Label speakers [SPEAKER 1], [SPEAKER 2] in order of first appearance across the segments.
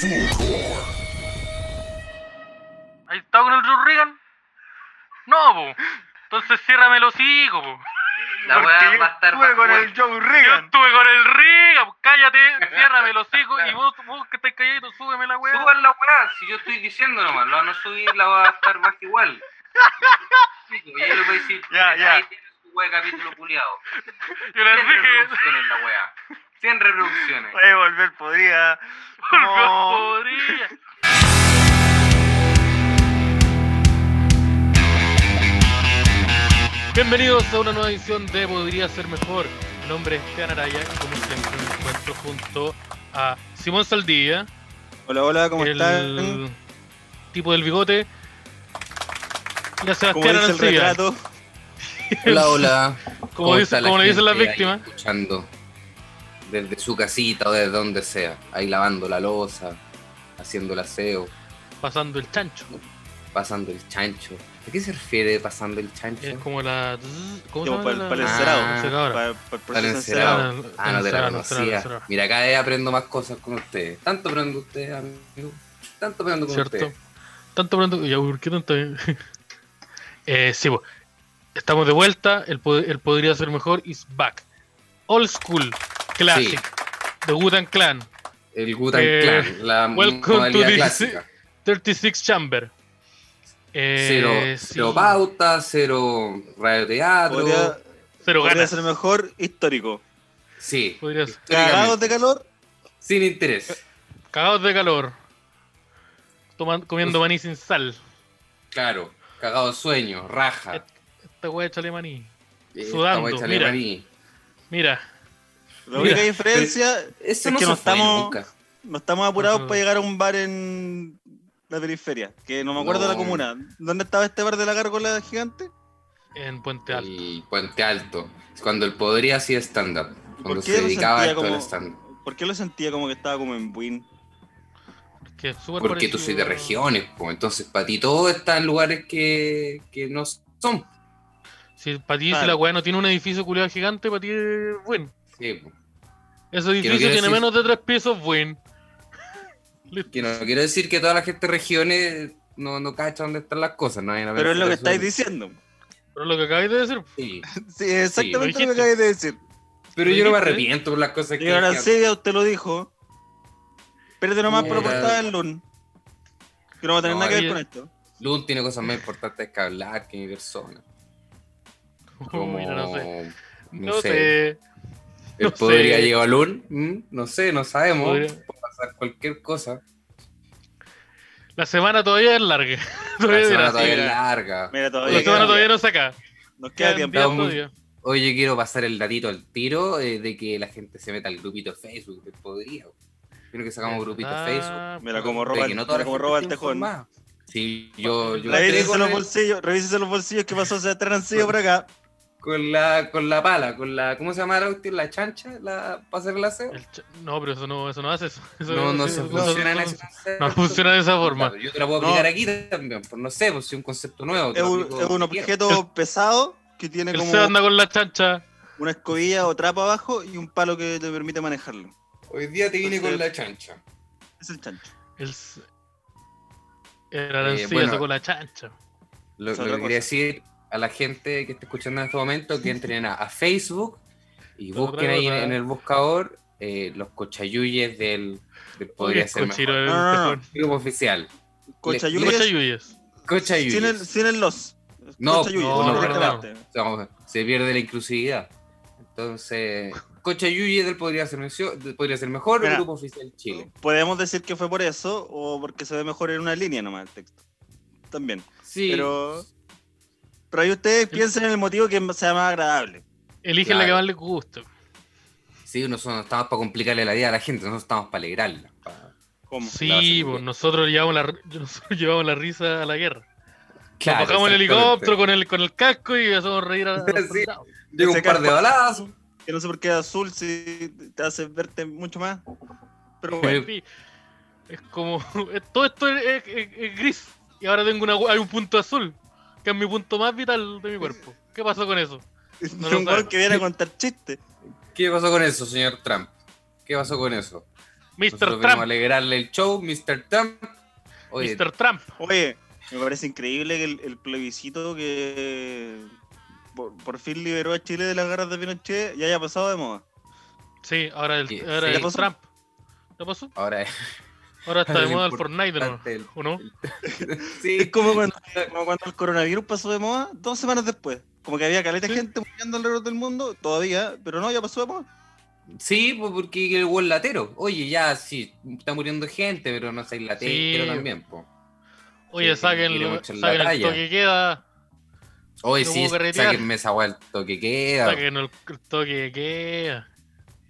[SPEAKER 1] Fulgor.
[SPEAKER 2] Ahí está con el Drew Regan. No, po. Entonces ciérrame el hocico, po.
[SPEAKER 3] La
[SPEAKER 4] Porque
[SPEAKER 3] weá
[SPEAKER 4] yo
[SPEAKER 3] va a estar
[SPEAKER 4] estuve
[SPEAKER 3] más
[SPEAKER 4] con el
[SPEAKER 3] fuerte.
[SPEAKER 4] Joe
[SPEAKER 2] Yo
[SPEAKER 4] Reagan.
[SPEAKER 2] estuve con el Regan, po. cállate, ciérrame el hocico y vos, vos que estás calladito, súbeme la weá.
[SPEAKER 3] Suban la weá, si yo estoy diciendo nomás, la van a subir, la va a estar más que igual. Y ahí le voy a decir,
[SPEAKER 4] Ya, ya.
[SPEAKER 3] ahí tienes tu weá de capítulo culiado.
[SPEAKER 2] Yo les
[SPEAKER 3] 100
[SPEAKER 2] dije,
[SPEAKER 3] reproducciones la weá. 100 reproducciones.
[SPEAKER 4] Puede volver, podría. Como...
[SPEAKER 2] podría. Bienvenidos a una nueva edición de Podría Ser Mejor. Mi nombre es Esteban Araya, y como siempre me encuentro junto a Simón Saldivia.
[SPEAKER 5] Hola, hola, ¿cómo
[SPEAKER 2] el
[SPEAKER 5] están?
[SPEAKER 2] tipo del bigote. Y a
[SPEAKER 5] Como
[SPEAKER 2] Sebastián
[SPEAKER 5] dice el
[SPEAKER 2] Arancibia.
[SPEAKER 5] retrato,
[SPEAKER 3] Hola, hola.
[SPEAKER 2] Como, dice-
[SPEAKER 3] está la
[SPEAKER 2] como le dicen las
[SPEAKER 3] gente ahí
[SPEAKER 2] víctimas.
[SPEAKER 3] Escuchando desde su casita o desde donde sea, ahí lavando la losa, haciendo el aseo,
[SPEAKER 2] Pasando el chancho.
[SPEAKER 3] pasando el chancho. ¿A qué se refiere pasando el chancho?
[SPEAKER 2] Es como la. ¿Cómo
[SPEAKER 5] como para, el- para el
[SPEAKER 2] la-
[SPEAKER 5] encerado,
[SPEAKER 3] Ah,
[SPEAKER 2] encerradora.
[SPEAKER 5] para, para el
[SPEAKER 3] Al
[SPEAKER 5] proceso
[SPEAKER 3] encerado.
[SPEAKER 5] encerado.
[SPEAKER 2] encerado.
[SPEAKER 3] Ah, no te la
[SPEAKER 2] Encerado, encerado,
[SPEAKER 3] conocía.
[SPEAKER 2] encerado.
[SPEAKER 3] Mira, cada vez aprendo más cosas con ustedes. Tanto aprendo ustedes, amigo. Tanto aprendo con
[SPEAKER 2] ¿Cierto?
[SPEAKER 3] ustedes.
[SPEAKER 2] Tanto pronto. Ya, ¿por qué tanto? eh, sí, po. Estamos de vuelta. El, po- el podría ser mejor. Is back. Old school. Classic. The Wooden Clan.
[SPEAKER 3] El Gutan
[SPEAKER 2] Eh,
[SPEAKER 3] Clan, la
[SPEAKER 2] welcome to
[SPEAKER 3] modalidad
[SPEAKER 2] this-
[SPEAKER 3] clásica.
[SPEAKER 2] 36 Chamber. Eh,
[SPEAKER 3] Cero,
[SPEAKER 2] sí.
[SPEAKER 3] cero pauta, cero radioteatro.
[SPEAKER 5] Podría,
[SPEAKER 2] Cero
[SPEAKER 5] podría
[SPEAKER 2] ganas.
[SPEAKER 5] ser mejor histórico.
[SPEAKER 3] Sí.
[SPEAKER 2] Podría ser.
[SPEAKER 5] Cagados de calor,
[SPEAKER 3] Sin interés.
[SPEAKER 2] Cagados de calor. Toman- comiendo maní sin sal.
[SPEAKER 3] Claro. Cagado de sueño, raja. Eh,
[SPEAKER 2] Esta weá échale maní.
[SPEAKER 3] Esta
[SPEAKER 2] Eh, sudando,
[SPEAKER 3] guacha
[SPEAKER 2] mira.
[SPEAKER 3] alemaní.
[SPEAKER 2] Mira,
[SPEAKER 5] la
[SPEAKER 2] Mira,
[SPEAKER 5] única diferencia,
[SPEAKER 3] Eso
[SPEAKER 5] Es
[SPEAKER 3] no
[SPEAKER 5] que
[SPEAKER 3] se
[SPEAKER 5] no
[SPEAKER 3] fue
[SPEAKER 5] estamos-
[SPEAKER 3] nunca.
[SPEAKER 5] no estamos apurados
[SPEAKER 2] Ajá.
[SPEAKER 5] para llegar a un bar en la periferia, que no me acuerdo de la
[SPEAKER 3] No.
[SPEAKER 5] comuna. ¿Dónde estaba este bar de la gárgola gigante?
[SPEAKER 2] en Puente Alto.
[SPEAKER 3] El puente alto. Es cuando él podría hacía stand-up. Cuando
[SPEAKER 5] por
[SPEAKER 3] se
[SPEAKER 5] qué lo
[SPEAKER 3] dedicaba a
[SPEAKER 5] sentía
[SPEAKER 3] todo el
[SPEAKER 5] como-
[SPEAKER 3] stand-up.
[SPEAKER 5] ¿Por qué lo sentía como que estaba como en Buin?
[SPEAKER 2] que es súper
[SPEAKER 3] Porque tú
[SPEAKER 2] parecido-
[SPEAKER 3] soy de regiones, pues. Entonces, para ti todo está en lugares que, que no son.
[SPEAKER 2] Si para ti si
[SPEAKER 5] Claro.
[SPEAKER 2] la weá no tiene un edificio culiado gigante, para ti es buen.
[SPEAKER 3] Sí, po.
[SPEAKER 2] Ese edificio
[SPEAKER 3] quiere
[SPEAKER 2] tiene
[SPEAKER 3] decir-
[SPEAKER 2] menos de tres pisos, buen. Listo.
[SPEAKER 3] Que no quiero decir que toda la gente de regiones no, no cacha dónde están las cosas. No vayan a
[SPEAKER 5] Pero es lo que
[SPEAKER 3] pensar
[SPEAKER 5] estáis
[SPEAKER 3] eso.
[SPEAKER 5] diciendo.
[SPEAKER 2] Pero lo que acabáis de decir,
[SPEAKER 3] Sí.
[SPEAKER 5] Sí, exactamente lo
[SPEAKER 2] dijiste.
[SPEAKER 5] que acabas de decir.
[SPEAKER 3] Pero yo no
[SPEAKER 2] ¿Dijiste?
[SPEAKER 3] me arrepiento por las cosas que
[SPEAKER 5] Y ahora
[SPEAKER 3] dije.
[SPEAKER 5] sí, ya usted lo dijo. Pierde nomás por la
[SPEAKER 3] Mira.
[SPEAKER 5] portada del LUN. Que no va a tener
[SPEAKER 3] No,
[SPEAKER 5] nada que ver
[SPEAKER 2] había-
[SPEAKER 5] con esto.
[SPEAKER 3] Lun tiene cosas más importantes que hablar que mi persona. Como...
[SPEAKER 2] pues, mira, no sé.
[SPEAKER 3] no
[SPEAKER 2] No
[SPEAKER 3] sé.
[SPEAKER 2] sé.
[SPEAKER 3] Él
[SPEAKER 2] No sé.
[SPEAKER 3] podría llegar a Lun. ¿Mm? No sé, no sabemos.
[SPEAKER 2] Podría-
[SPEAKER 3] Puede pasar cualquier cosa.
[SPEAKER 2] La semana todavía es larga.
[SPEAKER 3] La
[SPEAKER 2] todavía es
[SPEAKER 3] semana
[SPEAKER 2] larga.
[SPEAKER 3] todavía es
[SPEAKER 5] mira.
[SPEAKER 3] larga.
[SPEAKER 5] Mira,
[SPEAKER 2] La
[SPEAKER 5] todavía,
[SPEAKER 3] Oye,
[SPEAKER 2] semana
[SPEAKER 5] queda-
[SPEAKER 2] todavía no saca.
[SPEAKER 5] nos queda
[SPEAKER 2] Quedan
[SPEAKER 5] tiempo.
[SPEAKER 2] días
[SPEAKER 3] Vamos.
[SPEAKER 2] todavía.
[SPEAKER 3] Hoy yo quiero pasar el datito al tiro eh, de que la gente se meta al grupito de Facebook. que Podría. Creo que sacamos grupito de Facebook.
[SPEAKER 2] Ah,
[SPEAKER 5] Mira cómo
[SPEAKER 3] De
[SPEAKER 5] roba,
[SPEAKER 3] que
[SPEAKER 5] el-
[SPEAKER 3] no toda la
[SPEAKER 5] mira cómo
[SPEAKER 3] gente
[SPEAKER 5] roba el
[SPEAKER 3] está
[SPEAKER 5] tejón.
[SPEAKER 3] informada. Sí, yo, yo entré
[SPEAKER 5] Revísese
[SPEAKER 3] con,
[SPEAKER 5] los
[SPEAKER 3] el-
[SPEAKER 5] bolsillos, revísese los bolsillos que pasó ese trancillo por acá.
[SPEAKER 3] con la, con la pala, con la, ¿cómo se llama la cuestión? ¿La chancha? La, ¿Para hacer el aseo?
[SPEAKER 2] el ch- No, pero eso no, eso no hace eso. Eso-
[SPEAKER 3] No, no
[SPEAKER 2] eso-
[SPEAKER 3] se
[SPEAKER 2] eso-
[SPEAKER 3] funciona en
[SPEAKER 2] no-
[SPEAKER 3] ese concepto.
[SPEAKER 2] No funciona de esa forma.
[SPEAKER 3] Yo te la puedo
[SPEAKER 5] No.
[SPEAKER 3] aplicar aquí también, por no sé, por si es un concepto nuevo. te
[SPEAKER 5] Es
[SPEAKER 3] lo
[SPEAKER 5] un,
[SPEAKER 3] aplico
[SPEAKER 5] es un
[SPEAKER 3] donde quiera.
[SPEAKER 5] objeto pesado que tiene
[SPEAKER 2] El
[SPEAKER 5] como
[SPEAKER 2] se anda con la chancha.
[SPEAKER 5] una escobilla o trapa abajo y un palo que te permite manejarlo.
[SPEAKER 3] Hoy día te vine con la chancha.
[SPEAKER 5] Es el chancho.
[SPEAKER 2] El, s- el arancilla
[SPEAKER 3] Eh, bueno.
[SPEAKER 2] sacó la chancha.
[SPEAKER 3] Lo,
[SPEAKER 5] Es
[SPEAKER 3] lo
[SPEAKER 5] otra
[SPEAKER 3] que quería
[SPEAKER 5] cosa.
[SPEAKER 3] decir a la gente que está escuchando en este momento, que entren a, a Facebook y
[SPEAKER 2] Es otra
[SPEAKER 3] busquen ahí en,
[SPEAKER 2] cosa.
[SPEAKER 3] en el buscador eh, los cochayuyes del, del Podría
[SPEAKER 2] Oye,
[SPEAKER 3] Ser Mejor.
[SPEAKER 2] cochiro del
[SPEAKER 5] No, no, no.
[SPEAKER 2] tejón.
[SPEAKER 3] Grupo oficial.
[SPEAKER 5] Cochayuyes
[SPEAKER 2] Cochayuyes.
[SPEAKER 3] Cochayuyes.
[SPEAKER 5] sin el, sin el los.
[SPEAKER 3] No,
[SPEAKER 5] Cochayuyes,
[SPEAKER 2] no,
[SPEAKER 3] no,
[SPEAKER 5] directamente.
[SPEAKER 3] O sea, vamos a ver, se pierde la inclusividad. Entonces, Cochayuyes del Podría Ser, Mencio- del Podría Ser Mejor,
[SPEAKER 5] Mira.
[SPEAKER 3] Grupo Oficial Chile.
[SPEAKER 5] Podemos decir que fue por eso o porque se ve mejor en una línea nomás el texto. También.
[SPEAKER 3] Sí,
[SPEAKER 5] Pero, pero ahí ustedes piensen en el motivo que sea más agradable.
[SPEAKER 2] Eligen la que
[SPEAKER 3] Claro.
[SPEAKER 2] más les guste.
[SPEAKER 3] sí, nosotros no estamos para complicarle la vida a la gente, nosotros estamos para alegrarla. pa- La va
[SPEAKER 5] ¿Cómo?
[SPEAKER 3] a
[SPEAKER 2] Sí,
[SPEAKER 3] hacer
[SPEAKER 2] pues
[SPEAKER 3] bien.
[SPEAKER 2] nosotros llevamos la, nosotros llevamos la risa a la guerra.
[SPEAKER 3] Claro,
[SPEAKER 2] Nos bajamos en el
[SPEAKER 3] exactamente.
[SPEAKER 2] helicóptero con el, con el casco y hacemos reír a a los
[SPEAKER 3] Sí.
[SPEAKER 2] soldados.
[SPEAKER 3] Llega un
[SPEAKER 5] Ese
[SPEAKER 3] par de
[SPEAKER 5] casco-
[SPEAKER 3] balazos.
[SPEAKER 5] Que no sé por qué azul si te hace verte mucho más. Pero bueno.
[SPEAKER 3] Pero-
[SPEAKER 2] Sí. Es como. es- todo esto es, es- es gris. Y ahora tengo una, hay un punto azul, que es mi punto más vital de mi cuerpo. ¿Qué pasó con eso? No
[SPEAKER 5] Ni
[SPEAKER 2] lo
[SPEAKER 5] un
[SPEAKER 2] sabe.
[SPEAKER 5] weón que viene a contar chistes.
[SPEAKER 3] ¿Qué pasó con eso, señor Trump? ¿Qué pasó con eso?
[SPEAKER 2] Mr.
[SPEAKER 3] Nosotros venimos a
[SPEAKER 2] Trump.
[SPEAKER 3] alegrarle el show, Mr. Trump. Oye,
[SPEAKER 2] Mr. Trump.
[SPEAKER 5] Oye, me parece increíble que el, el plebiscito que por, por fin liberó a Chile de las garras de Pinochet ya haya pasado de moda.
[SPEAKER 2] Sí, ahora el,
[SPEAKER 3] Sí,
[SPEAKER 2] ahora
[SPEAKER 3] sí.
[SPEAKER 2] el
[SPEAKER 5] ¿Ya pasó?
[SPEAKER 2] Trump. ¿Ya pasó?
[SPEAKER 3] ahora es
[SPEAKER 2] Ahora está de
[SPEAKER 3] Lo
[SPEAKER 2] moda el Fortnite,
[SPEAKER 3] importante,
[SPEAKER 2] ¿no?
[SPEAKER 3] el-
[SPEAKER 2] ¿O no?
[SPEAKER 5] Es
[SPEAKER 3] Sí,
[SPEAKER 5] como cuando, como cuando el coronavirus pasó de moda dos semanas después. Como que había caleta de gente muriendo alrededor del mundo todavía, pero no, ya pasó de moda.
[SPEAKER 3] sí, pues, porque el buen latero. Oye, ya sí, está muriendo gente, pero no sé, latero
[SPEAKER 2] Sí.
[SPEAKER 3] también. po.
[SPEAKER 2] Oye,
[SPEAKER 3] Sí, quiere
[SPEAKER 2] sáquenlo,
[SPEAKER 3] mucho en la
[SPEAKER 2] saquen el
[SPEAKER 3] talla.
[SPEAKER 2] toque queda,
[SPEAKER 3] Oye,
[SPEAKER 2] No
[SPEAKER 3] sí,
[SPEAKER 2] puedo carretear.
[SPEAKER 3] sáquenme esa weá el toque queda.
[SPEAKER 2] saquen el toque queda.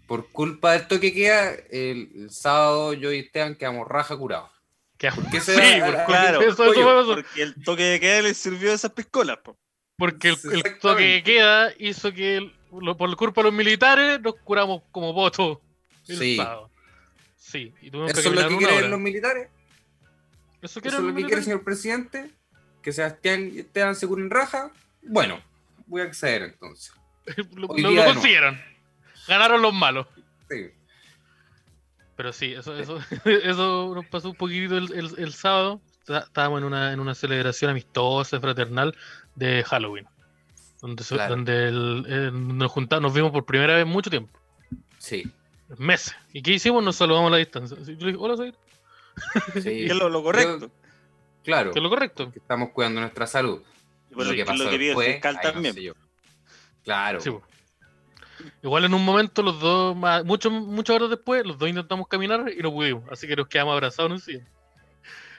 [SPEAKER 3] Por culpa del toque queda, el, el sábado yo y Esteban quedamos raja curados.
[SPEAKER 2] Que-
[SPEAKER 3] Porque se
[SPEAKER 2] Sí,
[SPEAKER 3] da-
[SPEAKER 2] por-
[SPEAKER 5] claro,
[SPEAKER 2] eso- eso
[SPEAKER 3] oye,
[SPEAKER 2] fue eso.
[SPEAKER 5] Porque el toque de queda les sirvió de esas piscolas, po.
[SPEAKER 2] Porque el, el
[SPEAKER 3] Exactamente.
[SPEAKER 2] toque de queda hizo que el- lo- por culpa de los militares nos curamos como votos.
[SPEAKER 3] Sí.
[SPEAKER 2] Sí, y tuvimos
[SPEAKER 3] Eso es lo
[SPEAKER 2] caminar
[SPEAKER 3] que
[SPEAKER 2] una
[SPEAKER 3] quieren
[SPEAKER 2] hora.
[SPEAKER 3] los militares.
[SPEAKER 2] Eso
[SPEAKER 3] Eso
[SPEAKER 2] quieren
[SPEAKER 3] es lo
[SPEAKER 2] los
[SPEAKER 3] que quiere,
[SPEAKER 2] militares.
[SPEAKER 3] señor presidente. Que Sebastián y Esteban se curen raja. Bueno, voy a acceder entonces.
[SPEAKER 2] Lo-
[SPEAKER 3] Hoy
[SPEAKER 2] lo-
[SPEAKER 3] día
[SPEAKER 2] lo
[SPEAKER 3] no.
[SPEAKER 2] consiguieron. Ganaron los malos.
[SPEAKER 3] Sí.
[SPEAKER 2] Pero sí, eso, eso, eso nos pasó un poquitito el, el- el sábado. Está- Estábamos en una, en una celebración amistosa, fraternal de Halloween. Donde, se-
[SPEAKER 3] Claro.
[SPEAKER 2] donde el- eh, nos juntamos, nos vimos por primera vez en mucho tiempo.
[SPEAKER 3] Sí.
[SPEAKER 2] Meses. ¿Y qué hicimos? Nos saludamos a la distancia. Así, Yo le dije, hola, Zair",
[SPEAKER 3] sí.
[SPEAKER 5] Que es lo, lo correcto.
[SPEAKER 3] Claro,
[SPEAKER 2] Que es lo correcto.
[SPEAKER 3] que estamos cuidando nuestra salud.
[SPEAKER 5] Y por
[SPEAKER 3] lo que
[SPEAKER 5] es
[SPEAKER 3] pasó
[SPEAKER 5] lo que pide
[SPEAKER 3] después,
[SPEAKER 5] el fiscal
[SPEAKER 3] ahí no
[SPEAKER 5] también.
[SPEAKER 3] sé yo. Claro.
[SPEAKER 2] Sí, pues, po. Igual en un momento los dos, más- mucho- muchas horas después, los dos intentamos caminar y no pudimos. Así que nos quedamos abrazados en un sillón.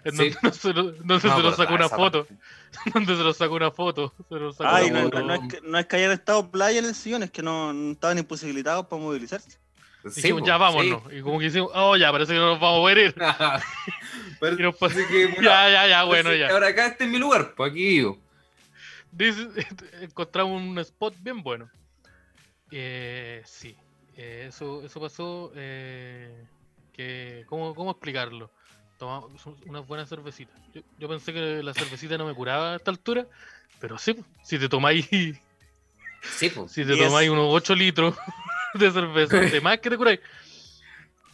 [SPEAKER 2] En
[SPEAKER 3] Sí.
[SPEAKER 2] donde no se nos- donde
[SPEAKER 3] No, pues,
[SPEAKER 2] se
[SPEAKER 3] pero
[SPEAKER 2] nos sacó una
[SPEAKER 3] esa
[SPEAKER 2] foto.
[SPEAKER 3] parte.
[SPEAKER 2] Donde se nos sacó una foto. Se nos sacó
[SPEAKER 5] Ay,
[SPEAKER 2] una
[SPEAKER 5] no,
[SPEAKER 2] foto.
[SPEAKER 5] no es que, no es que hayan estado playa en el sillón, es que no, no estaban imposibilitados para movilizarse.
[SPEAKER 3] Sí,
[SPEAKER 2] Dijimos,
[SPEAKER 3] po,
[SPEAKER 2] ya
[SPEAKER 3] sí.
[SPEAKER 2] vámonos. Y como que hicimos, oh, ya, parece que no nos vamos a morir.
[SPEAKER 3] Pero-
[SPEAKER 2] Y nos pas-
[SPEAKER 3] así que, bueno,
[SPEAKER 2] ya, ya, ya, bueno,
[SPEAKER 3] así que
[SPEAKER 2] ya.
[SPEAKER 3] Ahora acá este es mi lugar, pues aquí vivo.
[SPEAKER 2] Dice- encontramos un spot bien bueno. Eh, sí, Eh, eso, eso pasó. eh, que, ¿cómo, cómo explicarlo? Tomamos unas buenas cervecitas. Yo, yo pensé que la cervecita no me curaba a esta altura, pero sí, pues, si te tomáis, si
[SPEAKER 3] Sí, pues.
[SPEAKER 2] te
[SPEAKER 5] Diez.
[SPEAKER 2] tomáis unos 8 litros de cerveza, de más que te curáis.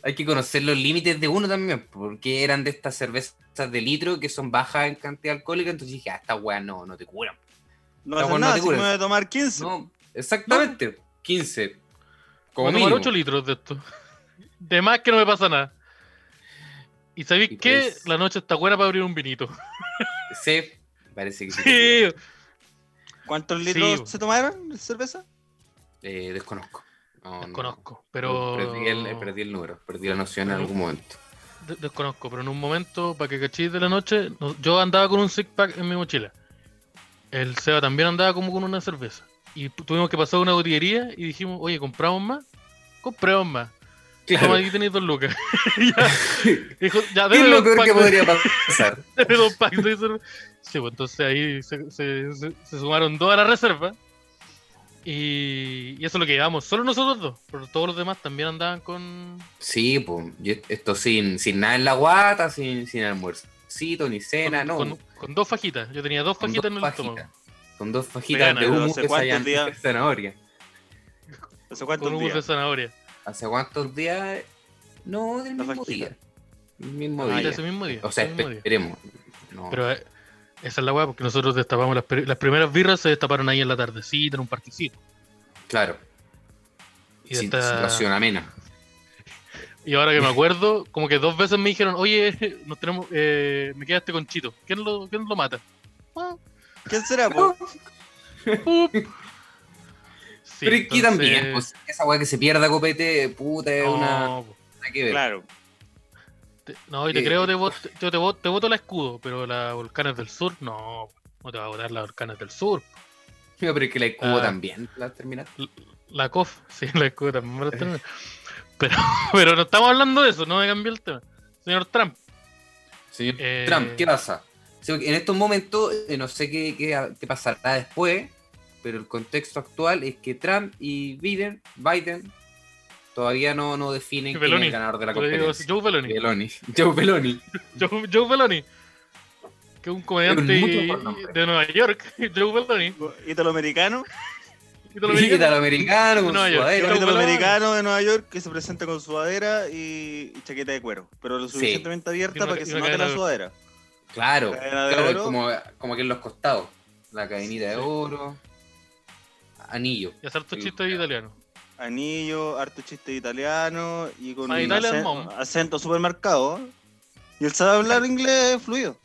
[SPEAKER 3] Hay que conocer los límites de uno también, porque eran de estas cervezas de litro que son bajas en cantidad alcohólica, entonces dije, ah, esta weá no, no te curan.
[SPEAKER 5] No
[SPEAKER 3] Ya,
[SPEAKER 5] hacen
[SPEAKER 3] bueno, no
[SPEAKER 5] nada,
[SPEAKER 3] te
[SPEAKER 5] si me
[SPEAKER 3] cures.
[SPEAKER 5] voy a tomar 15.
[SPEAKER 3] No, exactamente, 15. Como
[SPEAKER 2] Voy a tomar
[SPEAKER 3] mínimo.
[SPEAKER 2] 8 litros de esto. De más que no me pasa nada. ¿Y sabéis
[SPEAKER 3] Y
[SPEAKER 2] qué?
[SPEAKER 3] pues-
[SPEAKER 2] La noche está buena para abrir un vinito.
[SPEAKER 3] Sí, parece que sí.
[SPEAKER 2] Sí,
[SPEAKER 5] ¿Cuántos
[SPEAKER 2] Sí, pues.
[SPEAKER 5] litros
[SPEAKER 2] bo.
[SPEAKER 5] se tomaron de cerveza?
[SPEAKER 3] Eh, desconozco. No, no.
[SPEAKER 2] desconozco, pero.
[SPEAKER 3] Eh, Perdí el, perdí el número, perdí la noción en algún momento.
[SPEAKER 2] de- desconozco, pero en un momento, para que cachis de la noche, no- yo andaba con un six pack en mi mochila. El Seba también andaba como con una cerveza. Y tu- tuvimos que pasar a una botillería y dijimos, oye, ¿compramos más? Compramos más. Toma,
[SPEAKER 3] Claro.
[SPEAKER 2] aquí tenéis dos lucas. ya. Dijo, ya,
[SPEAKER 3] ¿Qué es
[SPEAKER 2] deme
[SPEAKER 3] lo
[SPEAKER 2] dos
[SPEAKER 3] peor que
[SPEAKER 2] packs de-
[SPEAKER 3] podría pasar?
[SPEAKER 2] de dos packs de cerve- Sí, pues entonces ahí se, se- se- se sumaron dos a la reserva. Y, y eso es lo que llevamos, solo nosotros dos. Pero todos los demás también andaban con.
[SPEAKER 3] Sí, pues, yo- esto sin, sin nada en la guata, sin, sin almuercito, ni cena,
[SPEAKER 2] con,
[SPEAKER 3] no.
[SPEAKER 2] con- con dos fajitas. Yo tenía dos
[SPEAKER 3] Con
[SPEAKER 2] fajitas en el
[SPEAKER 3] dos fajitas.
[SPEAKER 2] estómago.
[SPEAKER 3] Con dos fajitas
[SPEAKER 2] Vegana,
[SPEAKER 3] de
[SPEAKER 2] pero
[SPEAKER 3] humo
[SPEAKER 5] hace
[SPEAKER 3] que
[SPEAKER 5] cuántos
[SPEAKER 3] salían de
[SPEAKER 5] días.
[SPEAKER 3] zanahoria.
[SPEAKER 5] No sé
[SPEAKER 2] Con
[SPEAKER 5] cuántos
[SPEAKER 2] humus de
[SPEAKER 5] días.
[SPEAKER 2] zanahoria.
[SPEAKER 3] ¿Hace cuántos días? No, del
[SPEAKER 5] La
[SPEAKER 3] mismo
[SPEAKER 5] fajita.
[SPEAKER 3] día. El mismo
[SPEAKER 5] Ah,
[SPEAKER 2] Era
[SPEAKER 3] día.
[SPEAKER 2] ese mismo día.
[SPEAKER 3] O sea,
[SPEAKER 2] ese mismo día.
[SPEAKER 3] esperemos. No.
[SPEAKER 2] Pero eh, esa es la weá, porque nosotros destapamos las, pri- las primeras birras, se destaparon ahí en la tardecita, en un parquecito.
[SPEAKER 3] claro,
[SPEAKER 2] Y,
[SPEAKER 3] sin
[SPEAKER 2] esta-
[SPEAKER 3] situación amena.
[SPEAKER 2] y ahora que me acuerdo, como que dos veces me dijeron, oye, nos tenemos, eh, me quedaste con Chito. ¿Quién lo, quién lo mata? Ah,
[SPEAKER 5] ¿Quién será, po?
[SPEAKER 2] Pup. Sí,
[SPEAKER 3] Pero es que
[SPEAKER 2] entonces-
[SPEAKER 3] también, pues, esa weá que se pierda copete, puta, es
[SPEAKER 2] no,
[SPEAKER 3] una.
[SPEAKER 2] po.
[SPEAKER 3] nada que ver.
[SPEAKER 5] Claro.
[SPEAKER 2] Te- no, y te
[SPEAKER 3] Eh,
[SPEAKER 2] creo, te voto, yo te, voto, te voto la escudo, pero las volcanes del sur, no, no te va a votar las volcanes del sur.
[SPEAKER 3] No, pero es que la escudo
[SPEAKER 2] Ah.
[SPEAKER 3] también la terminaste.
[SPEAKER 2] La COF, sí, la escudo también. me la tengo. Pero, pero no estamos hablando de eso, no me cambió el tema. Señor Trump,
[SPEAKER 3] Señor
[SPEAKER 2] Eh.
[SPEAKER 3] Trump, ¿qué pasa? Sí, porque en estos momentos, eh, no sé qué, qué- qué pasará después, pero el contexto actual es que Trump y Biden, Biden todavía no, no definen quién es
[SPEAKER 2] Belloni.
[SPEAKER 3] el ganador de la
[SPEAKER 2] yo le digo,
[SPEAKER 3] conferencia.
[SPEAKER 2] Joe Belloni,
[SPEAKER 3] Belloni. Joe Belloni.
[SPEAKER 2] Joe, Joe Belloni, que es un comediante
[SPEAKER 3] mutuo por nombre.
[SPEAKER 2] de Nueva York, Joe Belloni.
[SPEAKER 5] Italoamericano.
[SPEAKER 2] italoamericano.
[SPEAKER 3] Italoamericano, con
[SPEAKER 2] Nueva York.
[SPEAKER 5] Un
[SPEAKER 3] sudadera.
[SPEAKER 2] Pero, weón.
[SPEAKER 5] americano de Nueva York que se presenta con sudadera y, y chaqueta de cuero, pero lo
[SPEAKER 3] Sí.
[SPEAKER 5] suficientemente
[SPEAKER 2] Y una
[SPEAKER 5] abierta para
[SPEAKER 2] ca-
[SPEAKER 5] que se
[SPEAKER 2] y una
[SPEAKER 5] note
[SPEAKER 2] cadena
[SPEAKER 5] la
[SPEAKER 2] de-
[SPEAKER 5] sudadera.
[SPEAKER 3] Claro,
[SPEAKER 5] Cadena de
[SPEAKER 3] claro,
[SPEAKER 5] oro.
[SPEAKER 3] Como, como que en los costados. La cadenita de
[SPEAKER 2] Sí.
[SPEAKER 3] oro. Anillo.
[SPEAKER 2] Y hacer tu
[SPEAKER 3] Sí.
[SPEAKER 2] chiste de italiano.
[SPEAKER 5] Anillo, harto chiste italiano y con
[SPEAKER 2] My
[SPEAKER 5] un
[SPEAKER 2] Italian
[SPEAKER 5] acen-
[SPEAKER 2] mom.
[SPEAKER 5] acento supermercado. Y él sabe hablar inglés fluido.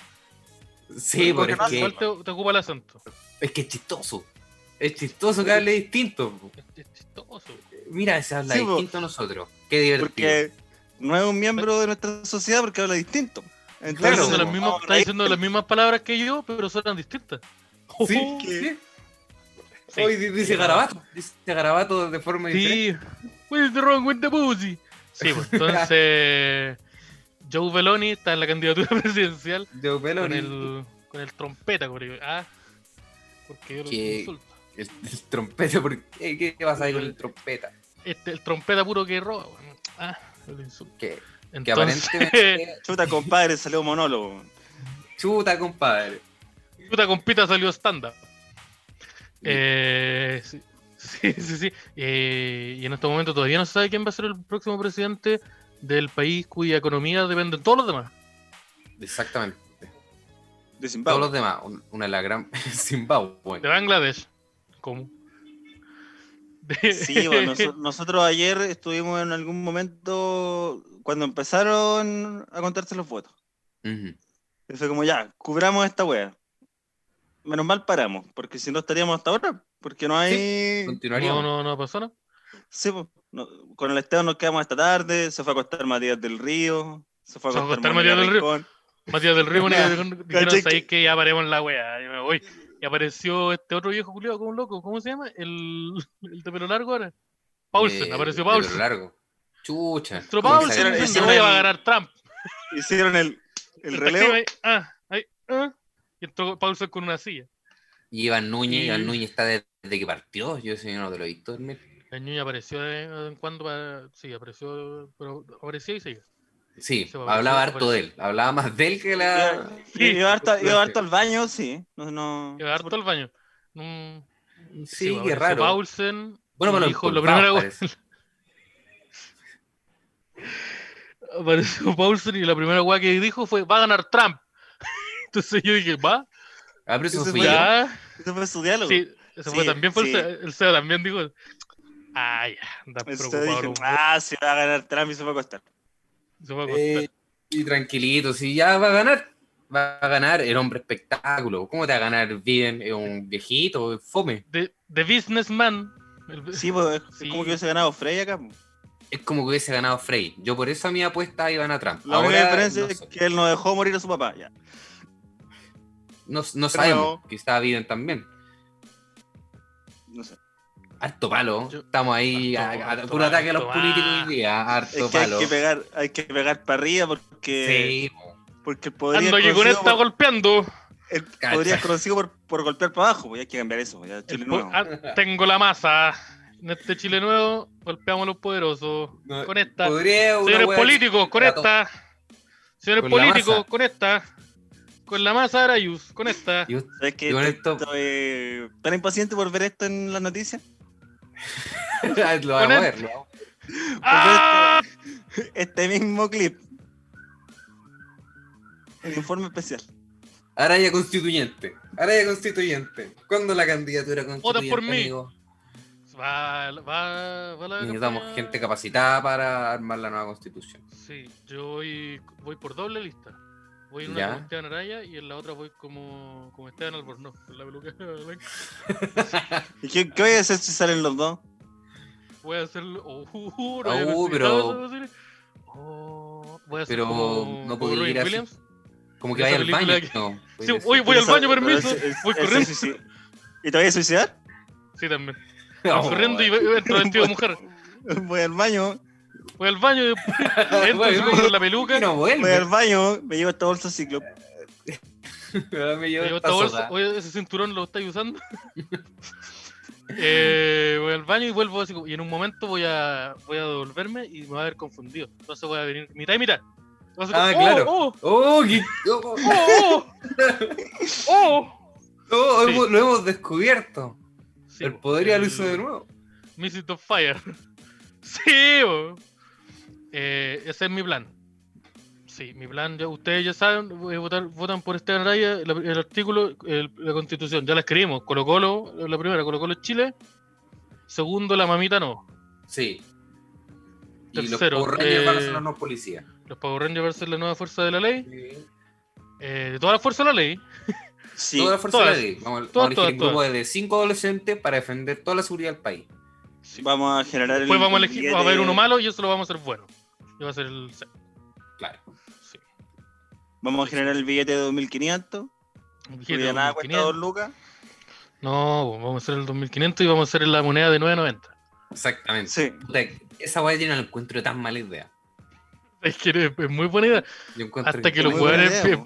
[SPEAKER 3] Sí,
[SPEAKER 2] Porque
[SPEAKER 3] porque
[SPEAKER 2] no-
[SPEAKER 3] es que,
[SPEAKER 2] igual te, te ocupa el acento.
[SPEAKER 3] es que es chistoso. Es chistoso que hable distinto. po.
[SPEAKER 2] Es- es chistoso.
[SPEAKER 3] Mira, se habla
[SPEAKER 5] Sí, po.
[SPEAKER 3] distinto a nosotros. Qué divertido.
[SPEAKER 5] Porque no es un miembro de nuestra sociedad porque habla distinto.
[SPEAKER 2] Está
[SPEAKER 3] Claro,
[SPEAKER 2] diciendo, las
[SPEAKER 5] vamos
[SPEAKER 2] mismas,
[SPEAKER 5] a
[SPEAKER 2] está
[SPEAKER 5] reír.
[SPEAKER 2] diciendo las mismas palabras que yo, pero suenan distintas.
[SPEAKER 3] Sí,
[SPEAKER 5] que-
[SPEAKER 2] Sí.
[SPEAKER 3] Hoy dice garabato. Dice garabato de forma diferente.
[SPEAKER 2] Sí. este What is wrong with the pussy? Sí, pues entonces. Joe Beloni está en la candidatura presidencial
[SPEAKER 3] De pelo
[SPEAKER 2] con
[SPEAKER 3] en
[SPEAKER 2] el, con el trompeta, coreo. Ah, porque yo lo
[SPEAKER 3] Que-
[SPEAKER 2] insulto.
[SPEAKER 3] el, el trompeta. ¿por qué? ¿Qué qué pasa ahí con el trompeta?
[SPEAKER 2] Este, el trompeta puro que roba, weón. Ah, yo lo insulto.
[SPEAKER 3] Que, que
[SPEAKER 2] Entonces,
[SPEAKER 3] aparentemente.
[SPEAKER 5] Chuta, compadre, salió monólogo.
[SPEAKER 3] Chuta, compadre.
[SPEAKER 2] puta compita salió estándar. Eh, sí, sí, sí. sí. Eh, y en este momento todavía no se sabe quién va a ser el próximo presidente del país cuya economía depende de todos los demás.
[SPEAKER 3] Exactamente.
[SPEAKER 5] De
[SPEAKER 3] Todos
[SPEAKER 5] Zimbabue.
[SPEAKER 3] los demás, un- una de las gran Zimbabue.
[SPEAKER 2] De Bangladesh. ¿Cómo? De-
[SPEAKER 5] Sí, bueno, noso- nosotros ayer estuvimos en algún momento cuando empezaron a contarse los votos.
[SPEAKER 3] Ujú.
[SPEAKER 5] Y fue como ya, cubramos esta wea. Menos mal paramos, porque si no estaríamos hasta ahora, porque no hay.
[SPEAKER 2] No,
[SPEAKER 3] Continuaríamos.
[SPEAKER 2] no, no pasó nada.
[SPEAKER 5] Sí, po. No- con el Esteban nos quedamos hasta tarde, se fue a acostar Matías del Río, se fue a
[SPEAKER 2] Se fue a
[SPEAKER 5] acostar,
[SPEAKER 2] acostar
[SPEAKER 5] Mónica
[SPEAKER 2] Matías del Río.
[SPEAKER 5] Rincón.
[SPEAKER 2] Matías del Río,
[SPEAKER 5] Ya,
[SPEAKER 2] dijeron,
[SPEAKER 5] caché
[SPEAKER 2] dijeron ahí
[SPEAKER 5] que-
[SPEAKER 2] que ya paremos la weá, yo me voy. Y apareció este otro viejo culiado como un loco, ¿cómo se llama? El, el de pelo largo ahora. Paulsen,
[SPEAKER 3] Eh,
[SPEAKER 2] apareció
[SPEAKER 3] de pelo
[SPEAKER 2] Paulsen.
[SPEAKER 3] largo. Chucha.
[SPEAKER 2] Nuestro
[SPEAKER 3] ¿Cómo
[SPEAKER 2] Paulsen,
[SPEAKER 3] que sale?
[SPEAKER 5] Hicieron-
[SPEAKER 2] diciendo,
[SPEAKER 5] hicieron
[SPEAKER 2] "Oye, va a
[SPEAKER 5] el-
[SPEAKER 2] ganar Trump.
[SPEAKER 5] Hicieron el, el relevo.
[SPEAKER 2] tacleo ahí, ah, ahí, ah, y entró Paulson con una silla.
[SPEAKER 3] Y Iván Núñez,
[SPEAKER 2] Y-
[SPEAKER 3] Iván Núñez está desde, que partió. Yo soy uno de los Víctor
[SPEAKER 2] La niña apareció de vez en cuando, para- sí, apareció, pero aparecía y sigue.
[SPEAKER 3] Sí,
[SPEAKER 2] Se va a
[SPEAKER 3] hablaba
[SPEAKER 2] aparecer,
[SPEAKER 3] harto de él. Hablaba más de él que la.
[SPEAKER 5] Iba, iba harto, iba harto al baño, sí. No, no,
[SPEAKER 2] Llegó harto al baño. Mm,
[SPEAKER 3] Sí,
[SPEAKER 2] bueno,
[SPEAKER 3] qué
[SPEAKER 2] apareció
[SPEAKER 3] raro.
[SPEAKER 2] Paulsen,
[SPEAKER 3] Bueno, pero pues,
[SPEAKER 2] dijo, lo
[SPEAKER 3] empolvado,
[SPEAKER 2] primero que-
[SPEAKER 3] parece.
[SPEAKER 2] apareció Paulsen y la primera weá que dijo fue, va a ganar Trump. Entonces yo dije, va,
[SPEAKER 3] Ah, pero eso
[SPEAKER 5] Ese
[SPEAKER 3] fui
[SPEAKER 5] fue-
[SPEAKER 3] yo.
[SPEAKER 2] ya.
[SPEAKER 5] Ese fue su diálogo.
[SPEAKER 2] Sí, eso fue
[SPEAKER 5] Sí,
[SPEAKER 2] también, fue el
[SPEAKER 5] sí.
[SPEAKER 2] CEO, el CEO también dijo, ah, ya, anda
[SPEAKER 5] Entonces
[SPEAKER 2] preocupado.
[SPEAKER 5] dije,
[SPEAKER 2] no,
[SPEAKER 5] ah, se va a ganar Trump y se va a acostar.
[SPEAKER 2] se fue a acostar".
[SPEAKER 3] Eh, y tranquilito, si ya va a ganar. Va a ganar el hombre espectáculo. ¿Cómo te va a ganar bien? Es un viejito, es fome.
[SPEAKER 2] The, The Businessman. el-
[SPEAKER 5] Sí, pues es
[SPEAKER 2] Sí.
[SPEAKER 5] como que hubiese ganado Frey acá. po.
[SPEAKER 3] Es como que hubiese ganado Frey. Yo por eso a mi apuesta iban a Trump.
[SPEAKER 5] La única
[SPEAKER 3] Ahora,
[SPEAKER 5] diferencia
[SPEAKER 3] no
[SPEAKER 5] es
[SPEAKER 3] sé.
[SPEAKER 5] que él no dejó morir a su papá. Ya.
[SPEAKER 3] No, no sabemos que estaba Biden también.
[SPEAKER 5] No sé.
[SPEAKER 3] Harto palo.
[SPEAKER 2] Yo-
[SPEAKER 3] Estamos ahí
[SPEAKER 2] Harto-
[SPEAKER 3] a, a-
[SPEAKER 2] harto
[SPEAKER 3] puro ataque a los
[SPEAKER 2] palo.
[SPEAKER 3] políticos hoy día. Harto
[SPEAKER 5] Es que hay
[SPEAKER 3] palo.
[SPEAKER 5] que pegar, hay que pegar para arriba
[SPEAKER 3] Sí,
[SPEAKER 5] porque,
[SPEAKER 3] po.
[SPEAKER 5] porque el poder
[SPEAKER 2] Ando que con esta golpeando.
[SPEAKER 5] El
[SPEAKER 3] Cacha.
[SPEAKER 5] poder es conocido por, por golpear para abajo, pues, hay que cambiar eso, ya Chile
[SPEAKER 2] El po-
[SPEAKER 5] nuevo.
[SPEAKER 2] ah, tengo la masa. En este Chile nuevo, golpeamos a los poderosos.
[SPEAKER 3] No,
[SPEAKER 2] con esta.
[SPEAKER 3] Podría una
[SPEAKER 2] Señores
[SPEAKER 3] wea-
[SPEAKER 2] políticos, con
[SPEAKER 3] la to-
[SPEAKER 2] esta. Señores
[SPEAKER 3] Con la
[SPEAKER 2] políticos,
[SPEAKER 3] masa.
[SPEAKER 2] con esta. Con la masa Arayus, con esta.
[SPEAKER 3] Yo-
[SPEAKER 5] ¿Sabes qué?
[SPEAKER 3] yo con
[SPEAKER 5] Estoy-
[SPEAKER 3] esto-
[SPEAKER 5] estoy tan impaciente por ver esto en las noticias.
[SPEAKER 3] lo vamos a
[SPEAKER 2] Con
[SPEAKER 3] ver. lo vamos a ver.
[SPEAKER 2] ¡Ah!
[SPEAKER 5] Este mismo clip. El informe especial.
[SPEAKER 3] Araya constituyente. Araya constituyente. ¿Cuándo la candidatura constituyente?
[SPEAKER 2] por mí.
[SPEAKER 3] amigo?
[SPEAKER 2] Va, va, va la
[SPEAKER 3] Necesitamos
[SPEAKER 2] campaña.
[SPEAKER 3] gente capacitada para armar la nueva constitución.
[SPEAKER 2] Sí, yo voy, voy por doble lista. Voy en una
[SPEAKER 3] Ya.
[SPEAKER 2] con Esteban Araya y en la otra voy como, como Esteban Albornoz, con la peluca blanca.
[SPEAKER 5] ¿Y qué, qué voy a hacer si salen los dos?
[SPEAKER 2] Voy a hacerlo. Oh, uh, uh,
[SPEAKER 3] Ah,
[SPEAKER 2] había
[SPEAKER 3] uh,
[SPEAKER 2] considerado esa posibilidad. Oh, voy a hacer
[SPEAKER 3] Pero
[SPEAKER 2] como-
[SPEAKER 3] no
[SPEAKER 2] como
[SPEAKER 3] podía
[SPEAKER 2] Robin
[SPEAKER 3] ir así.
[SPEAKER 2] Williams.
[SPEAKER 3] Como que
[SPEAKER 2] Esa
[SPEAKER 3] vaya al baño.
[SPEAKER 2] película que-
[SPEAKER 3] no.
[SPEAKER 2] Sí, voy, voy al baño, permiso.
[SPEAKER 5] Pero ese-
[SPEAKER 2] Voy
[SPEAKER 5] ese
[SPEAKER 2] corriendo.
[SPEAKER 5] suicid- ¿Y te voy a suicidar?
[SPEAKER 2] Sí, también.
[SPEAKER 3] No,
[SPEAKER 2] corriendo y ve- entro vestido de mujer.
[SPEAKER 5] Voy al baño,
[SPEAKER 2] Voy al baño y después entro así
[SPEAKER 3] Bueno,
[SPEAKER 2] como con la
[SPEAKER 3] ¿por qué
[SPEAKER 2] peluca.
[SPEAKER 3] no
[SPEAKER 5] voy al
[SPEAKER 3] vuelve.
[SPEAKER 5] baño, me llevo esta bolsa ciclo.
[SPEAKER 3] Me
[SPEAKER 2] Me
[SPEAKER 3] llevo
[SPEAKER 2] llevo
[SPEAKER 3] esta
[SPEAKER 2] esta bolsa.
[SPEAKER 3] soga.
[SPEAKER 2] Oye, ese cinturón lo estáis usando. Eh, voy al baño y vuelvo así como- y en un momento voy a voy a devolverme y me voy a haber confundido entonces voy a venir mitad y mitad Voy a hacer
[SPEAKER 3] Ah,
[SPEAKER 2] como,
[SPEAKER 3] claro.
[SPEAKER 2] oh,
[SPEAKER 3] Oh, qué- oh, oh,
[SPEAKER 2] oh, oh, oh, oh.
[SPEAKER 3] oh,
[SPEAKER 2] Sí.
[SPEAKER 3] hemos- lo hemos descubierto.
[SPEAKER 2] Sí,
[SPEAKER 3] El
[SPEAKER 2] po.
[SPEAKER 3] poder y al
[SPEAKER 2] El-
[SPEAKER 3] uso de nuevo.
[SPEAKER 2] Mrs. on Fire. sí, bo. Eh, ese es mi plan. Sí, mi plan, ya, ustedes ya saben, eh, votar- votan por Esteban Araya, la- el, artículo, el- la constitución, ya la escribimos. Colo Colo, la primera, Colo Colo es Chile. Segundo, la mamita no.
[SPEAKER 3] Sí. Y
[SPEAKER 2] Tercero,
[SPEAKER 3] los Power Rangers van a
[SPEAKER 2] eh,
[SPEAKER 3] ser los nuevos policías.
[SPEAKER 2] Los Power Rangers versus la nueva fuerza de la ley. Eh, toda la fuerza de la ley.
[SPEAKER 5] Sí.
[SPEAKER 3] toda la fuerza
[SPEAKER 2] todas,
[SPEAKER 3] de la ley. Vamos, a-
[SPEAKER 2] todas,
[SPEAKER 3] vamos a
[SPEAKER 2] todas,
[SPEAKER 3] elegir un grupo de cinco adolescentes para defender toda la seguridad del país.
[SPEAKER 2] Sí.
[SPEAKER 5] Vamos a generar el-
[SPEAKER 2] Después vamos a
[SPEAKER 5] el
[SPEAKER 2] elegir, va a
[SPEAKER 5] billete.
[SPEAKER 2] haber uno malo y eso lo vamos a hacer bueno. Y va a ser el.
[SPEAKER 3] Claro.
[SPEAKER 2] Sí.
[SPEAKER 5] Vamos a generar el billete de 2500. Que de nada cuesta
[SPEAKER 2] 2500.
[SPEAKER 5] dos lucas.
[SPEAKER 2] No, bo, vamos a hacer el 2500 y vamos a hacer la moneda de 990.
[SPEAKER 3] Exactamente.
[SPEAKER 5] Sí.
[SPEAKER 3] Puta, Esa weá yo no la encuentro tan mala idea.
[SPEAKER 2] Es que es es muy buena idea.
[SPEAKER 3] Yo encuentro
[SPEAKER 2] Hasta que
[SPEAKER 5] es
[SPEAKER 2] los
[SPEAKER 5] muy buena
[SPEAKER 2] hueones.
[SPEAKER 5] idea,
[SPEAKER 2] eh,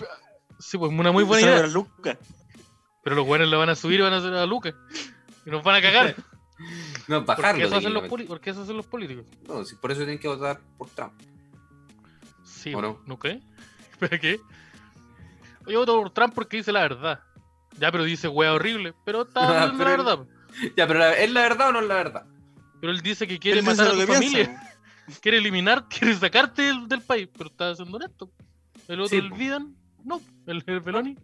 [SPEAKER 2] Sí, pues una muy buena
[SPEAKER 5] Solo
[SPEAKER 2] idea.
[SPEAKER 5] las lucas.
[SPEAKER 2] Pero los hueones la van a subir y van a hacer a Lucas. Y nos van a cagar.
[SPEAKER 3] No,
[SPEAKER 2] Porque
[SPEAKER 3] bajarlo.
[SPEAKER 2] eso,
[SPEAKER 3] pues.
[SPEAKER 2] hacen los
[SPEAKER 3] técnicamente.
[SPEAKER 2] poli- porque eso hacen los políticos.
[SPEAKER 3] No, sí, por eso tienen que votar por Trump.
[SPEAKER 2] Sí,
[SPEAKER 3] ¿O
[SPEAKER 2] ¿no?
[SPEAKER 3] no?
[SPEAKER 2] qué? ¿Pero qué? Yo voto por Trump porque dice la verdad. Ya, pero dice hueá horrible. Pero está
[SPEAKER 3] Ah,
[SPEAKER 2] hablando la
[SPEAKER 3] pero-
[SPEAKER 2] verdad.
[SPEAKER 3] Ya, pero la- ¿es la verdad o no es la verdad?
[SPEAKER 2] Pero él dice que quiere
[SPEAKER 5] Él dice
[SPEAKER 2] matar a
[SPEAKER 5] lo
[SPEAKER 2] tu
[SPEAKER 5] que piensa,
[SPEAKER 2] familia. Quiere eliminar, quiere sacarte del, del país. Pero está siendo honesto. El otro,
[SPEAKER 3] Sí,
[SPEAKER 2] el
[SPEAKER 3] po.
[SPEAKER 2] Vidan, no. El, el Beloni,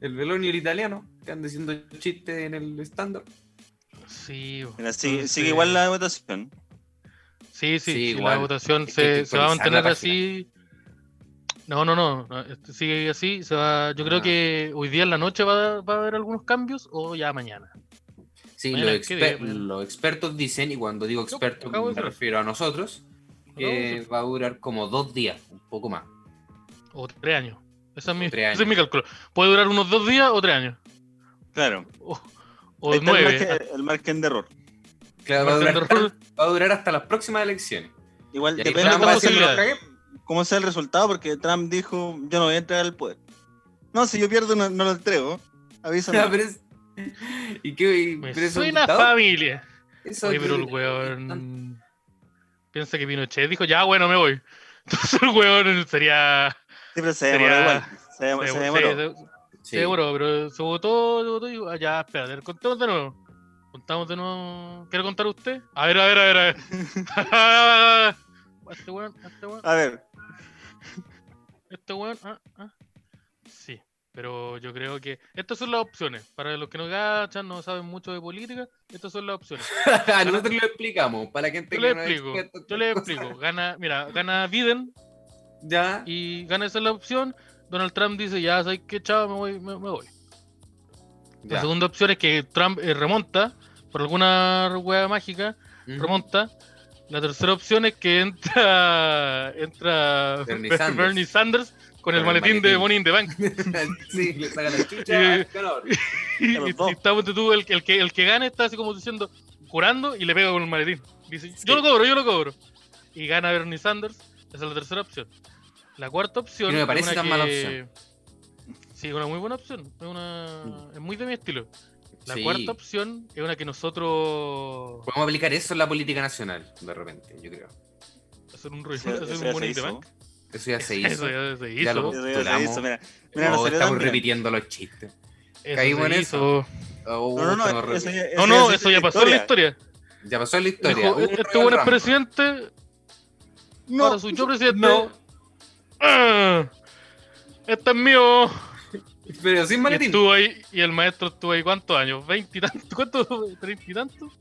[SPEAKER 3] El Beloni y el italiano, que andan diciendo chistes en el estándar.
[SPEAKER 2] sí. bo.
[SPEAKER 5] Mira, sigue,
[SPEAKER 2] Entonces-
[SPEAKER 5] sigue igual la votación.
[SPEAKER 2] Sí, sí,
[SPEAKER 3] Sí,
[SPEAKER 2] sí, la
[SPEAKER 3] igual.
[SPEAKER 2] votación
[SPEAKER 3] Es que hay
[SPEAKER 2] se,
[SPEAKER 3] que
[SPEAKER 2] se va a
[SPEAKER 3] actualizar la
[SPEAKER 2] mantener así. No, no, no, no, este sigue así. Se va, yo creo
[SPEAKER 3] Ah.
[SPEAKER 2] que hoy día en la noche va, a- va a haber algunos cambios o ya mañana.
[SPEAKER 3] Sí,
[SPEAKER 2] Mira,
[SPEAKER 3] los,
[SPEAKER 2] qué
[SPEAKER 3] exper-
[SPEAKER 2] bien.
[SPEAKER 3] los expertos dicen, y cuando digo expertos
[SPEAKER 2] acabo de
[SPEAKER 3] me
[SPEAKER 2] decir.
[SPEAKER 3] refiero a nosotros, que va a durar como dos días, un poco más.
[SPEAKER 2] O tres años. Esa es mi,
[SPEAKER 3] tres
[SPEAKER 2] ese es mi
[SPEAKER 3] años.
[SPEAKER 2] cálculo. Puede durar unos dos días o tres años.
[SPEAKER 5] Claro.
[SPEAKER 2] O, o
[SPEAKER 5] Ahí está el,
[SPEAKER 2] nueve.
[SPEAKER 5] margen, el margen de error.
[SPEAKER 3] Claro, va a,
[SPEAKER 2] Margen
[SPEAKER 3] durar,
[SPEAKER 2] de error.
[SPEAKER 3] va a durar hasta las próximas elecciones.
[SPEAKER 5] Igual
[SPEAKER 3] Y ahí
[SPEAKER 5] depende
[SPEAKER 2] Trump
[SPEAKER 5] cómo
[SPEAKER 2] va a
[SPEAKER 5] sea el-
[SPEAKER 2] decir-
[SPEAKER 3] cagué.
[SPEAKER 5] cómo sea el resultado, porque Trump dijo, yo no voy a entregar al poder. No, si yo pierdo no, no lo entrego. Avísame.
[SPEAKER 3] Ya, pero es- ¿Y qué? y-
[SPEAKER 2] Me
[SPEAKER 3] pero es un
[SPEAKER 2] suena
[SPEAKER 3] dictador.
[SPEAKER 2] familia.
[SPEAKER 3] Eso
[SPEAKER 2] Oye,
[SPEAKER 3] yo
[SPEAKER 2] pero el
[SPEAKER 3] creo que es tan-
[SPEAKER 2] weón. Piensa que Pinochet dijo, ya, bueno, me voy. Entonces el weón sería.
[SPEAKER 5] Sí, pero se
[SPEAKER 2] Sería-
[SPEAKER 5] demoró igual. Se, dem-
[SPEAKER 2] se-
[SPEAKER 5] se
[SPEAKER 2] se-
[SPEAKER 5] demoró.
[SPEAKER 2] se-
[SPEAKER 3] Sí.
[SPEAKER 2] Seguro, pero se votó, se votó y digo, ah, ya, espérate, a ver, contemos de nuevo. Contamos de nuevo. ¿Quiere contar usted? A ver, a ver, a ver, a ver. A este weón, a este weón,
[SPEAKER 5] A ver,
[SPEAKER 2] a este weón, ah, ah. Sí, pero yo creo que. Estas son las opciones. Para los que no gachan, no saben mucho de política, estas son las opciones.
[SPEAKER 3] A Nosotros Ah, lo explicamos, para la gente
[SPEAKER 2] Yo les
[SPEAKER 3] que no es
[SPEAKER 2] explico,
[SPEAKER 3] experta en
[SPEAKER 2] yo les
[SPEAKER 3] cosas.
[SPEAKER 2] explico. Gana, mira, gana Biden
[SPEAKER 3] Ya,
[SPEAKER 2] y gana esa es la opción. Donald Trump dice, ya, ¿sabes qué? Chao, me voy, me- me voy. La
[SPEAKER 3] ya.
[SPEAKER 2] segunda opción es que Trump eh, remonta, por alguna hueá mágica,
[SPEAKER 3] Ujú.
[SPEAKER 2] remonta. La tercera opción es que entra, entra
[SPEAKER 3] Bernie
[SPEAKER 2] Ber-
[SPEAKER 3] Sanders.
[SPEAKER 2] Bernie Sanders con el
[SPEAKER 3] el
[SPEAKER 2] maletín de
[SPEAKER 3] maletín.
[SPEAKER 2] Money in the Bank.
[SPEAKER 3] sí, le saca la
[SPEAKER 2] Y-
[SPEAKER 3] chucha. ganador.
[SPEAKER 2] Y,
[SPEAKER 5] A los
[SPEAKER 2] y
[SPEAKER 5] dos.
[SPEAKER 2] está, ponte tú, el, que- el que, el que gane está así como diciendo, jurando y le pega con el maletín. Dice, yo lo cobro, yo lo cobro. Y gana Bernie Sanders. Esa es la tercera opción. La cuarta opción.
[SPEAKER 3] Y no me
[SPEAKER 2] es
[SPEAKER 3] parece
[SPEAKER 2] una
[SPEAKER 3] tan mala opción. Mm.
[SPEAKER 2] Sí, es una muy buena opción. Es, una, es muy de mi estilo. La
[SPEAKER 3] Sí.
[SPEAKER 2] cuarta opción es una que nosotros.
[SPEAKER 3] Podemos aplicar eso en la política nacional, de repente, yo creo.
[SPEAKER 2] Hacer un
[SPEAKER 5] eso,
[SPEAKER 2] ruido, hacer
[SPEAKER 5] eso
[SPEAKER 2] un ¿eh?
[SPEAKER 5] ya se
[SPEAKER 2] Money in the
[SPEAKER 5] hizo.
[SPEAKER 2] Bank.
[SPEAKER 3] Eso ya se hizo.
[SPEAKER 2] Eso ya se
[SPEAKER 3] Ya
[SPEAKER 2] hizo.
[SPEAKER 3] lo-
[SPEAKER 5] Eso ya se hizo, mira. Mira, no
[SPEAKER 3] Oh,
[SPEAKER 5] salió
[SPEAKER 3] estamos
[SPEAKER 5] tan bien.
[SPEAKER 3] repitiendo los chistes.
[SPEAKER 2] Eso
[SPEAKER 3] Caímos
[SPEAKER 2] se
[SPEAKER 3] en
[SPEAKER 2] hizo.
[SPEAKER 3] Oh,
[SPEAKER 5] No, no,
[SPEAKER 3] estamos
[SPEAKER 5] no,
[SPEAKER 3] repi-
[SPEAKER 5] eso ya,
[SPEAKER 2] No, no, eso
[SPEAKER 5] se hizo
[SPEAKER 2] ya pasó en la historia.
[SPEAKER 3] Ya pasó en la historia.
[SPEAKER 2] Dijo,
[SPEAKER 3] Hubo un
[SPEAKER 2] este
[SPEAKER 3] Ronald
[SPEAKER 2] buen es
[SPEAKER 3] Reagan.
[SPEAKER 2] presidente, ahora soy yo presidente.
[SPEAKER 3] no.
[SPEAKER 2] Ah, Este es mío.
[SPEAKER 3] Pero sin
[SPEAKER 2] Y
[SPEAKER 3] maletín.
[SPEAKER 2] estuvo ahí, y el maestro estuvo ahí, ¿cuántos años? ¿Veinte y tantos? ¿Cuántos? ¿Treinta y tantos?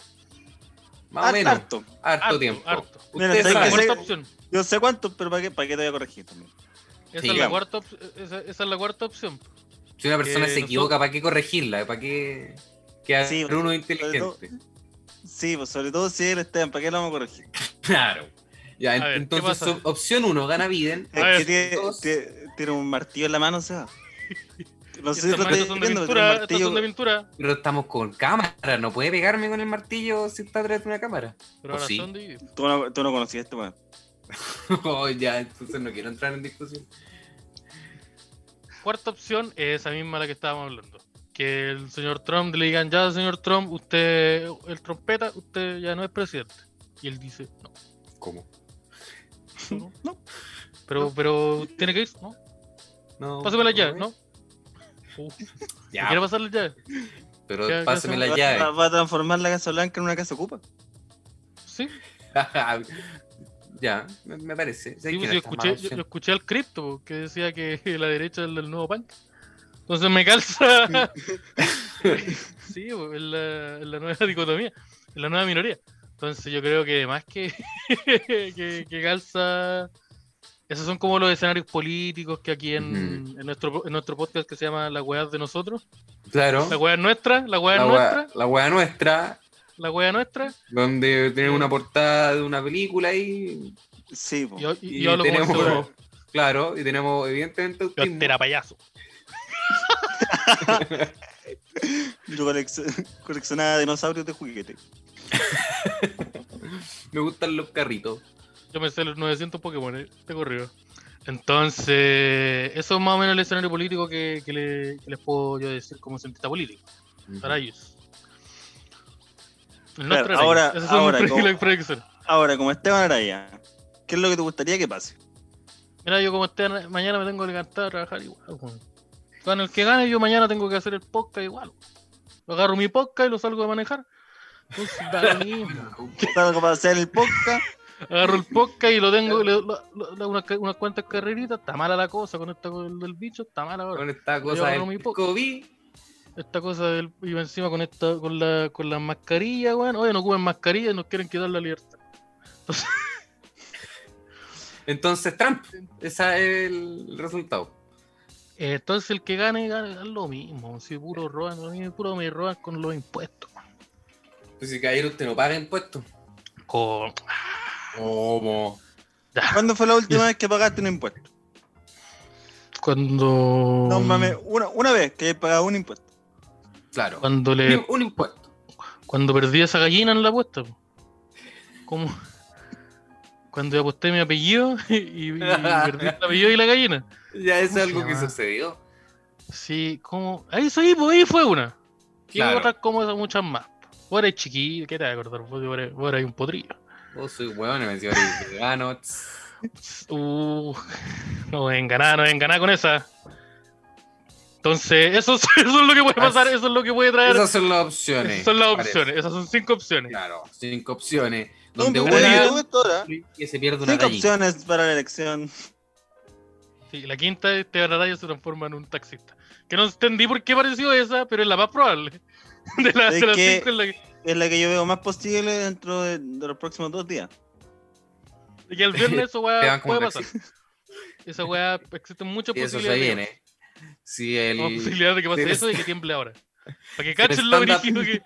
[SPEAKER 3] Más o menos. Harto,
[SPEAKER 5] Harto.
[SPEAKER 3] tiempo.
[SPEAKER 2] harto.
[SPEAKER 5] Mira,
[SPEAKER 3] Ustedes
[SPEAKER 2] Esa es
[SPEAKER 5] ¿sabes
[SPEAKER 2] la
[SPEAKER 5] qué?
[SPEAKER 3] saben.
[SPEAKER 2] cuarta
[SPEAKER 5] sé-
[SPEAKER 2] opción.
[SPEAKER 5] Yo sé cuánto, pero ¿para qué, para qué te voy a corregir también?
[SPEAKER 2] Esa,
[SPEAKER 3] Sí,
[SPEAKER 2] es la
[SPEAKER 5] digamos.
[SPEAKER 2] cuarta op- esa, esa es la cuarta opción.
[SPEAKER 3] Si una persona
[SPEAKER 2] que
[SPEAKER 3] se
[SPEAKER 2] nosotros-
[SPEAKER 3] equivoca, ¿para qué corregirla? ¿Para qué que
[SPEAKER 5] Sí,
[SPEAKER 3] hacer uno
[SPEAKER 5] todo-
[SPEAKER 3] inteligente?
[SPEAKER 5] Sí, pues sobre todo si él está, ¿para qué lo vamos a corregir?
[SPEAKER 3] Claro. Ya,
[SPEAKER 2] A
[SPEAKER 3] en-
[SPEAKER 2] ver, ¿qué
[SPEAKER 3] entonces,
[SPEAKER 2] pasa?
[SPEAKER 3] op- opción uno, gana Biden.
[SPEAKER 2] A ver.
[SPEAKER 5] Es que tiene,
[SPEAKER 3] Dos.
[SPEAKER 5] tiene- tiene un martillo en la mano, o sea. No sé si
[SPEAKER 2] Estas
[SPEAKER 5] lo
[SPEAKER 2] maestras
[SPEAKER 5] estoy
[SPEAKER 2] son de
[SPEAKER 5] viendo, pero
[SPEAKER 2] pintura,
[SPEAKER 5] tiene un
[SPEAKER 2] estas son de
[SPEAKER 5] martillo.
[SPEAKER 2] pintura.
[SPEAKER 3] Pero estamos con cámara, no puede pegarme con el martillo si está atrás de una cámara.
[SPEAKER 2] Pero
[SPEAKER 3] Pues
[SPEAKER 2] ahora
[SPEAKER 3] sí.
[SPEAKER 2] son de...
[SPEAKER 5] Tú no, tú no conocías este weón.
[SPEAKER 3] Oh, ya, entonces no quiero entrar en discusión.
[SPEAKER 2] Cuarta opción es esa misma la que estábamos hablando. Que el señor Trump le digan, ya, señor Trump, usted, el trompeta, usted ya no es presidente. Y él dice, no.
[SPEAKER 3] ¿Cómo?
[SPEAKER 2] yo no. Pero, pero, ¿tiene que ir? No.
[SPEAKER 3] No.
[SPEAKER 2] Pásame la llave,
[SPEAKER 3] eh.
[SPEAKER 2] ¿no? Uh,
[SPEAKER 3] Ya,
[SPEAKER 2] ¿me ¿Quiere pasar la llave?
[SPEAKER 3] Pero
[SPEAKER 2] ¿Qué- qué
[SPEAKER 3] páseme la
[SPEAKER 2] hacemos?
[SPEAKER 5] Va,
[SPEAKER 3] llave.
[SPEAKER 5] va a transformar la Casa Blanca en una casa ocupa.
[SPEAKER 2] Sí,
[SPEAKER 3] ya, me, me parece. Sí,
[SPEAKER 2] sí,
[SPEAKER 3] que
[SPEAKER 2] pues
[SPEAKER 3] no
[SPEAKER 2] yo,
[SPEAKER 3] está mala
[SPEAKER 2] escuché, yo,
[SPEAKER 3] opción.
[SPEAKER 2] yo escuché al cripto po, que decía que la derecha es el del nuevo punk. Entonces me calza. sí, po, es la, es la nueva dicotomía, es la nueva minoría. Entonces yo creo que más que, que, que calza. Esos son como los escenarios políticos que aquí en, en nuestro, en nuestro podcast que se llama La weá de nosotros.
[SPEAKER 3] Claro.
[SPEAKER 2] La weá es nuestra, la weá es
[SPEAKER 3] La
[SPEAKER 2] nuestra,
[SPEAKER 3] wea, la wea nuestra,
[SPEAKER 2] la weá es nuestra.
[SPEAKER 3] donde tenemos una portada de una película ahí.
[SPEAKER 5] Sí, po.
[SPEAKER 2] Y, yo- y
[SPEAKER 3] Y,
[SPEAKER 2] yo hablo como el
[SPEAKER 3] tenemos.
[SPEAKER 2] seguro.
[SPEAKER 3] Claro, y tenemos evidentemente
[SPEAKER 2] Yo
[SPEAKER 3] autismo.
[SPEAKER 2] era payaso.
[SPEAKER 5] Yo colec- coleccionaba dinosaurios de juguete.
[SPEAKER 3] Me gustan los carritos.
[SPEAKER 2] Yo me sé los 900 Pokémon, eh, te corrido. Entonces, eso es más o menos el escenario político que, que le- que les puedo yo decir como cientista político. Para ellos. El nuestro
[SPEAKER 5] Claro,
[SPEAKER 2] era
[SPEAKER 5] ahora-
[SPEAKER 2] ellos. Esas son
[SPEAKER 5] ahora,
[SPEAKER 2] mis
[SPEAKER 5] ¿cómo?
[SPEAKER 2] pre- predicciones.
[SPEAKER 5] Ahora, como este Esteban Araya, ¿qué es lo que te gustaría que pase?
[SPEAKER 2] Mira, yo como esté, mañana me tengo que levantar a trabajar igual. weón. Gane el que gane, yo mañana tengo que hacer el podcast igual. Yo agarro mi podcast y lo salgo de manejar. Entonces, da lo mismo.
[SPEAKER 5] Algo para hacer el podcast.
[SPEAKER 2] Agarro el podcast y lo tengo, le- lo- lo- lo- unas, ca- unas cuantas carreritas. Está mala la cosa con esta con el del bicho, está mala ahora.
[SPEAKER 3] Con esta
[SPEAKER 2] Yo
[SPEAKER 3] cosa
[SPEAKER 2] agarro
[SPEAKER 3] del
[SPEAKER 2] mi po-
[SPEAKER 3] COVID.
[SPEAKER 2] Esta cosa del. Y encima con esta con la, con las mascarillas, weón. Oye, no ocupen mascarillas y nos quieren quitar la libertad.
[SPEAKER 3] Entonces, Trump. Ese es el resultado.
[SPEAKER 2] Eh, Entonces el que gane, gane, gane lo mismo. Si puro roban, a mí puro me roban con los impuestos.
[SPEAKER 3] Pues si caballero usted no paga impuestos.
[SPEAKER 2] Con-
[SPEAKER 3] ¿Cómo?
[SPEAKER 5] ¿Cuándo fue la última vez que pagaste un impuesto?
[SPEAKER 2] Cuando.
[SPEAKER 5] No mames, una, una vez que hayas pagado un impuesto.
[SPEAKER 3] Claro.
[SPEAKER 2] Cuando
[SPEAKER 3] Un,
[SPEAKER 2] le.
[SPEAKER 3] un impuesto.
[SPEAKER 2] Cuando perdí esa gallina en la apuesta. po. ¿Cómo? Cuando aposté mi apellido y, y perdí el apellido y la gallina.
[SPEAKER 3] Ya eso
[SPEAKER 2] ¿Cómo
[SPEAKER 3] es algo
[SPEAKER 2] se
[SPEAKER 3] que
[SPEAKER 2] llama?
[SPEAKER 3] sucedió.
[SPEAKER 2] Sí, como. Ahí soy, pues ahí fue una. Y
[SPEAKER 3] Claro.
[SPEAKER 2] otras como esas muchas más. Vos eres chiquillo, ¿qué te vas a acordar? Vos, vos eres- vos eres un potrillo.
[SPEAKER 3] Vos Oh, soy hueón, me decía "Eres vegano. tss".
[SPEAKER 2] Uh, no venga nada, no venga nada con esa. Entonces, eso, es- eso es lo que puede pasar, eso es lo que puede traer.
[SPEAKER 3] Esas son las opciones.
[SPEAKER 2] Esas son las
[SPEAKER 3] parece.
[SPEAKER 2] opciones, esas son cinco opciones.
[SPEAKER 3] Claro, cinco opciones.
[SPEAKER 5] No,
[SPEAKER 3] Donde
[SPEAKER 5] me
[SPEAKER 2] una-
[SPEAKER 5] una...
[SPEAKER 3] una
[SPEAKER 5] YouTube esto ahora.
[SPEAKER 3] que se pierde una
[SPEAKER 5] Cinco
[SPEAKER 3] gallina.
[SPEAKER 5] opciones para la elección.
[SPEAKER 2] Sí, la quinta es Esteban Araya se transforma en un taxista. Que no entendí por qué pareció esa, pero es la más probable. De, la- de
[SPEAKER 5] Es
[SPEAKER 2] las
[SPEAKER 5] que-
[SPEAKER 2] cinco es la que,
[SPEAKER 5] Es la que yo veo más posible dentro de, de los próximos dos días.
[SPEAKER 2] de que el viernes eso weá
[SPEAKER 3] Te van como
[SPEAKER 2] puede pasar. Esa weá, existen muchas
[SPEAKER 3] Y eso se
[SPEAKER 2] posibilidades. de-
[SPEAKER 3] viene. Si el.
[SPEAKER 2] Más posibilidades de que pase
[SPEAKER 3] del
[SPEAKER 2] eso y que tiemble ahora. Para que
[SPEAKER 3] del
[SPEAKER 2] cachen lo
[SPEAKER 3] stand-up.
[SPEAKER 2] brígido que.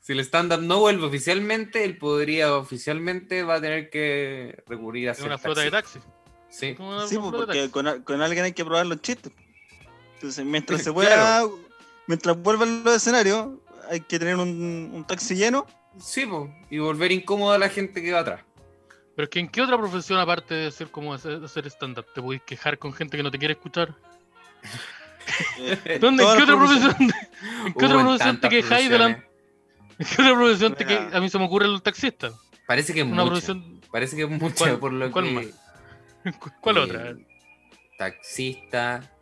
[SPEAKER 3] Si el stand-up no vuelve oficialmente, él podría oficialmente va a tener que recurrir a
[SPEAKER 2] Es
[SPEAKER 3] hacer
[SPEAKER 2] una flota de
[SPEAKER 3] taxi.
[SPEAKER 2] taxis.
[SPEAKER 3] Sí.
[SPEAKER 2] Como una-
[SPEAKER 5] Sí,
[SPEAKER 2] una
[SPEAKER 5] pues,
[SPEAKER 2] flota de
[SPEAKER 5] porque
[SPEAKER 2] taxis.
[SPEAKER 5] con, a- con alguien hay que probar los chistes. Entonces, mientras se pueda,
[SPEAKER 3] Claro.
[SPEAKER 5] mientras vuelvan los escenarios, hay que tener un, un taxi lleno.
[SPEAKER 3] Sí, po. y volver incómoda a la gente que va atrás.
[SPEAKER 2] Pero es que en qué otra profesión, aparte de ser como hacer, hacer stand-up, te podéis quejar con gente que no te quiere escuchar.
[SPEAKER 5] eh,
[SPEAKER 2] ¿Dónde, ¿En
[SPEAKER 5] todas
[SPEAKER 2] qué otra
[SPEAKER 5] las profesiones.
[SPEAKER 2] profesión, en qué otra
[SPEAKER 3] Hubo en
[SPEAKER 2] profesión te
[SPEAKER 3] tantas
[SPEAKER 2] quejáis
[SPEAKER 3] profesiones.
[SPEAKER 2] delante? en qué otra profesión te
[SPEAKER 5] Mira.
[SPEAKER 2] que- A mí se me ocurre el taxista.
[SPEAKER 3] Parece que es
[SPEAKER 2] Una
[SPEAKER 3] mucho.
[SPEAKER 2] profesión.
[SPEAKER 3] Parece que es mucho
[SPEAKER 2] ¿Cuál-
[SPEAKER 3] por lo
[SPEAKER 2] cuál
[SPEAKER 3] que.
[SPEAKER 2] más? ¿Cuál
[SPEAKER 3] eh,
[SPEAKER 2] otra?
[SPEAKER 3] Taxista,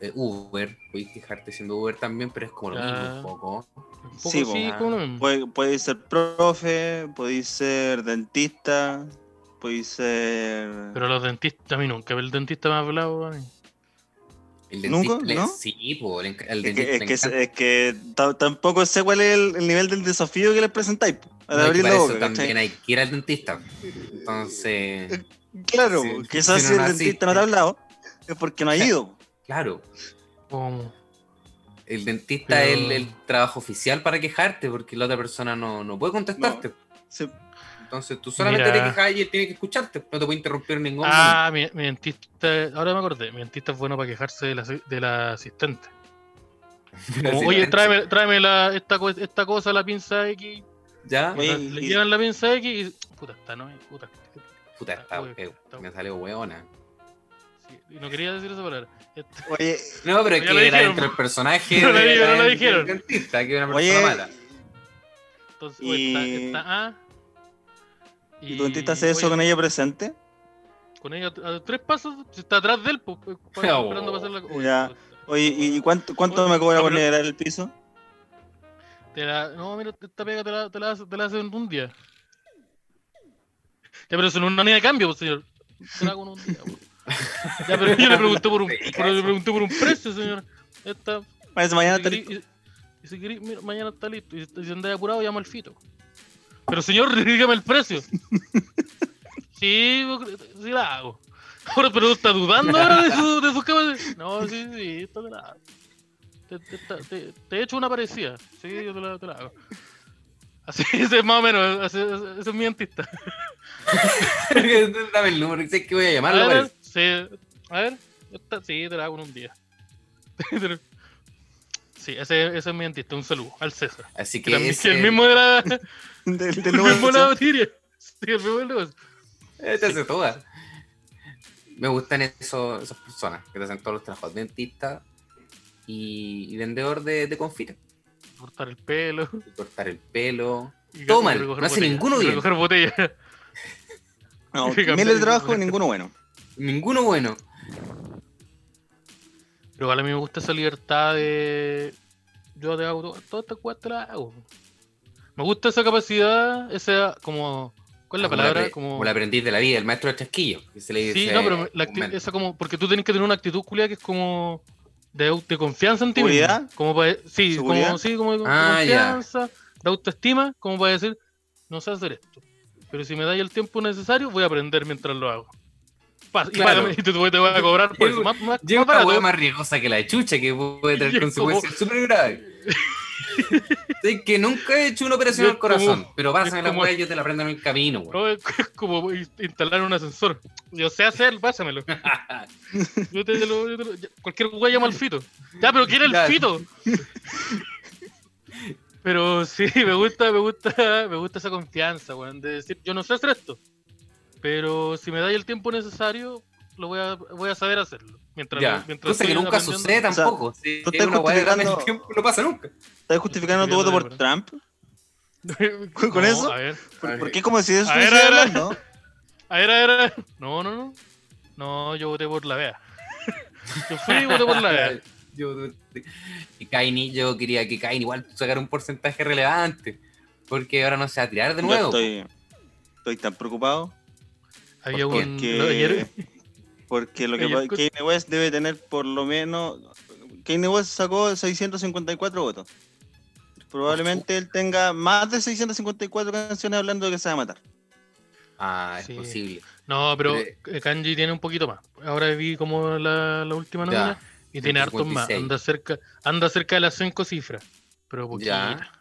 [SPEAKER 3] eh, Uber. Puedes quejarte siendo Uber también, pero es como lo mismo
[SPEAKER 2] Ah.
[SPEAKER 3] un poco.
[SPEAKER 2] Un poco sí,
[SPEAKER 5] sí, pues,
[SPEAKER 2] como lo mismo.
[SPEAKER 5] Puede, puede ser profe, puede ser dentista, puede ser.
[SPEAKER 2] Pero los dentistas, a mí nunca el dentista me ha hablado a mí.
[SPEAKER 3] El
[SPEAKER 5] ¿Nunca?
[SPEAKER 3] dentista, le-
[SPEAKER 5] ¿No?
[SPEAKER 3] sí, po, le enc- al
[SPEAKER 5] Es que,
[SPEAKER 3] dentista
[SPEAKER 5] es
[SPEAKER 3] le
[SPEAKER 5] que-
[SPEAKER 3] encanta.
[SPEAKER 5] es que ta- tampoco sé cuál es el, el nivel del desafío que les presentáis po, al
[SPEAKER 3] No, es que
[SPEAKER 5] abrir la
[SPEAKER 3] para
[SPEAKER 5] boca.
[SPEAKER 3] eso también
[SPEAKER 5] ¿cachai?
[SPEAKER 3] hay que ir al dentista. Entonces,
[SPEAKER 5] Claro,
[SPEAKER 3] sí,
[SPEAKER 5] po, quizás
[SPEAKER 3] si no
[SPEAKER 5] si el
[SPEAKER 3] naciste.
[SPEAKER 5] dentista no te ha hablado, es porque no ha
[SPEAKER 3] Sí.
[SPEAKER 5] ido. po.
[SPEAKER 3] claro,
[SPEAKER 2] Como,
[SPEAKER 3] el dentista
[SPEAKER 2] Pero-
[SPEAKER 3] es el, el trabajo oficial para quejarte, porque la otra persona no, no puede contestarte.
[SPEAKER 5] Sí.
[SPEAKER 3] Entonces tú solamente
[SPEAKER 2] Mira.
[SPEAKER 3] te quejas y él tiene que escucharte. No te puede interrumpir en ningún
[SPEAKER 2] Ah, mi, mi dentista, ahora me acordé, mi dentista es bueno para quejarse de la, de la asistente.
[SPEAKER 3] momento.
[SPEAKER 2] Como,
[SPEAKER 3] Así,
[SPEAKER 2] Oye, tráeme, tráeme la, esta, co- esta cosa, la pinza X,
[SPEAKER 3] Ya,
[SPEAKER 5] Oye,
[SPEAKER 2] Le-
[SPEAKER 5] y-
[SPEAKER 2] le llevan la pinza X y. Puta, está no. Puta.
[SPEAKER 3] puta, esta,
[SPEAKER 2] oye,
[SPEAKER 3] eh,
[SPEAKER 2] está-
[SPEAKER 3] me salió hueona.
[SPEAKER 2] sí, y no quería decir esa palabra. Este-
[SPEAKER 5] Oye,
[SPEAKER 3] No, pero es
[SPEAKER 2] Ya
[SPEAKER 3] que
[SPEAKER 2] lo
[SPEAKER 3] era
[SPEAKER 2] dijeron.
[SPEAKER 3] dentro del personaje.
[SPEAKER 2] No lo
[SPEAKER 3] de-
[SPEAKER 2] digo, no lo
[SPEAKER 3] del
[SPEAKER 2] dijeron.
[SPEAKER 3] dentista, que era una persona
[SPEAKER 5] oye,
[SPEAKER 3] mala.
[SPEAKER 2] Entonces, oye, está,
[SPEAKER 5] Y-
[SPEAKER 2] está A.
[SPEAKER 5] ¿y tu dentista hace eso con ella presente?
[SPEAKER 2] Con ella a tres pasos, si está atrás de él, pues, pues,
[SPEAKER 3] Oh.
[SPEAKER 2] esperando para hacer la
[SPEAKER 5] Ya.
[SPEAKER 2] cosa.
[SPEAKER 5] Oye, ¿y y cuánto, cuánto me cobra
[SPEAKER 2] No,
[SPEAKER 5] por
[SPEAKER 2] pero-
[SPEAKER 5] liberar el piso?
[SPEAKER 2] Te la- no, mira, esta pega te la, te la, hace- te la hace en un día. Ya, pero eso no es una moneda de cambio, pues, señor. Te la hago en un día, pues. Ya, pero yo le pregunté por un, pero le pregunté por un precio, señor. Esta,
[SPEAKER 5] Parece
[SPEAKER 2] y
[SPEAKER 5] mañana
[SPEAKER 2] si
[SPEAKER 5] te-
[SPEAKER 2] querí- y- y si querí, mira, mañana está listo. Y si, si andáis apurado, llama al fito. Pero señor, dígame el precio. Sí, sí la hago. Ahora, pero está dudando ahora de su, de sus capacidades. No, sí, sí, esto te la hago. Te, te, te- te- te he hecho una parecida. Sí, yo te la, te la hago. Así, ese es más o menos, ese, ese- ese es mi dentista.
[SPEAKER 3] Dame el número, sé que voy a
[SPEAKER 2] A
[SPEAKER 3] llamarlo.
[SPEAKER 2] ver,
[SPEAKER 3] parece.
[SPEAKER 2] sí, a ver, esta- sí, te la hago en un día. Sí, ese, ese es mi dentista. Un saludo al César.
[SPEAKER 3] Así
[SPEAKER 2] Que
[SPEAKER 3] que
[SPEAKER 2] también-
[SPEAKER 3] es
[SPEAKER 2] que el
[SPEAKER 3] el-
[SPEAKER 2] mismo de la,
[SPEAKER 5] del- del
[SPEAKER 2] el
[SPEAKER 5] lugar
[SPEAKER 2] mismo de
[SPEAKER 5] de-
[SPEAKER 2] la batería. Sí, el mismo de los.
[SPEAKER 3] Eh, Te hace todas. Me gustan esos- esas personas que te hacen todos los trabajos, dentista y, y vendedor de, de confites.
[SPEAKER 2] Cortar el pelo.
[SPEAKER 3] Y Cortar el pelo.
[SPEAKER 2] y
[SPEAKER 3] Todo
[SPEAKER 2] y
[SPEAKER 3] mal,
[SPEAKER 2] recoger
[SPEAKER 3] no hace
[SPEAKER 2] botella,
[SPEAKER 3] ninguno
[SPEAKER 2] y
[SPEAKER 3] bien.
[SPEAKER 2] Recoger botella.
[SPEAKER 5] No,
[SPEAKER 2] que cambiar
[SPEAKER 5] mil
[SPEAKER 2] el-
[SPEAKER 5] de trabajo, ninguno bueno.
[SPEAKER 3] Ninguno bueno.
[SPEAKER 2] Pero igual a mí me gusta esa libertad de. Yo te hago todo, todas estas cosas te las hago. Me gusta esa capacidad, esa como. ¿Cuál es la
[SPEAKER 3] Como
[SPEAKER 2] palabra?
[SPEAKER 3] apre-
[SPEAKER 2] como...
[SPEAKER 3] como la aprendiz de la vida, el maestro de chasquillo. Que se le dice
[SPEAKER 2] Sí, no, pero la acti-
[SPEAKER 3] comúnmente.
[SPEAKER 2] esa como. Porque tú tenés que tener una actitud culia que es como. De, au- de confianza en ti mismo.
[SPEAKER 5] ¿Seguridad?
[SPEAKER 2] Como para, sí,
[SPEAKER 5] ¿Seguridad?
[SPEAKER 2] como, sí, como de con-
[SPEAKER 3] Ah, ya.
[SPEAKER 2] confianza, de autoestima, como para decir, no sé hacer esto. Pero si me dais el tiempo necesario, voy a aprender mientras lo hago. Pa- y,
[SPEAKER 3] Claro.
[SPEAKER 2] págame, y te, voy- te voy a cobrar por eso.
[SPEAKER 3] Llego-
[SPEAKER 2] Más, más-
[SPEAKER 3] Lleva
[SPEAKER 2] más
[SPEAKER 3] una
[SPEAKER 2] barato.
[SPEAKER 3] hueá más riesgosa que la de chucha que puede
[SPEAKER 2] Y
[SPEAKER 3] tener
[SPEAKER 2] es como-
[SPEAKER 3] consecuencias súper graves. es que nunca he hecho una operación
[SPEAKER 2] Yo
[SPEAKER 3] al corazón,
[SPEAKER 2] como-
[SPEAKER 3] pero pásame
[SPEAKER 2] yo
[SPEAKER 3] la
[SPEAKER 2] como-
[SPEAKER 3] hueá y yo te la prendo en el camino, weón.
[SPEAKER 2] No, Oh, es como in- instalar un ascensor. Yo sé hacer, pásamelo. Yo te lo- yo te lo- ya, cualquier güey llama al fito. Ya, pero ¿quién es el
[SPEAKER 3] Ya.
[SPEAKER 2] fito? Pero sí, me gusta, me gusta, me gusta esa confianza, weón. De decir, yo no sé hacer esto. Pero si me dais el tiempo necesario, lo voy a, voy a saber hacerlo. Mientras,
[SPEAKER 3] Ya.
[SPEAKER 2] mientras
[SPEAKER 3] Cosa que
[SPEAKER 2] estoy
[SPEAKER 3] nunca
[SPEAKER 2] aprendiendo.
[SPEAKER 3] sucede
[SPEAKER 5] sea,
[SPEAKER 3] tampoco. si
[SPEAKER 5] tú
[SPEAKER 3] es
[SPEAKER 5] estás
[SPEAKER 3] una hueá de darme el
[SPEAKER 5] justificando-
[SPEAKER 3] tiempo, no pasa nunca.
[SPEAKER 5] ¿Estás justificando tu voto por Trump? ¿Con- con
[SPEAKER 2] No,
[SPEAKER 5] eso?
[SPEAKER 2] A ver,
[SPEAKER 5] ¿Por, por qué como si eso
[SPEAKER 2] A ver,
[SPEAKER 5] estuviese
[SPEAKER 2] a ver, a ver.
[SPEAKER 5] hablando?
[SPEAKER 2] a ver, a ver, a ver. No, no, no. No, yo voté por la vea. Yo fui y voté por la vea.
[SPEAKER 3] Yo- y Kaini, yo quería que Kaini igual sacara un porcentaje relevante. Porque ahora no se va a tirar de
[SPEAKER 5] Yo
[SPEAKER 3] nuevo.
[SPEAKER 5] estoy, estoy tan preocupado
[SPEAKER 2] Había
[SPEAKER 3] ¿Por qué?
[SPEAKER 2] un.
[SPEAKER 5] que...
[SPEAKER 2] lo- Mm, ayer-
[SPEAKER 5] Porque lo que
[SPEAKER 2] Ayer
[SPEAKER 5] pa-
[SPEAKER 2] escu-
[SPEAKER 5] Kanye West debe tener por lo menos... Kanye West sacó 654 votos. Probablemente él tenga más de 654 canciones hablando de que se va a matar.
[SPEAKER 3] Ah, es
[SPEAKER 2] Sí.
[SPEAKER 3] posible.
[SPEAKER 2] No, pero
[SPEAKER 3] Eh,
[SPEAKER 2] eh, Kanji tiene un poquito más. Ahora vi como la, la última
[SPEAKER 3] Ya.
[SPEAKER 2] nómina y tiene hartos más.
[SPEAKER 3] 156.
[SPEAKER 2] Anda cerca, anda cerca de las cinco cifras. Pero poquito.
[SPEAKER 3] Ya.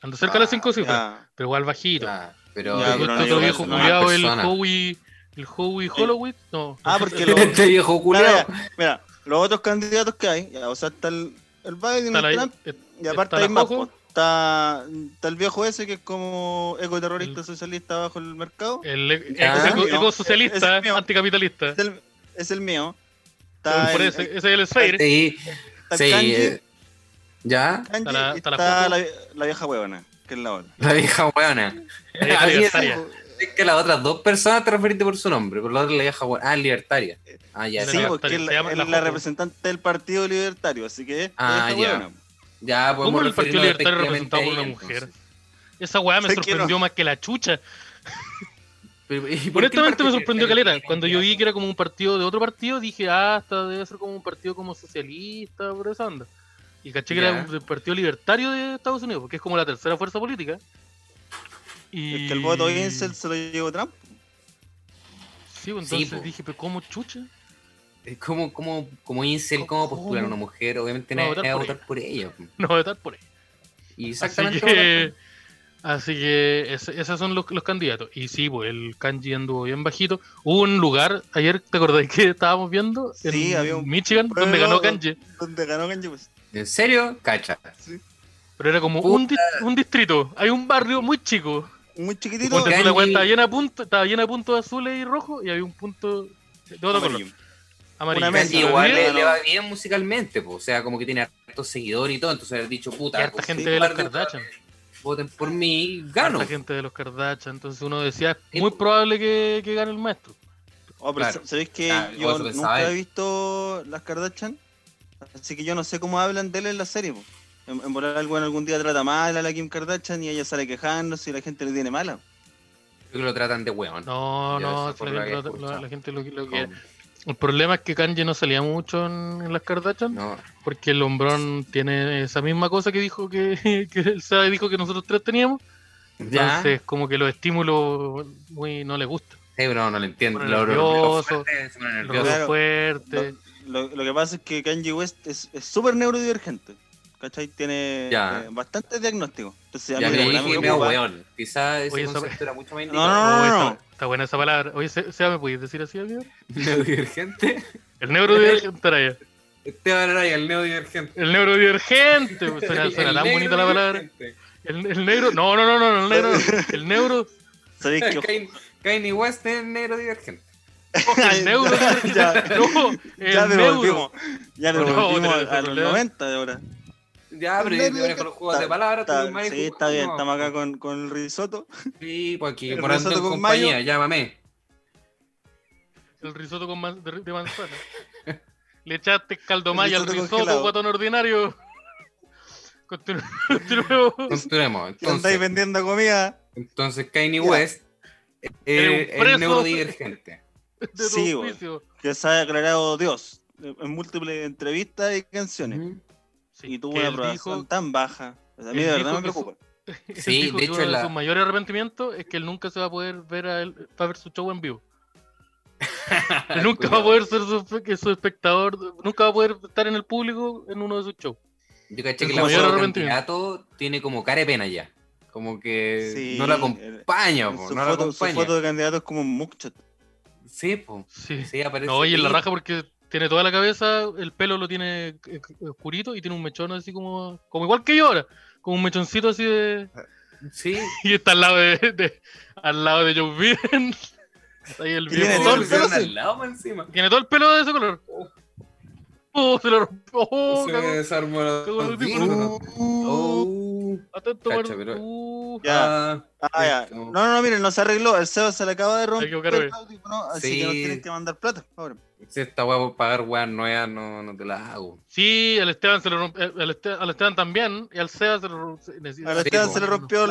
[SPEAKER 2] Anda cerca de las cinco cifras,
[SPEAKER 5] Ah, Ya.
[SPEAKER 2] pero igual bajito.
[SPEAKER 3] Ya, pero
[SPEAKER 5] Ya,
[SPEAKER 2] Yo
[SPEAKER 5] pero no
[SPEAKER 2] encuentro
[SPEAKER 5] llega a
[SPEAKER 2] viejo
[SPEAKER 5] eso, no hay
[SPEAKER 2] culiao, el
[SPEAKER 3] persona.
[SPEAKER 2] Howie, el Howie Holloway, no.
[SPEAKER 5] Ah, porque lo-
[SPEAKER 3] Este viejo culiao.
[SPEAKER 5] Mira, mira, los otros candidatos que hay, ya, o sea, está el, el Biden,
[SPEAKER 2] Está
[SPEAKER 5] el
[SPEAKER 2] la,
[SPEAKER 5] Trump, y
[SPEAKER 2] está
[SPEAKER 5] aparte
[SPEAKER 2] la
[SPEAKER 5] hay más.
[SPEAKER 2] Jojo.
[SPEAKER 5] po. Está, está el viejo ese que es como ecoterrorista
[SPEAKER 2] El- Eh.
[SPEAKER 5] socialista bajo el mercado.
[SPEAKER 2] el eco-
[SPEAKER 3] Ya.
[SPEAKER 2] eco-
[SPEAKER 5] Ese es mío. Ese
[SPEAKER 2] ecosocialista,
[SPEAKER 5] es mío.
[SPEAKER 2] anticapitalista.
[SPEAKER 5] Es el, es el mío. Está
[SPEAKER 2] Por
[SPEAKER 5] el,
[SPEAKER 2] ese, ese es el Sphere.
[SPEAKER 3] Sí,
[SPEAKER 5] está el
[SPEAKER 3] sí,
[SPEAKER 5] Kanji,
[SPEAKER 3] eh, ¿Ya?
[SPEAKER 5] Kanji,
[SPEAKER 2] está la-
[SPEAKER 5] y
[SPEAKER 2] está la
[SPEAKER 5] está
[SPEAKER 2] Jojo.
[SPEAKER 5] la, la vieja huevona, que es la ola.
[SPEAKER 3] La vieja hueona.
[SPEAKER 2] la vieja
[SPEAKER 3] A mí es-
[SPEAKER 2] libertaria.
[SPEAKER 3] Es que las otras dos personas te referiste por su nombre, por la otra la vieja hueona. Ah, libertaria. Ah, ya,
[SPEAKER 5] Sí,
[SPEAKER 2] la
[SPEAKER 3] ya.
[SPEAKER 5] porque
[SPEAKER 2] libertaria,
[SPEAKER 5] es
[SPEAKER 2] se
[SPEAKER 5] la,
[SPEAKER 2] llama
[SPEAKER 5] es
[SPEAKER 2] la
[SPEAKER 5] la
[SPEAKER 2] Jojo.
[SPEAKER 5] representante del Partido Libertario, así que es la
[SPEAKER 3] Ah,
[SPEAKER 5] vieja
[SPEAKER 3] ya.
[SPEAKER 5] huevona.
[SPEAKER 3] Ya, podemos
[SPEAKER 2] ¿Cómo el Partido
[SPEAKER 3] referirnos
[SPEAKER 2] Libertario
[SPEAKER 3] efectivamente
[SPEAKER 2] representado por
[SPEAKER 3] a
[SPEAKER 2] una
[SPEAKER 3] ella,
[SPEAKER 2] mujer?
[SPEAKER 3] entonces.
[SPEAKER 2] Esa weá me
[SPEAKER 5] Sé que no.
[SPEAKER 2] sorprendió más que la chucha.
[SPEAKER 3] Pero, ¿y por qué el
[SPEAKER 2] Honestamente
[SPEAKER 3] Partido
[SPEAKER 2] me sorprendió
[SPEAKER 3] Libertario
[SPEAKER 2] Caleta.
[SPEAKER 3] tiene
[SPEAKER 2] Cuando yo vi
[SPEAKER 3] candidato?
[SPEAKER 2] que era como un partido de otro partido, dije, ah, hasta debe ser como un partido como socialista, por esa onda. Y caché que
[SPEAKER 3] Ya.
[SPEAKER 2] era un del partido libertario de Estados Unidos, porque es como la tercera fuerza política. Y...
[SPEAKER 5] Es que el voto Incel se lo llevó Trump.
[SPEAKER 2] Sí, pues, entonces
[SPEAKER 3] po.
[SPEAKER 2] dije, pero ¿cómo chucha?
[SPEAKER 3] Es como, como, como incel, como
[SPEAKER 2] ¿Cómo?
[SPEAKER 3] postular a una mujer, obviamente
[SPEAKER 2] No,
[SPEAKER 3] nadie
[SPEAKER 2] votar
[SPEAKER 3] va a
[SPEAKER 2] por
[SPEAKER 3] votar por ella.
[SPEAKER 2] No voy a estar por ahí. Así
[SPEAKER 3] Y exactamente.
[SPEAKER 2] que, así que ese- esos son los, los candidatos. Y sí, pues el kanji anduvo bien bajito. Hubo un lugar, ayer, ¿te acordás que estábamos viendo? En
[SPEAKER 5] Sí, había un
[SPEAKER 2] Michigan, donde ganó
[SPEAKER 5] pueblo donde-
[SPEAKER 2] kanji.
[SPEAKER 5] Donde ganó Kanye West.
[SPEAKER 3] ¿En serio? Cacha.
[SPEAKER 2] Pero era como
[SPEAKER 3] Puta.
[SPEAKER 2] un, dis- un distrito. Hay un barrio muy chico.
[SPEAKER 5] Muy chiquitito.
[SPEAKER 2] Ponte tú, la
[SPEAKER 3] Gandhi.
[SPEAKER 2] weá estaba llena de puntos, estaba llena de puntos azules y rojos y había un punto de otro
[SPEAKER 5] amarillo.
[SPEAKER 2] color, amarillo.
[SPEAKER 5] Una mesa,
[SPEAKER 2] Y
[SPEAKER 3] igual eh.
[SPEAKER 2] había-
[SPEAKER 3] le,
[SPEAKER 5] bien.
[SPEAKER 3] le va bien musicalmente, po. o sea, como que tiene hartos seguidores y todo. Entonces haber dicho,
[SPEAKER 2] y
[SPEAKER 3] puta, pues,
[SPEAKER 2] harta
[SPEAKER 3] con
[SPEAKER 2] gente
[SPEAKER 3] cinco
[SPEAKER 2] de los
[SPEAKER 3] par de
[SPEAKER 2] Kardashian.
[SPEAKER 3] voten por mí, gano.
[SPEAKER 2] Harta gente de los Kardashian. Entonces uno decía,
[SPEAKER 3] Sí, pues.
[SPEAKER 2] es muy
[SPEAKER 3] po.
[SPEAKER 2] probable que, que gane el maestro.
[SPEAKER 5] Oh, pero
[SPEAKER 3] Claro.
[SPEAKER 5] sa- ¿sabéis que
[SPEAKER 3] Ah,
[SPEAKER 5] yo
[SPEAKER 3] eso pensaba
[SPEAKER 5] nunca
[SPEAKER 3] él.
[SPEAKER 5] he visto las Kardashian? Así que yo no sé cómo hablan de él en la serie. po. En, en volar algo en algún día trata mal a la Kim Kardashian y ella sale quejándose y la gente le tiene mala.
[SPEAKER 3] Creo que lo tratan de weón.
[SPEAKER 2] No,
[SPEAKER 3] Yo
[SPEAKER 2] no,
[SPEAKER 3] eso por
[SPEAKER 2] la,
[SPEAKER 3] lo que he
[SPEAKER 2] gente lo- lo-
[SPEAKER 3] escuchado.
[SPEAKER 2] la gente lo, lo quiere. El problema es que Kanye no salía mucho en, en las Kardashian,
[SPEAKER 3] No,
[SPEAKER 2] porque el hombrón tiene esa misma cosa que dijo que, que él sabe, dijo que nosotros tres teníamos.
[SPEAKER 3] ya.
[SPEAKER 2] Entonces, como que los estímulos muy no le gustan.
[SPEAKER 3] Sí, pero no, no lo entiendo.
[SPEAKER 2] Pone
[SPEAKER 3] Lo- lo- lo-
[SPEAKER 2] nervioso,
[SPEAKER 3] fuerte, se pone
[SPEAKER 2] Los
[SPEAKER 3] nervioso.
[SPEAKER 5] Claro.
[SPEAKER 2] fuerte.
[SPEAKER 5] Lo, lo que pasa es que Kanye West es es súper neurodivergente. ¿Cachai? Tiene
[SPEAKER 3] Ya,
[SPEAKER 5] eh, bastantes diagnósticos. Entonces, a
[SPEAKER 3] Ya me
[SPEAKER 5] mí la
[SPEAKER 2] pero
[SPEAKER 3] dije
[SPEAKER 5] verdad me
[SPEAKER 3] que
[SPEAKER 2] weón.
[SPEAKER 3] medio
[SPEAKER 5] preocupa.
[SPEAKER 3] weón. Quizás ese
[SPEAKER 2] Oye, esa-
[SPEAKER 3] concepto era mucho más
[SPEAKER 5] No, no,
[SPEAKER 2] Oh,
[SPEAKER 5] no, no.
[SPEAKER 2] Está, está buena esa palabra. Oye, Se- Seba, ¿me podías decir así, amigo?
[SPEAKER 3] Neurodivergente. Este
[SPEAKER 2] El neurodivergente Araya.
[SPEAKER 3] Esteban Araya, el neurodivergente.
[SPEAKER 2] El neurodivergente. pues, Suena,
[SPEAKER 3] El-
[SPEAKER 2] suena
[SPEAKER 3] el
[SPEAKER 2] tan bonita la palabra.
[SPEAKER 3] neurodivergente.
[SPEAKER 2] El, el negro. No, no, no, no, el negro. El neuro.
[SPEAKER 5] ¿Sabéis que
[SPEAKER 3] Kanye- Kanye West es neurodivergente.
[SPEAKER 2] El neuro.
[SPEAKER 5] Ya.
[SPEAKER 2] No, el
[SPEAKER 5] Ya
[SPEAKER 2] neuro.
[SPEAKER 5] devolvimos. Ya
[SPEAKER 2] No,
[SPEAKER 5] devolvimos
[SPEAKER 2] tenés ese
[SPEAKER 5] a los
[SPEAKER 2] problema.
[SPEAKER 5] 90 de ahora.
[SPEAKER 3] Ya, pero
[SPEAKER 5] El
[SPEAKER 3] yo creo que con los juegos de palabras. tú
[SPEAKER 5] Está,
[SPEAKER 3] mismo ahí
[SPEAKER 5] sí, está
[SPEAKER 3] jugando.
[SPEAKER 5] bien. Estamos acá con, con el risotto.
[SPEAKER 3] Sí, pues aquí,
[SPEAKER 5] El
[SPEAKER 3] morando en
[SPEAKER 5] Rosato con
[SPEAKER 3] compañía,
[SPEAKER 5] mayo.
[SPEAKER 3] llámame.
[SPEAKER 2] El risotto con man- de, de manzana. Le echaste caldo maya al
[SPEAKER 5] risotto
[SPEAKER 2] risotto,
[SPEAKER 5] congelado.
[SPEAKER 2] guatón ordinario. Continu- Continuemos.
[SPEAKER 3] Continuemos.
[SPEAKER 5] Que andáis
[SPEAKER 3] Entonces,
[SPEAKER 5] vendiendo comida.
[SPEAKER 3] entonces Kanye
[SPEAKER 5] Ya.
[SPEAKER 3] West eh,
[SPEAKER 2] Eres un
[SPEAKER 3] es
[SPEAKER 2] preso.
[SPEAKER 3] el neurodivergente.
[SPEAKER 2] De tu
[SPEAKER 5] Sí, güey.
[SPEAKER 2] oficio.
[SPEAKER 5] Que se ha declarado Dios en múltiples entrevistas y canciones.
[SPEAKER 2] Sí,
[SPEAKER 5] y tuvo
[SPEAKER 2] que
[SPEAKER 5] una
[SPEAKER 2] él
[SPEAKER 5] aprobación
[SPEAKER 2] dijo-
[SPEAKER 5] tan baja. O sea, a mí
[SPEAKER 2] él
[SPEAKER 5] de
[SPEAKER 2] dijo
[SPEAKER 5] verdad me
[SPEAKER 2] que su-
[SPEAKER 5] preocupa.
[SPEAKER 2] él
[SPEAKER 3] Sí,
[SPEAKER 2] dijo
[SPEAKER 3] de
[SPEAKER 2] que
[SPEAKER 3] hecho,
[SPEAKER 2] uno de
[SPEAKER 3] la-
[SPEAKER 2] sus mayores arrepentimientos es que él nunca se va a poder ver a él, va a ver su show en vivo. Él nunca va a poder ser su, que su espectador, nunca va a poder estar en el público en uno de sus shows.
[SPEAKER 3] Yo caché
[SPEAKER 2] El
[SPEAKER 3] que la
[SPEAKER 2] mayor
[SPEAKER 3] voz del
[SPEAKER 2] arrepentimiento.
[SPEAKER 3] candidato tiene como cara de pena ya. Como que
[SPEAKER 5] Sí,
[SPEAKER 3] no la acompaña,
[SPEAKER 5] En
[SPEAKER 3] po,
[SPEAKER 5] su,
[SPEAKER 3] no la
[SPEAKER 5] foto, su
[SPEAKER 3] acompaña.
[SPEAKER 5] foto de candidato es como un mugshot.
[SPEAKER 3] Sí, po.
[SPEAKER 2] Sí.
[SPEAKER 3] Sí, aparece.
[SPEAKER 2] No, oye, en la
[SPEAKER 3] ahí.
[SPEAKER 2] raja porque tiene toda la cabeza, el pelo lo tiene eh, eh, oscurito y tiene un mechón así como, como igual que yo ahora, como un mechoncito así de...
[SPEAKER 3] Ah. Sí,
[SPEAKER 2] Y está al lado de, de- al lado de Joe Biden. Está ahí el
[SPEAKER 5] Y tiene
[SPEAKER 2] viejo.
[SPEAKER 5] todo
[SPEAKER 3] todo
[SPEAKER 5] el pelo así.
[SPEAKER 3] al lado, más encima.
[SPEAKER 2] Tiene todo el pelo de ese color. Oh, se lo rompió. Oh,
[SPEAKER 3] Se me
[SPEAKER 2] cagó.
[SPEAKER 3] desarmó la-
[SPEAKER 2] Cagó el
[SPEAKER 3] los
[SPEAKER 2] audífono.
[SPEAKER 3] discos. Oh.
[SPEAKER 2] Atento,
[SPEAKER 3] Cacha,
[SPEAKER 2] guarda.
[SPEAKER 3] pero-
[SPEAKER 2] Uh,
[SPEAKER 5] Ya.
[SPEAKER 3] Ah,
[SPEAKER 5] Ah, ya.
[SPEAKER 3] Esto.
[SPEAKER 5] No, no, no, miren, no se arregló. El CEO se le acaba de romper
[SPEAKER 2] equivocaron,
[SPEAKER 5] el
[SPEAKER 2] eh.
[SPEAKER 5] audífono, así
[SPEAKER 3] Sí.
[SPEAKER 5] que nos tienen que mandar plata. Ahora.
[SPEAKER 3] Si esta weá por pagar weas nuevas, no, no te las hago.
[SPEAKER 2] Sí, al Esteban, se lo rompió, al, Este- al Esteban también. Y al Seba se lo rompió.
[SPEAKER 5] A la
[SPEAKER 3] Sí,
[SPEAKER 5] Esteban
[SPEAKER 3] po.
[SPEAKER 5] se le rompió el,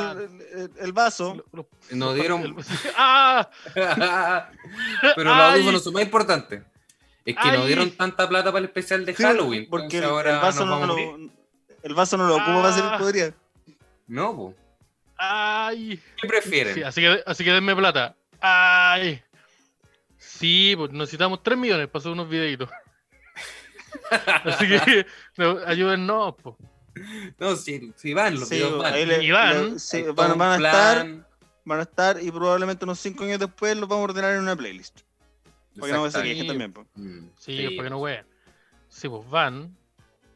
[SPEAKER 5] el- el vaso.
[SPEAKER 3] Nos dieron.
[SPEAKER 2] ¡Ah!
[SPEAKER 3] Pero los
[SPEAKER 2] Ay.
[SPEAKER 3] audífonos son más importantes. Es que
[SPEAKER 2] Ay.
[SPEAKER 3] nos dieron tanta plata para el especial de
[SPEAKER 5] Sí,
[SPEAKER 3] Halloween.
[SPEAKER 5] porque
[SPEAKER 3] Porque
[SPEAKER 5] el,
[SPEAKER 3] ahora
[SPEAKER 5] el vaso
[SPEAKER 3] nos
[SPEAKER 5] no
[SPEAKER 3] vamos a
[SPEAKER 5] lo,
[SPEAKER 3] morir.
[SPEAKER 5] el vaso no lo ocupa para hacer
[SPEAKER 2] Ah.
[SPEAKER 5] podría.
[SPEAKER 3] No, po.
[SPEAKER 2] ¡Ay!
[SPEAKER 3] ¿Qué
[SPEAKER 2] Sí,
[SPEAKER 3] prefieren?
[SPEAKER 2] así que, así que denme plata. ¡Ay! Sí, pues necesitamos 3 millones para hacer unos videitos. Así que no, ayúdennos, po.
[SPEAKER 3] no, si, si van, los
[SPEAKER 5] Sí,
[SPEAKER 3] videos van.
[SPEAKER 5] ahí le-
[SPEAKER 2] Y van.
[SPEAKER 5] le- sí,
[SPEAKER 3] Hay todo
[SPEAKER 5] van,
[SPEAKER 3] un
[SPEAKER 5] van a estar,
[SPEAKER 3] plan.
[SPEAKER 5] van a estar y probablemente unos 5 años después los vamos a ordenar en una playlist. Porque no se
[SPEAKER 3] Exactamente.
[SPEAKER 5] quejen también. po.
[SPEAKER 3] Mm,
[SPEAKER 2] Sí, es para que no wean. Sí, pues van.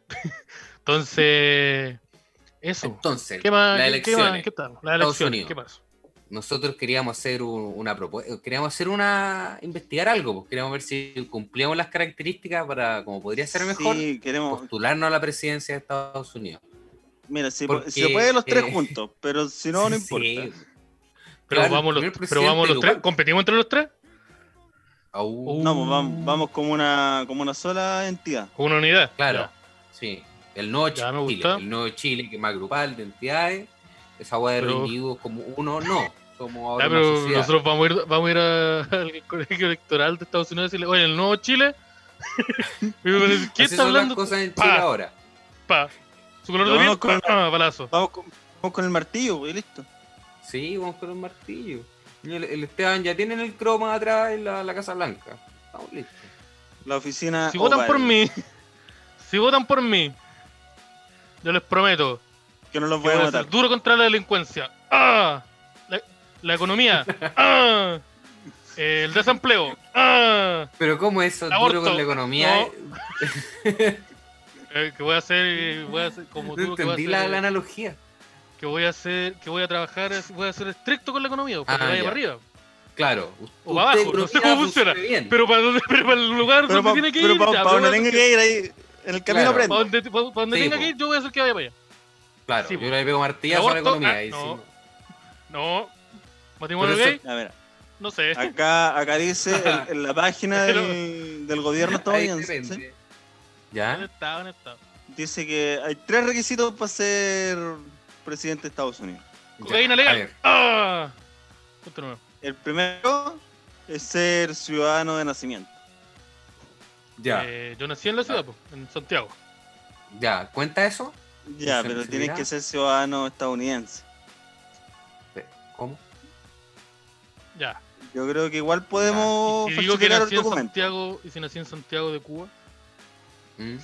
[SPEAKER 2] Entonces, eso.
[SPEAKER 3] Entonces,
[SPEAKER 2] ¿Qué más?
[SPEAKER 3] las
[SPEAKER 2] ¿Qué- ¿Qué más?
[SPEAKER 3] elecciones.
[SPEAKER 2] ¿Qué tal? La
[SPEAKER 3] Estados
[SPEAKER 2] elección.
[SPEAKER 3] Unidos.
[SPEAKER 2] ¿Qué pasa?
[SPEAKER 3] Nosotros queríamos hacer un- una propuesta, queríamos hacer una, investigar algo, pues. queríamos ver si cumplíamos las características para, como podría ser mejor,
[SPEAKER 5] Sí, queremos.
[SPEAKER 3] postularnos a la presidencia de Estados Unidos.
[SPEAKER 5] Mira, si,
[SPEAKER 3] Porque,
[SPEAKER 5] si se puede los tres
[SPEAKER 3] eh,
[SPEAKER 5] juntos, pero si no, no
[SPEAKER 3] Sí,
[SPEAKER 5] importa.
[SPEAKER 2] Pero
[SPEAKER 3] Claro,
[SPEAKER 2] vamos los,
[SPEAKER 3] primer
[SPEAKER 2] pero vamos
[SPEAKER 3] presidente
[SPEAKER 2] los
[SPEAKER 3] de
[SPEAKER 2] tres.
[SPEAKER 3] Uruguay.
[SPEAKER 2] ¿Competimos entre los tres? Uh,
[SPEAKER 3] Aún,
[SPEAKER 5] No, pues vamos, vamos como una, como una sola entidad.
[SPEAKER 2] Con Una unidad.
[SPEAKER 3] claro,
[SPEAKER 2] Ya.
[SPEAKER 3] sí. El nuevo
[SPEAKER 2] Ya, me
[SPEAKER 3] Chile,
[SPEAKER 2] gusta.
[SPEAKER 3] el nuevo Chile que es más grupal de entidades, esa hueá de
[SPEAKER 2] Pero-
[SPEAKER 3] los individuos como uno, no. Como
[SPEAKER 2] Ya,
[SPEAKER 3] ahora una
[SPEAKER 2] pero
[SPEAKER 3] sociedad.
[SPEAKER 2] nosotros vamos a ir, vamos a ir a- al colegio electoral de Estados Unidos y decirle, oye, el nuevo Chile. Y me van a decir, ¿Qué
[SPEAKER 3] Así
[SPEAKER 2] está
[SPEAKER 3] son las
[SPEAKER 2] hablando?
[SPEAKER 3] cosas en Chile
[SPEAKER 2] Pa.
[SPEAKER 3] ahora.
[SPEAKER 2] Pa. Su color
[SPEAKER 5] Lo
[SPEAKER 2] de piel, Ah,
[SPEAKER 5] vamos con-
[SPEAKER 2] pa, balazo.
[SPEAKER 5] Vamos con, vamos con el martillo pues, y listo.
[SPEAKER 3] Sí, vamos con un martillo. Y El, el Esteban ya tienen el croma atrás en la, la Casa Blanca. Estamos listos.
[SPEAKER 5] La oficina. oh,
[SPEAKER 2] Si votan
[SPEAKER 5] oval,
[SPEAKER 2] por mí, si votan por mí, yo les prometo
[SPEAKER 5] Que no los
[SPEAKER 2] que voy
[SPEAKER 5] voy a
[SPEAKER 2] a ser
[SPEAKER 5] matar.
[SPEAKER 2] duro contra la delincuencia. ¡Ah! La, la economía. ¡Ah! El desempleo. ¡Ah!
[SPEAKER 3] Pero ¿cómo eso
[SPEAKER 2] Aborto.
[SPEAKER 3] duro con la economía?
[SPEAKER 2] Eh, que voy a hacer, voy a hacer como
[SPEAKER 3] No,
[SPEAKER 2] tú, que voy a
[SPEAKER 3] entendí
[SPEAKER 2] hacer,
[SPEAKER 3] la, la analogía.
[SPEAKER 2] que voy a hacer, que voy a trabajar, voy a ser estricto con la economía, pues, para que
[SPEAKER 3] Ah,
[SPEAKER 2] vaya
[SPEAKER 3] ya.
[SPEAKER 2] para arriba.
[SPEAKER 3] Claro. u-
[SPEAKER 2] O para
[SPEAKER 3] usted
[SPEAKER 2] abajo, no sé
[SPEAKER 3] economía
[SPEAKER 2] cómo funciona,
[SPEAKER 3] bien.
[SPEAKER 2] Pero para, dónde- pero para el lugar donde
[SPEAKER 5] Pero para
[SPEAKER 2] tiene que ir, ya,
[SPEAKER 5] donde
[SPEAKER 2] pero
[SPEAKER 5] tenga que ir ahí, en el camino
[SPEAKER 3] Claro.
[SPEAKER 5] aprende.
[SPEAKER 2] para donde, para donde
[SPEAKER 3] Sí, pues.
[SPEAKER 2] tenga
[SPEAKER 3] po.
[SPEAKER 2] que ir, yo voy a hacer que vaya para allá.
[SPEAKER 3] claro,
[SPEAKER 2] sí,
[SPEAKER 3] yo le pego martillazo a la
[SPEAKER 2] aborto,
[SPEAKER 3] economía.
[SPEAKER 2] ah,
[SPEAKER 3] y si
[SPEAKER 2] no.
[SPEAKER 3] no-
[SPEAKER 2] No, matrimonio
[SPEAKER 3] Pero eso- Ah,
[SPEAKER 2] gay,
[SPEAKER 5] A ver,
[SPEAKER 2] no sé.
[SPEAKER 5] acá, acá dice el- en la página del, del gobierno
[SPEAKER 3] Ahí
[SPEAKER 5] estadounidense
[SPEAKER 3] depende. ¿Ya?
[SPEAKER 2] Conectado, conectado.
[SPEAKER 5] Dice que hay tres requisitos para ser presidente de Estados Unidos.
[SPEAKER 2] Cocaína
[SPEAKER 3] Ya, a
[SPEAKER 2] legal.
[SPEAKER 3] ver.
[SPEAKER 2] ¡Ah! Punto número.
[SPEAKER 5] El primero es ser ciudadano de nacimiento.
[SPEAKER 3] Ya, Ah.
[SPEAKER 2] Eh, yo nací en la ciudad, po, en Santiago.
[SPEAKER 3] ya. ¿Cuenta eso?
[SPEAKER 5] Ya,
[SPEAKER 3] ¿Se
[SPEAKER 5] pero
[SPEAKER 3] recibirá?
[SPEAKER 5] tienes que ser ciudadano estadounidense.
[SPEAKER 3] Ve, ¿Cómo?
[SPEAKER 2] Ya.
[SPEAKER 5] Yo creo que igual podemos
[SPEAKER 2] Y si digo que
[SPEAKER 5] falsificar
[SPEAKER 2] nací
[SPEAKER 5] el
[SPEAKER 2] en
[SPEAKER 5] documento.
[SPEAKER 2] Santiago, y si nací en Santiago de Cuba,
[SPEAKER 3] Mm.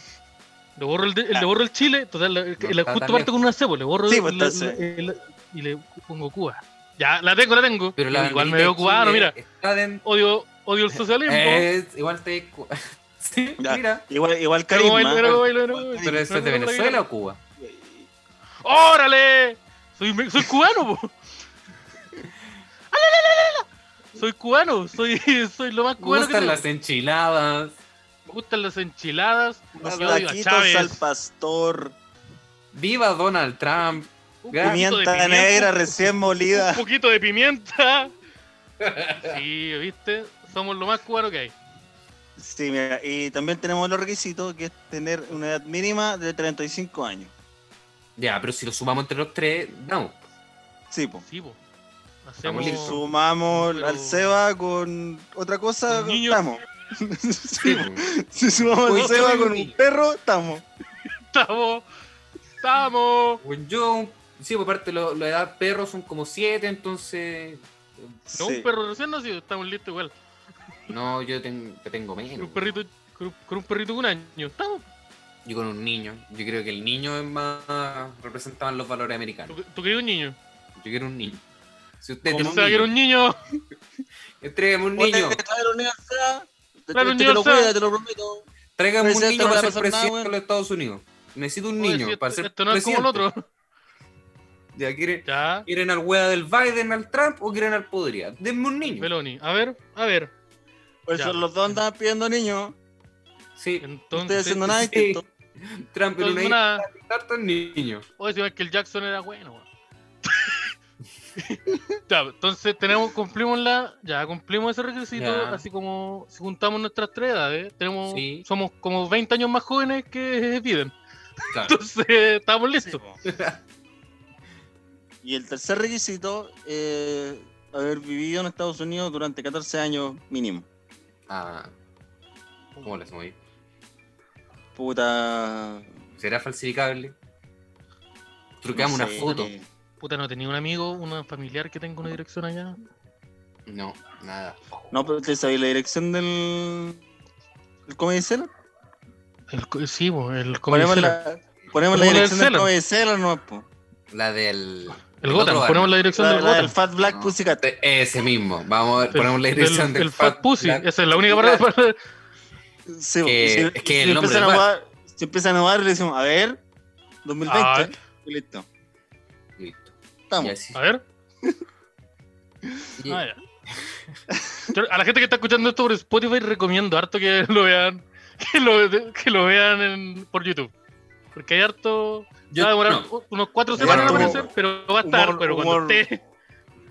[SPEAKER 2] le borro el, de- el- le borro el Chile, total, la- el-
[SPEAKER 3] No
[SPEAKER 2] el-
[SPEAKER 3] está
[SPEAKER 2] justo
[SPEAKER 3] tan
[SPEAKER 2] parto con una cebo, le borro
[SPEAKER 5] Sí,
[SPEAKER 2] el-
[SPEAKER 5] pues,
[SPEAKER 2] la-
[SPEAKER 5] entonces.
[SPEAKER 2] la- el- y le pongo Cuba. Ya, la tengo, la tengo.
[SPEAKER 3] Pero la
[SPEAKER 2] Igual me
[SPEAKER 3] banderita
[SPEAKER 2] veo
[SPEAKER 3] de
[SPEAKER 2] cubano,
[SPEAKER 3] Chile
[SPEAKER 2] mira.
[SPEAKER 3] Está dentro.
[SPEAKER 2] Odio, odio
[SPEAKER 5] Eh,
[SPEAKER 2] el socialismo.
[SPEAKER 3] igual está ahí cu- Sí,
[SPEAKER 5] Ya.
[SPEAKER 3] mira.
[SPEAKER 5] Igual, igual
[SPEAKER 2] Pero bailo, pero
[SPEAKER 5] carisma.
[SPEAKER 2] bailo, pero bailo.
[SPEAKER 3] ¿Pero eso es de Venezuela o Cuba?
[SPEAKER 2] ¡Órale! Soy, me- soy cubano, po. ¡Alalalalala! Soy cubano, soy, soy lo más
[SPEAKER 3] Me
[SPEAKER 2] cubano que
[SPEAKER 3] gustan
[SPEAKER 2] tengo.
[SPEAKER 3] las enchiladas.
[SPEAKER 2] Me gustan las enchiladas.
[SPEAKER 5] Unos
[SPEAKER 2] Yo odio a
[SPEAKER 5] taquitos
[SPEAKER 2] Chávez.
[SPEAKER 5] al pastor.
[SPEAKER 3] Viva Donald Trump.
[SPEAKER 2] Un
[SPEAKER 3] Gran-
[SPEAKER 2] poquito de
[SPEAKER 5] Pimienta negra recién
[SPEAKER 2] Un
[SPEAKER 5] molida.
[SPEAKER 2] poquito de pimienta. Sí, viste, somos lo más cubano que hay.
[SPEAKER 5] Sí, mira, y también tenemos los requisitos que es tener una edad mínima de 35 años.
[SPEAKER 3] Ya, pero si lo sumamos entre los tres, damos.
[SPEAKER 5] Sí, po.
[SPEAKER 2] Sí, po.
[SPEAKER 3] Estamos
[SPEAKER 2] Hacemos
[SPEAKER 5] Si
[SPEAKER 3] listos.
[SPEAKER 5] sumamos
[SPEAKER 2] Pero-
[SPEAKER 5] al Seba con otra cosa,
[SPEAKER 2] Un niño.
[SPEAKER 5] estamos.
[SPEAKER 3] Sí,
[SPEAKER 5] Sí, po.
[SPEAKER 3] pues.
[SPEAKER 5] si sumamos
[SPEAKER 3] Uy,
[SPEAKER 5] al Seba
[SPEAKER 3] soy un
[SPEAKER 5] con un
[SPEAKER 3] niño.
[SPEAKER 5] perro, estamos.
[SPEAKER 2] estamos, estamos.
[SPEAKER 3] Bueno, yo, un- sí, por parte de lo- la edad perro son como siete, entonces.
[SPEAKER 2] No,
[SPEAKER 5] Sí.
[SPEAKER 2] un perro recién nacido, estamos listos igual.
[SPEAKER 3] No, yo ten- yo tengo
[SPEAKER 2] Con
[SPEAKER 3] menos.
[SPEAKER 2] un perrito con un, con un perrito de un año, estamos.
[SPEAKER 3] Yo con un niño. Yo creo que el niño es más. representaban los
[SPEAKER 2] ¿Tú,
[SPEAKER 3] valores americanos.
[SPEAKER 2] tú querías un niño?
[SPEAKER 3] Yo quiero un niño. Si usted
[SPEAKER 2] ¿Cómo
[SPEAKER 3] tiene
[SPEAKER 2] se va a querer
[SPEAKER 3] un
[SPEAKER 2] un
[SPEAKER 3] niño,
[SPEAKER 2] niño?
[SPEAKER 3] entrégame un niño.
[SPEAKER 5] traer la universidad. Te,
[SPEAKER 2] Claro, te- te lo
[SPEAKER 5] lo
[SPEAKER 2] universidad. cuida,
[SPEAKER 5] te lo prometo.
[SPEAKER 3] Tráigame un
[SPEAKER 5] Presidente,
[SPEAKER 3] niño
[SPEAKER 5] no
[SPEAKER 3] para
[SPEAKER 5] le va
[SPEAKER 3] ser
[SPEAKER 5] a pasar nada,
[SPEAKER 3] presidente
[SPEAKER 5] weón.
[SPEAKER 3] de los Estados Unidos. Necesito un
[SPEAKER 2] Oye,
[SPEAKER 3] niño
[SPEAKER 2] si esto-
[SPEAKER 3] para ser
[SPEAKER 2] Esto no es como el
[SPEAKER 3] presidente.
[SPEAKER 2] otro.
[SPEAKER 3] Ya, ¿quiere-
[SPEAKER 2] Ya,
[SPEAKER 3] ¿Quieren al wea del Biden, al Trump o quieren al Podría? Denme un niño.
[SPEAKER 2] Beloni. A ver, a ver.
[SPEAKER 5] Por
[SPEAKER 2] Ya.
[SPEAKER 5] eso los dos andan pidiendo niños.
[SPEAKER 3] Sí,
[SPEAKER 5] No
[SPEAKER 2] Entonces.
[SPEAKER 5] estoy haciendo nada
[SPEAKER 3] sí.
[SPEAKER 5] distinto.
[SPEAKER 3] Trump era una
[SPEAKER 2] entonces
[SPEAKER 3] hija
[SPEAKER 2] nada.
[SPEAKER 3] de tarta, niño.
[SPEAKER 2] Oye, si Michael Jackson era bueno. weón. ya, entonces tenemos, cumplimos la, ya cumplimos ese requisito,
[SPEAKER 3] Ya.
[SPEAKER 2] así como si juntamos nuestras tres edades, tenemos,
[SPEAKER 3] Sí.
[SPEAKER 2] somos como 20 años más jóvenes que Biden.
[SPEAKER 3] Claro.
[SPEAKER 2] Entonces, estamos
[SPEAKER 5] Sí,
[SPEAKER 2] listos.
[SPEAKER 5] po. y el tercer requisito es haber vivido en Estados Unidos durante 14 años mínimo.
[SPEAKER 3] Ah, ¿cómo lo hacemos ahí?
[SPEAKER 5] Puta.
[SPEAKER 3] ¿Será falsificable? Truqueamos
[SPEAKER 5] no
[SPEAKER 3] una
[SPEAKER 5] sé.
[SPEAKER 3] foto.
[SPEAKER 2] Puta, no tenía un amigo, un familiar que tenga una dirección allá.
[SPEAKER 3] No, nada.
[SPEAKER 5] No, pero te sabía la dirección del. del Comedy Cellar.
[SPEAKER 2] El, co- sí, po, el Comedy
[SPEAKER 5] Ponemos
[SPEAKER 2] Cellar.
[SPEAKER 5] la, ponemos la
[SPEAKER 2] Comedy
[SPEAKER 5] dirección del
[SPEAKER 2] Cellar.
[SPEAKER 5] Comedy Cellar, no, po.
[SPEAKER 3] La del.
[SPEAKER 2] El
[SPEAKER 3] del
[SPEAKER 2] Gotham,
[SPEAKER 3] otro
[SPEAKER 2] ponemos la
[SPEAKER 3] bar.
[SPEAKER 2] dirección
[SPEAKER 5] La,
[SPEAKER 2] del
[SPEAKER 5] la del
[SPEAKER 2] Gotham.
[SPEAKER 5] Fat Black
[SPEAKER 3] No.
[SPEAKER 5] Pussycat.
[SPEAKER 3] De- Ese mismo. Vamos, a- ponemos la
[SPEAKER 2] El-
[SPEAKER 3] dirección del
[SPEAKER 2] el Fat Pussy,
[SPEAKER 3] Black.
[SPEAKER 2] esa es la única palabra.
[SPEAKER 5] Sí, po.
[SPEAKER 3] Que-
[SPEAKER 5] si,
[SPEAKER 3] es que
[SPEAKER 5] si
[SPEAKER 3] el nombre
[SPEAKER 5] empiezan a
[SPEAKER 3] del
[SPEAKER 5] jugar, si empiezan a jugar, le decimos, a ver, 2020.
[SPEAKER 2] Ah.
[SPEAKER 5] y listo.
[SPEAKER 3] Listo. Y
[SPEAKER 5] Estamos.
[SPEAKER 3] así-
[SPEAKER 2] A ver.
[SPEAKER 3] y-
[SPEAKER 2] Ah, ya. Yo- a la gente que está escuchando esto por Spotify recomiendo harto que lo vean que lo, que lo vean en- por YouTube porque hay harto
[SPEAKER 3] yo-
[SPEAKER 2] va a demorar
[SPEAKER 3] no,
[SPEAKER 2] u- unos cuatro
[SPEAKER 3] Hay
[SPEAKER 2] semanas al
[SPEAKER 5] harto
[SPEAKER 2] parecer pero va a estar
[SPEAKER 5] Humor-
[SPEAKER 2] pero cuando
[SPEAKER 5] humor-
[SPEAKER 2] esté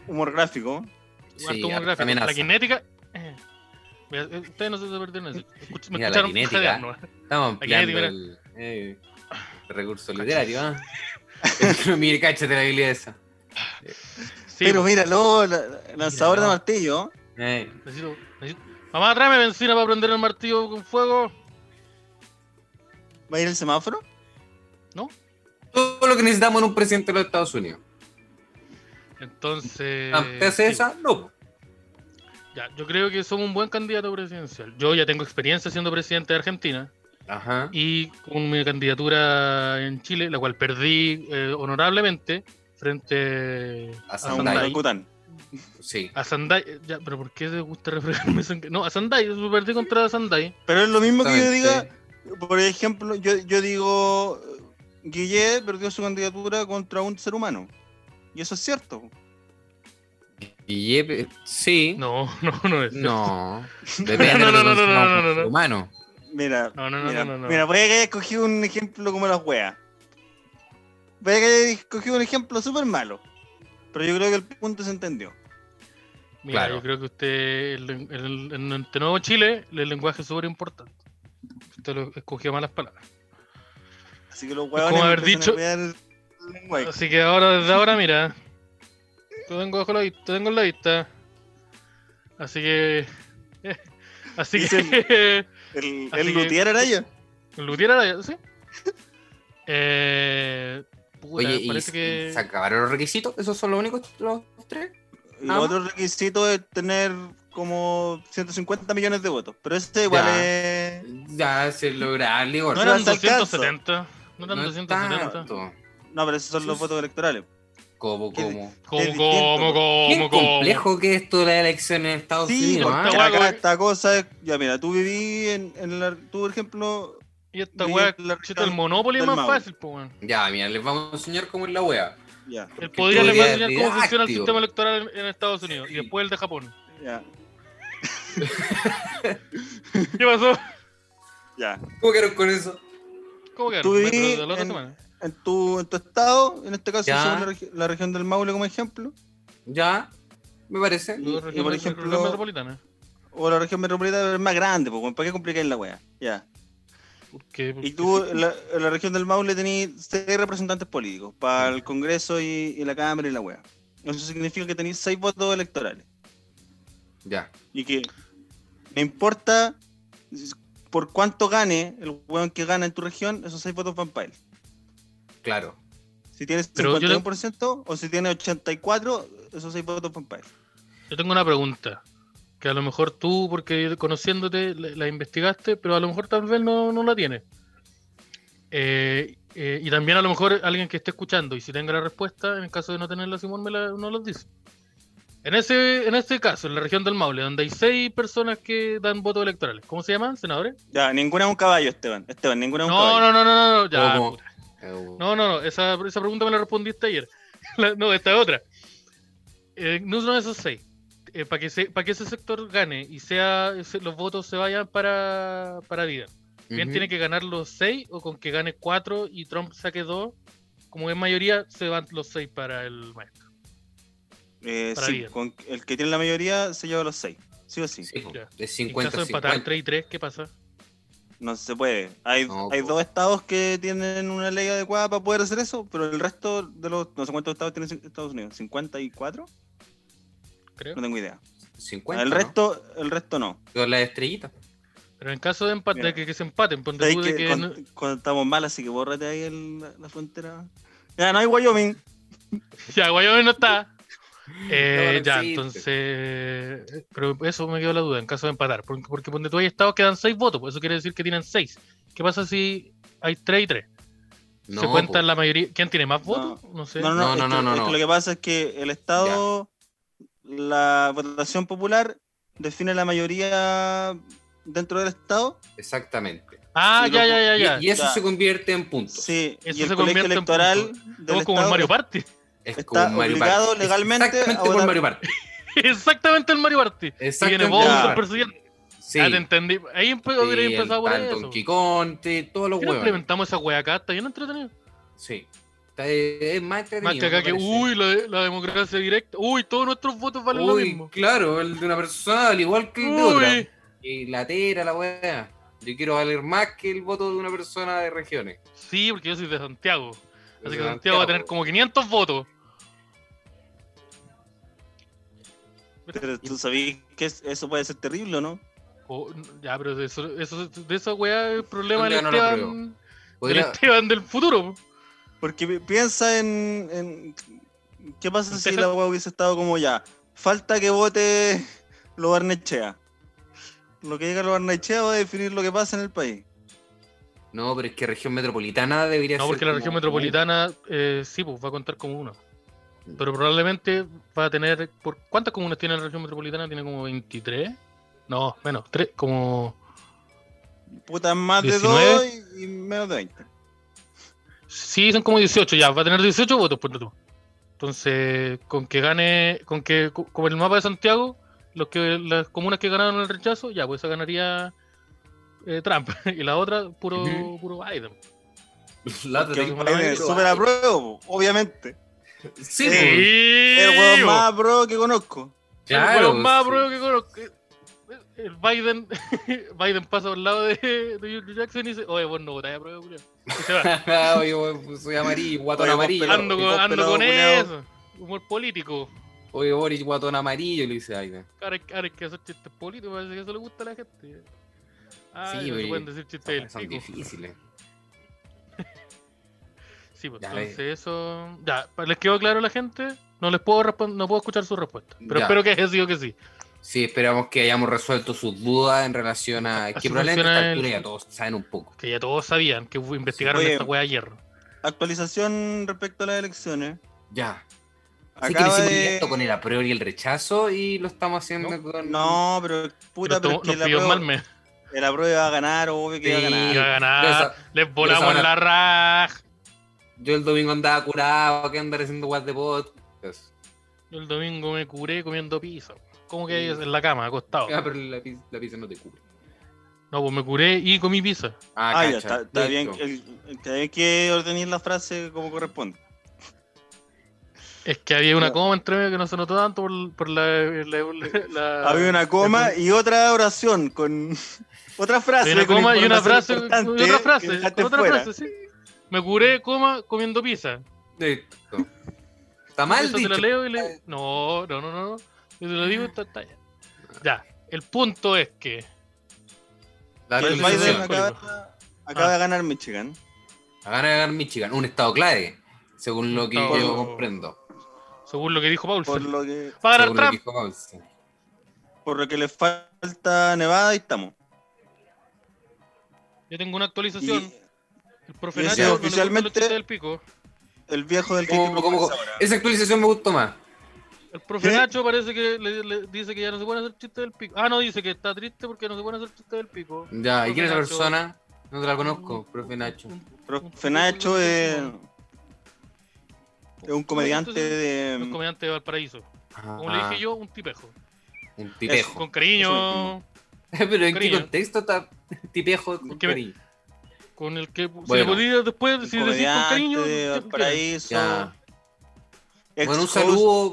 [SPEAKER 5] Humor gráfico.
[SPEAKER 3] sí,
[SPEAKER 2] harto humor
[SPEAKER 3] harta
[SPEAKER 2] gráfico.
[SPEAKER 3] amenaza.
[SPEAKER 2] la cinética eh. Mira, eh, ustedes no se perdieron eso Escuch- me
[SPEAKER 3] Mira, la
[SPEAKER 2] escucharon
[SPEAKER 3] cinética.
[SPEAKER 2] jadear, ¿no?
[SPEAKER 3] Estamos
[SPEAKER 2] Aquí hay,
[SPEAKER 3] ampliando el, eh, el recurso literario, ¿ah? Mire, cáchate la habilidad esa.
[SPEAKER 2] Sí, pues,
[SPEAKER 5] Pero mira, luego, la- la- lanzador de
[SPEAKER 2] no.
[SPEAKER 5] martillo.
[SPEAKER 3] Eh,
[SPEAKER 2] necesito- necesito- mamá tráeme benzina para prender el martillo con fuego
[SPEAKER 5] ¿Va a ir el semáforo?
[SPEAKER 3] todo lo que necesitamos en un presidente de los Estados Unidos. Ah,
[SPEAKER 2] entonces
[SPEAKER 3] ¿Te hace
[SPEAKER 2] Eh, sí.
[SPEAKER 3] esa? No.
[SPEAKER 2] Ya, yo creo que somos un buen candidato presidencial. Yo ya tengo experiencia siendo presidente de Argentina
[SPEAKER 3] Ajá.
[SPEAKER 2] y con mi candidatura en Chile, la cual perdí eh, honorablemente frente
[SPEAKER 3] A
[SPEAKER 2] a
[SPEAKER 5] A
[SPEAKER 3] Sandai.
[SPEAKER 2] Sandai.
[SPEAKER 5] orangután.
[SPEAKER 3] Sí.
[SPEAKER 2] A Sandai, eh, ya, pero ¿por qué te gusta refregarme? eso en que- No, a Sandai, yo perdí contra Sandai.
[SPEAKER 5] Pero es lo mismo que yo diga,
[SPEAKER 3] Exactamente.
[SPEAKER 5] por ejemplo, yo, yo digo, Guille perdió su candidatura contra un ser humano. Y eso es cierto.
[SPEAKER 3] Y eh, sí. No.
[SPEAKER 2] No, no, no es.
[SPEAKER 3] Depende
[SPEAKER 2] No,
[SPEAKER 3] de
[SPEAKER 2] no, no,
[SPEAKER 3] lo que
[SPEAKER 2] no,
[SPEAKER 3] consideramos
[SPEAKER 2] no, no,
[SPEAKER 3] como
[SPEAKER 2] no.
[SPEAKER 3] humano.
[SPEAKER 5] Mira,
[SPEAKER 2] No, no, no,
[SPEAKER 5] mira,
[SPEAKER 2] no, no, no.
[SPEAKER 5] mira, vaya que haya escogido un ejemplo como las weas. Vaya que haya escogido un ejemplo súper malo. Pero yo creo que el punto se entendió.
[SPEAKER 2] Mira,
[SPEAKER 3] claro.
[SPEAKER 2] yo creo que usted, el- el- en este nuevo Chile, el lenguaje es súper importante. te lo escogió malas palabras.
[SPEAKER 5] Así que los
[SPEAKER 2] como
[SPEAKER 5] huevones
[SPEAKER 2] haber dicho- Ah,
[SPEAKER 5] lenguaje.
[SPEAKER 2] Así que ahora, desde ahora, mira. Te tengo bajo la vista, te tengo en la vista. Así que. eh, Así que.
[SPEAKER 5] Dicen- El,
[SPEAKER 2] Así
[SPEAKER 5] el
[SPEAKER 2] que-
[SPEAKER 5] Lutier Araya.
[SPEAKER 2] Lutier Araya, ¿sí? Eh, puta,
[SPEAKER 3] Oye, ¿y
[SPEAKER 2] parece que.
[SPEAKER 3] se acabaron los requisitos? ¿Esos son los únicos los tres?
[SPEAKER 5] Y
[SPEAKER 3] Ah.
[SPEAKER 5] lo otro requisito es tener como 150 millones de votos. Pero ese igual
[SPEAKER 3] Ya.
[SPEAKER 5] es.
[SPEAKER 3] Ya se lograron, Igor.
[SPEAKER 2] No
[SPEAKER 5] era-
[SPEAKER 2] eran
[SPEAKER 5] no se alcanza.
[SPEAKER 2] 270. No eran
[SPEAKER 3] No es
[SPEAKER 2] 270.
[SPEAKER 3] tanto.
[SPEAKER 5] No, pero esos son los
[SPEAKER 3] Sí.
[SPEAKER 5] votos electorales.
[SPEAKER 3] ¿Cómo,
[SPEAKER 5] Qué-
[SPEAKER 3] cómo?
[SPEAKER 5] Es
[SPEAKER 2] ¿Cómo,
[SPEAKER 5] distinto,
[SPEAKER 2] cómo,
[SPEAKER 5] po.
[SPEAKER 2] cómo,
[SPEAKER 3] Qué
[SPEAKER 2] cómo?
[SPEAKER 3] complejo que es esto de las elecciones en Estados
[SPEAKER 5] Sí,
[SPEAKER 3] Unidos.
[SPEAKER 5] porque
[SPEAKER 3] ¿ah?
[SPEAKER 2] Esta weá como-
[SPEAKER 5] acá esta cosa es. Ya, mira, tú viví en, en la. Tú, por ejemplo.
[SPEAKER 2] Y esta
[SPEAKER 5] viví
[SPEAKER 2] weá,
[SPEAKER 5] en la
[SPEAKER 2] chuta, el
[SPEAKER 5] región-
[SPEAKER 2] Monopoly es
[SPEAKER 5] del
[SPEAKER 2] más
[SPEAKER 5] Maule.
[SPEAKER 2] fácil, po, weón.
[SPEAKER 3] Ya, mira, les vamos a enseñar cómo es la wea.
[SPEAKER 5] Ya,
[SPEAKER 2] El
[SPEAKER 3] Porque
[SPEAKER 2] podría les va a
[SPEAKER 3] podría
[SPEAKER 2] enseñar
[SPEAKER 3] es
[SPEAKER 2] cómo funciona el
[SPEAKER 3] didáctico.
[SPEAKER 2] sistema electoral en, en Estados Unidos y después el de Japón.
[SPEAKER 5] ya,
[SPEAKER 2] ¿Qué pasó?
[SPEAKER 5] ya.
[SPEAKER 3] ¿Cómo quedaron con eso?
[SPEAKER 2] ¿Cómo quedaron?
[SPEAKER 5] Tú
[SPEAKER 2] Me-
[SPEAKER 5] viví
[SPEAKER 2] pero de la otra
[SPEAKER 5] en-
[SPEAKER 2] semana.
[SPEAKER 5] En tu, en tu estado, en este caso,
[SPEAKER 3] Ya.
[SPEAKER 5] usamos la, regi- la región del Maule como ejemplo.
[SPEAKER 3] Ya, me parece.
[SPEAKER 5] y- y
[SPEAKER 2] Dos
[SPEAKER 5] por
[SPEAKER 2] regiones
[SPEAKER 5] ejemplo-
[SPEAKER 2] regiones metropolitanas.
[SPEAKER 5] O la región metropolitana pero es más grande, pues, weón, ¿para qué complicar la wea? Ya.
[SPEAKER 2] ¿Por qué?
[SPEAKER 5] Y tú, en la, en la región del Maule tenéis seis representantes políticos para el Congreso y, y la Cámara y la wea. Eso significa que tenéis seis votos electorales.
[SPEAKER 3] Ya.
[SPEAKER 5] Y que no importa por cuánto gane el weón que gana en tu región, esos seis votos van para él.
[SPEAKER 3] Claro.
[SPEAKER 5] Si tienes
[SPEAKER 2] Pero yo le-
[SPEAKER 5] 51% o si tienes 84, esos seis votos van para él.
[SPEAKER 2] Yo tengo una pregunta. Que a lo mejor tú, porque conociéndote, la, la investigaste, pero a lo mejor tal vez no, no la tienes. Eh, eh, y también a lo mejor alguien que esté escuchando y si tenga la respuesta, en el caso de no tenerla, Simón me la, nos los dice. En ese, en este caso, en la región del Maule, donde hay seis personas que dan votos electorales, ¿cómo se llaman, senadores?
[SPEAKER 5] Ya, ninguna es un caballo, Esteban. Esteban, ninguna es un
[SPEAKER 2] No,
[SPEAKER 5] caballo.
[SPEAKER 2] no, no, no, no, no, ya.
[SPEAKER 3] ¿Cómo?
[SPEAKER 2] puta.
[SPEAKER 3] Eh,
[SPEAKER 2] No, no, no, esa, esa pregunta me la respondiste ayer. La- no, esta es otra. Eh, no son esos seis. para, que se- pa' que ese sector gane y sea ese- los votos se vayan para, para vida. Bien, tiene que ganar los seis o con que gane cuatro y Trump saque dos. Como es mayoría, se van los seis para el maestro.
[SPEAKER 5] Eh,
[SPEAKER 2] Para
[SPEAKER 5] sí,
[SPEAKER 2] bien.
[SPEAKER 5] con el que tiene la mayoría se lleva los seis. Sí o sí.
[SPEAKER 2] Ya.
[SPEAKER 3] de
[SPEAKER 2] En caso de
[SPEAKER 3] 50
[SPEAKER 2] empatar
[SPEAKER 3] 50.
[SPEAKER 2] 3 y 3, ¿qué pasa?
[SPEAKER 5] No se puede. Hay,
[SPEAKER 3] No,
[SPEAKER 5] hay
[SPEAKER 3] po.
[SPEAKER 5] dos estados que tienen una ley adecuada para poder hacer eso, pero el resto de los. No sé cuántos estados tiene Estados Unidos. ¿54?
[SPEAKER 2] Creo.
[SPEAKER 5] No tengo idea.
[SPEAKER 3] 50,
[SPEAKER 5] el
[SPEAKER 3] ¿no?
[SPEAKER 5] resto, el resto no.
[SPEAKER 3] Con las estrellitas.
[SPEAKER 2] Pero en caso de empate,
[SPEAKER 5] Mira.
[SPEAKER 2] que, que se empaten, ponte
[SPEAKER 5] Sabéis
[SPEAKER 2] tú de
[SPEAKER 5] que
[SPEAKER 2] que
[SPEAKER 5] con-
[SPEAKER 2] no-
[SPEAKER 5] contamos mal, así que bórrate ahí el- la frontera. Ya, no hay Wyoming.
[SPEAKER 2] Ya, Wyoming no está. Eh,
[SPEAKER 3] No, no
[SPEAKER 2] ya,
[SPEAKER 3] existe.
[SPEAKER 2] entonces. Pero eso me quedó la duda en caso de empatar. Porque, porque donde tú hay estados quedan seis votos, pues eso quiere decir que tienen seis. ¿Qué pasa si hay tres y tres?
[SPEAKER 3] No, pues.
[SPEAKER 2] ¿Se cuentan
[SPEAKER 3] po.
[SPEAKER 2] la mayoría? ¿Quién tiene más votos? No, sé.
[SPEAKER 5] No, no,
[SPEAKER 3] No,
[SPEAKER 5] no.
[SPEAKER 3] no, no,
[SPEAKER 5] es que-
[SPEAKER 3] no,
[SPEAKER 5] es que
[SPEAKER 3] no.
[SPEAKER 5] lo que pasa es que el Estado, la votación popular, define la mayoría dentro del Estado.
[SPEAKER 3] Exactamente.
[SPEAKER 2] Ah,
[SPEAKER 5] sí,
[SPEAKER 2] ya,
[SPEAKER 5] loco.
[SPEAKER 2] ya,
[SPEAKER 3] Y,
[SPEAKER 2] ya, ya.
[SPEAKER 3] y eso
[SPEAKER 5] ya.
[SPEAKER 3] se convierte en puntos.
[SPEAKER 5] Sí,
[SPEAKER 2] Eso
[SPEAKER 5] y el
[SPEAKER 2] se
[SPEAKER 5] colegio
[SPEAKER 2] convierte en
[SPEAKER 5] electoral del
[SPEAKER 2] Estamos como el
[SPEAKER 5] Estado
[SPEAKER 2] Mario Party.
[SPEAKER 3] Es
[SPEAKER 5] Está
[SPEAKER 3] como un Mario
[SPEAKER 5] obligado
[SPEAKER 3] Party. Es
[SPEAKER 5] legalmente a
[SPEAKER 3] Exactamente como
[SPEAKER 5] votar.
[SPEAKER 3] el Mario Party.
[SPEAKER 2] Exactamente el Mario Party. Y viene
[SPEAKER 3] Exactamente.
[SPEAKER 5] Bowser,
[SPEAKER 2] vos,
[SPEAKER 5] Ya.
[SPEAKER 2] presidente.
[SPEAKER 3] Sí.
[SPEAKER 2] Ah, te entendí. Ahí empe-
[SPEAKER 3] Sí,
[SPEAKER 2] hubiera
[SPEAKER 3] el
[SPEAKER 2] empezado por
[SPEAKER 3] tal
[SPEAKER 2] eso.
[SPEAKER 3] Donkey Kong, te- todos los
[SPEAKER 2] ¿Por qué no
[SPEAKER 3] huevos.
[SPEAKER 2] implementamos esa wea acá? Está bien entretenido.
[SPEAKER 3] Sí. Está- eh, es más entretenido.
[SPEAKER 2] Más que acá
[SPEAKER 3] me
[SPEAKER 2] que,
[SPEAKER 3] parece.
[SPEAKER 2] uy, la, la democracia directa. Uy, todos nuestros votos valen lo
[SPEAKER 3] Uy,
[SPEAKER 2] mismo.
[SPEAKER 3] claro, el de una persona al igual que el de
[SPEAKER 2] Uy.
[SPEAKER 3] otra. Y latera la weá. Yo quiero valer más que el voto de una persona de regiones.
[SPEAKER 2] Sí, porque yo soy de Santiago. Así que
[SPEAKER 3] De
[SPEAKER 2] Santiago va a tener como 500 votos.
[SPEAKER 5] Pero tú sabías que es- eso puede ser terrible, ¿o ¿no?
[SPEAKER 2] O- ya, pero de, eso, eso- de esa weá el problema del
[SPEAKER 3] Santiago no lo
[SPEAKER 2] Esteban, del,
[SPEAKER 3] Podría-
[SPEAKER 2] Esteban del futuro.
[SPEAKER 5] Porque pi- piensa en, en- qué pasa si
[SPEAKER 2] Ustedes-
[SPEAKER 5] la agua hubiese estado como ya. Falta que vote lo Barnechea. Lo que diga lo Barnechea va a definir lo que pasa en el país.
[SPEAKER 3] No, pero es que región metropolitana debería ser.
[SPEAKER 2] No, porque la
[SPEAKER 3] como-
[SPEAKER 2] región metropolitana, eh, sí, pues va a contar como una. Pero probablemente va a tener. Por, ¿Cuántas comunas tiene la región metropolitana? ¿Tiene como 23? No, menos, tres, como.
[SPEAKER 5] Puta, más de
[SPEAKER 2] 19.
[SPEAKER 5] dos y, y menos de 20.
[SPEAKER 2] Sí, son como 18 ya, va a tener 18 votos, ponte tú. Entonces, con que gane, con que co- como el mapa de Santiago, los que las comunas que ganaron el rechazo, ya, pues esa ganaría eh, Trump. Y la otra, puro,
[SPEAKER 3] Ujú.
[SPEAKER 2] puro Biden.
[SPEAKER 3] La
[SPEAKER 2] Porque Biden
[SPEAKER 3] otra región
[SPEAKER 5] Biden
[SPEAKER 3] metropolitana.
[SPEAKER 5] es súper apruebo, obviamente.
[SPEAKER 3] Sí,
[SPEAKER 5] Sí,
[SPEAKER 3] pues,
[SPEAKER 5] El
[SPEAKER 2] El
[SPEAKER 5] hueón más apruebo que conozco.
[SPEAKER 2] el hueón
[SPEAKER 3] claro,
[SPEAKER 2] más
[SPEAKER 3] sí.
[SPEAKER 2] apruebo que conozco. el Biden, Biden pasa por el lado de, de Andrew Jackson y dice, oye, vos no votáis a prueba, culiao". Y se va.
[SPEAKER 3] Oye, weón, soy amarillo, guatón
[SPEAKER 5] Oye, vos
[SPEAKER 3] amarillo.
[SPEAKER 5] pelado.
[SPEAKER 2] Ando con,
[SPEAKER 5] vos
[SPEAKER 2] ando
[SPEAKER 5] pelado,
[SPEAKER 2] con
[SPEAKER 5] culiao.
[SPEAKER 2] eso. Humor político.
[SPEAKER 3] Oye, Boris, guatón amarillo, le dice Biden.
[SPEAKER 2] Ahora, hay- ahora hay que hacer chistes políticos, parece que eso le gusta a la gente. Ah,
[SPEAKER 3] Sí,
[SPEAKER 2] no se
[SPEAKER 3] pero-
[SPEAKER 2] pueden decir chistes
[SPEAKER 3] Son
[SPEAKER 2] del pico.
[SPEAKER 3] difíciles.
[SPEAKER 2] Sí, pues,
[SPEAKER 3] Ya, eh.
[SPEAKER 2] entonces eso. Ya, pa- ¿les quedó claro a la gente? No les puedo respon- no puedo escuchar su respuesta. Pero
[SPEAKER 3] Ya.
[SPEAKER 2] espero que haya sido que sí.
[SPEAKER 3] Sí, esperamos que hayamos resuelto sus dudas en relación a.
[SPEAKER 2] Así
[SPEAKER 3] que probablemente a
[SPEAKER 2] funciona
[SPEAKER 3] esta altura
[SPEAKER 2] el-
[SPEAKER 3] ya todos saben un poco.
[SPEAKER 2] Que ya todos sabían que fu- investigaron
[SPEAKER 5] Oye.
[SPEAKER 2] esta wea ayer.
[SPEAKER 5] Actualización respecto a las elecciones.
[SPEAKER 3] Ya. Así que le
[SPEAKER 5] Acaba
[SPEAKER 3] hicimos
[SPEAKER 5] de...
[SPEAKER 3] directo con el a priori y el rechazo y lo estamos haciendo con.
[SPEAKER 5] No, pero
[SPEAKER 2] Pero
[SPEAKER 5] puta, pero,
[SPEAKER 2] esto-
[SPEAKER 5] es que
[SPEAKER 2] nos
[SPEAKER 5] la
[SPEAKER 2] pidió
[SPEAKER 5] prueba,
[SPEAKER 2] Malme.
[SPEAKER 5] la prueba va a ganar, obvio que va a
[SPEAKER 3] Sí.
[SPEAKER 2] Y
[SPEAKER 5] ganar.
[SPEAKER 2] va a ganar.
[SPEAKER 3] Esa-
[SPEAKER 2] Les volamos
[SPEAKER 3] esa-
[SPEAKER 2] la raja.
[SPEAKER 3] Yo el domingo andaba curado, que andar haciendo guas de Pues, podcast.
[SPEAKER 2] Yo el domingo me curé comiendo pizza. ¿Cómo que
[SPEAKER 3] Sí.
[SPEAKER 2] en la cama, acostado?
[SPEAKER 3] Ah, pero la, pi- la pizza no te cubre.
[SPEAKER 2] No, pues me curé y comí pizza.
[SPEAKER 3] Ah,
[SPEAKER 5] Ah,
[SPEAKER 3] cacha,
[SPEAKER 5] ya, está, está bien,
[SPEAKER 3] listo.
[SPEAKER 5] el- está bien que ordenéis la frase como corresponde.
[SPEAKER 2] Es que había una
[SPEAKER 5] Ya.
[SPEAKER 2] coma entre medio que no se notó tanto por, por la, la- la-
[SPEAKER 5] Había una coma y otra oración con otra frase.
[SPEAKER 2] Hay pues. una
[SPEAKER 5] con
[SPEAKER 2] coma y una frase,
[SPEAKER 5] información
[SPEAKER 2] y
[SPEAKER 5] importante
[SPEAKER 2] otra frase,
[SPEAKER 5] que dejaste
[SPEAKER 2] con otra
[SPEAKER 5] fuera.
[SPEAKER 2] frase, sí. Me curé, coma, comiendo pizza.
[SPEAKER 3] Listo. Está mal
[SPEAKER 2] Eso te
[SPEAKER 3] dicho.
[SPEAKER 2] lo leo y le... No, no, no, no. no. Yo te lo digo, está, está ya. Ya, el punto es que...
[SPEAKER 3] La
[SPEAKER 5] El
[SPEAKER 2] Dale,
[SPEAKER 5] Biden
[SPEAKER 2] sí,
[SPEAKER 3] actualización.
[SPEAKER 5] acaba, acaba
[SPEAKER 2] Ah.
[SPEAKER 5] de ganar Michigan.
[SPEAKER 3] A ganar, a ganar Michigan. Un estado clave, según lo que
[SPEAKER 2] Por-
[SPEAKER 3] yo comprendo.
[SPEAKER 2] Según lo que dijo
[SPEAKER 5] Por
[SPEAKER 2] Paulsen,
[SPEAKER 5] lo que,
[SPEAKER 2] va a ganar
[SPEAKER 3] Según lo que
[SPEAKER 2] Trump.
[SPEAKER 3] dijo Paulsen.
[SPEAKER 5] por lo que le falta Nevada y estamos.
[SPEAKER 2] Yo tengo una
[SPEAKER 5] Y
[SPEAKER 2] actualización. El profe
[SPEAKER 5] y
[SPEAKER 2] Nacho
[SPEAKER 5] ese
[SPEAKER 2] no le gustan los
[SPEAKER 5] oficialmente-
[SPEAKER 2] chistes del pico.
[SPEAKER 5] el viejo del que
[SPEAKER 3] ¿Cómo- cómo- cómo? Esa actualización me gustó más.
[SPEAKER 2] El profe
[SPEAKER 5] ¿Qué?
[SPEAKER 2] Nacho parece que le, le dice que ya no se pueden hacer chistes del pico. Ah, no, dice que está triste porque no se pueden hacer chistes del pico.
[SPEAKER 3] Ya, ¿y
[SPEAKER 2] Profe
[SPEAKER 3] quién es la
[SPEAKER 2] Nacho.
[SPEAKER 3] persona? No te la conozco, profe Nacho.
[SPEAKER 5] Profe Nacho es, es un comediante
[SPEAKER 2] Un
[SPEAKER 5] de.
[SPEAKER 2] comediante de Valparaíso.
[SPEAKER 3] Ah,
[SPEAKER 2] Como le dije yo, un tipejo.
[SPEAKER 3] Un tipejo.
[SPEAKER 2] Con cariño.
[SPEAKER 5] Eso
[SPEAKER 3] Pero ¿en qué
[SPEAKER 2] cariño.
[SPEAKER 3] contexto está tipejo? con
[SPEAKER 2] ¿Qué-
[SPEAKER 3] cariño?
[SPEAKER 2] Con el que si le
[SPEAKER 3] Bueno.
[SPEAKER 2] podía después,
[SPEAKER 5] Un
[SPEAKER 2] si decís con cariño.
[SPEAKER 5] comediante de
[SPEAKER 2] ¿qué- qué-
[SPEAKER 5] Valparaíso.
[SPEAKER 3] Ya.
[SPEAKER 5] ex
[SPEAKER 3] Bueno, un
[SPEAKER 5] host-
[SPEAKER 3] saludo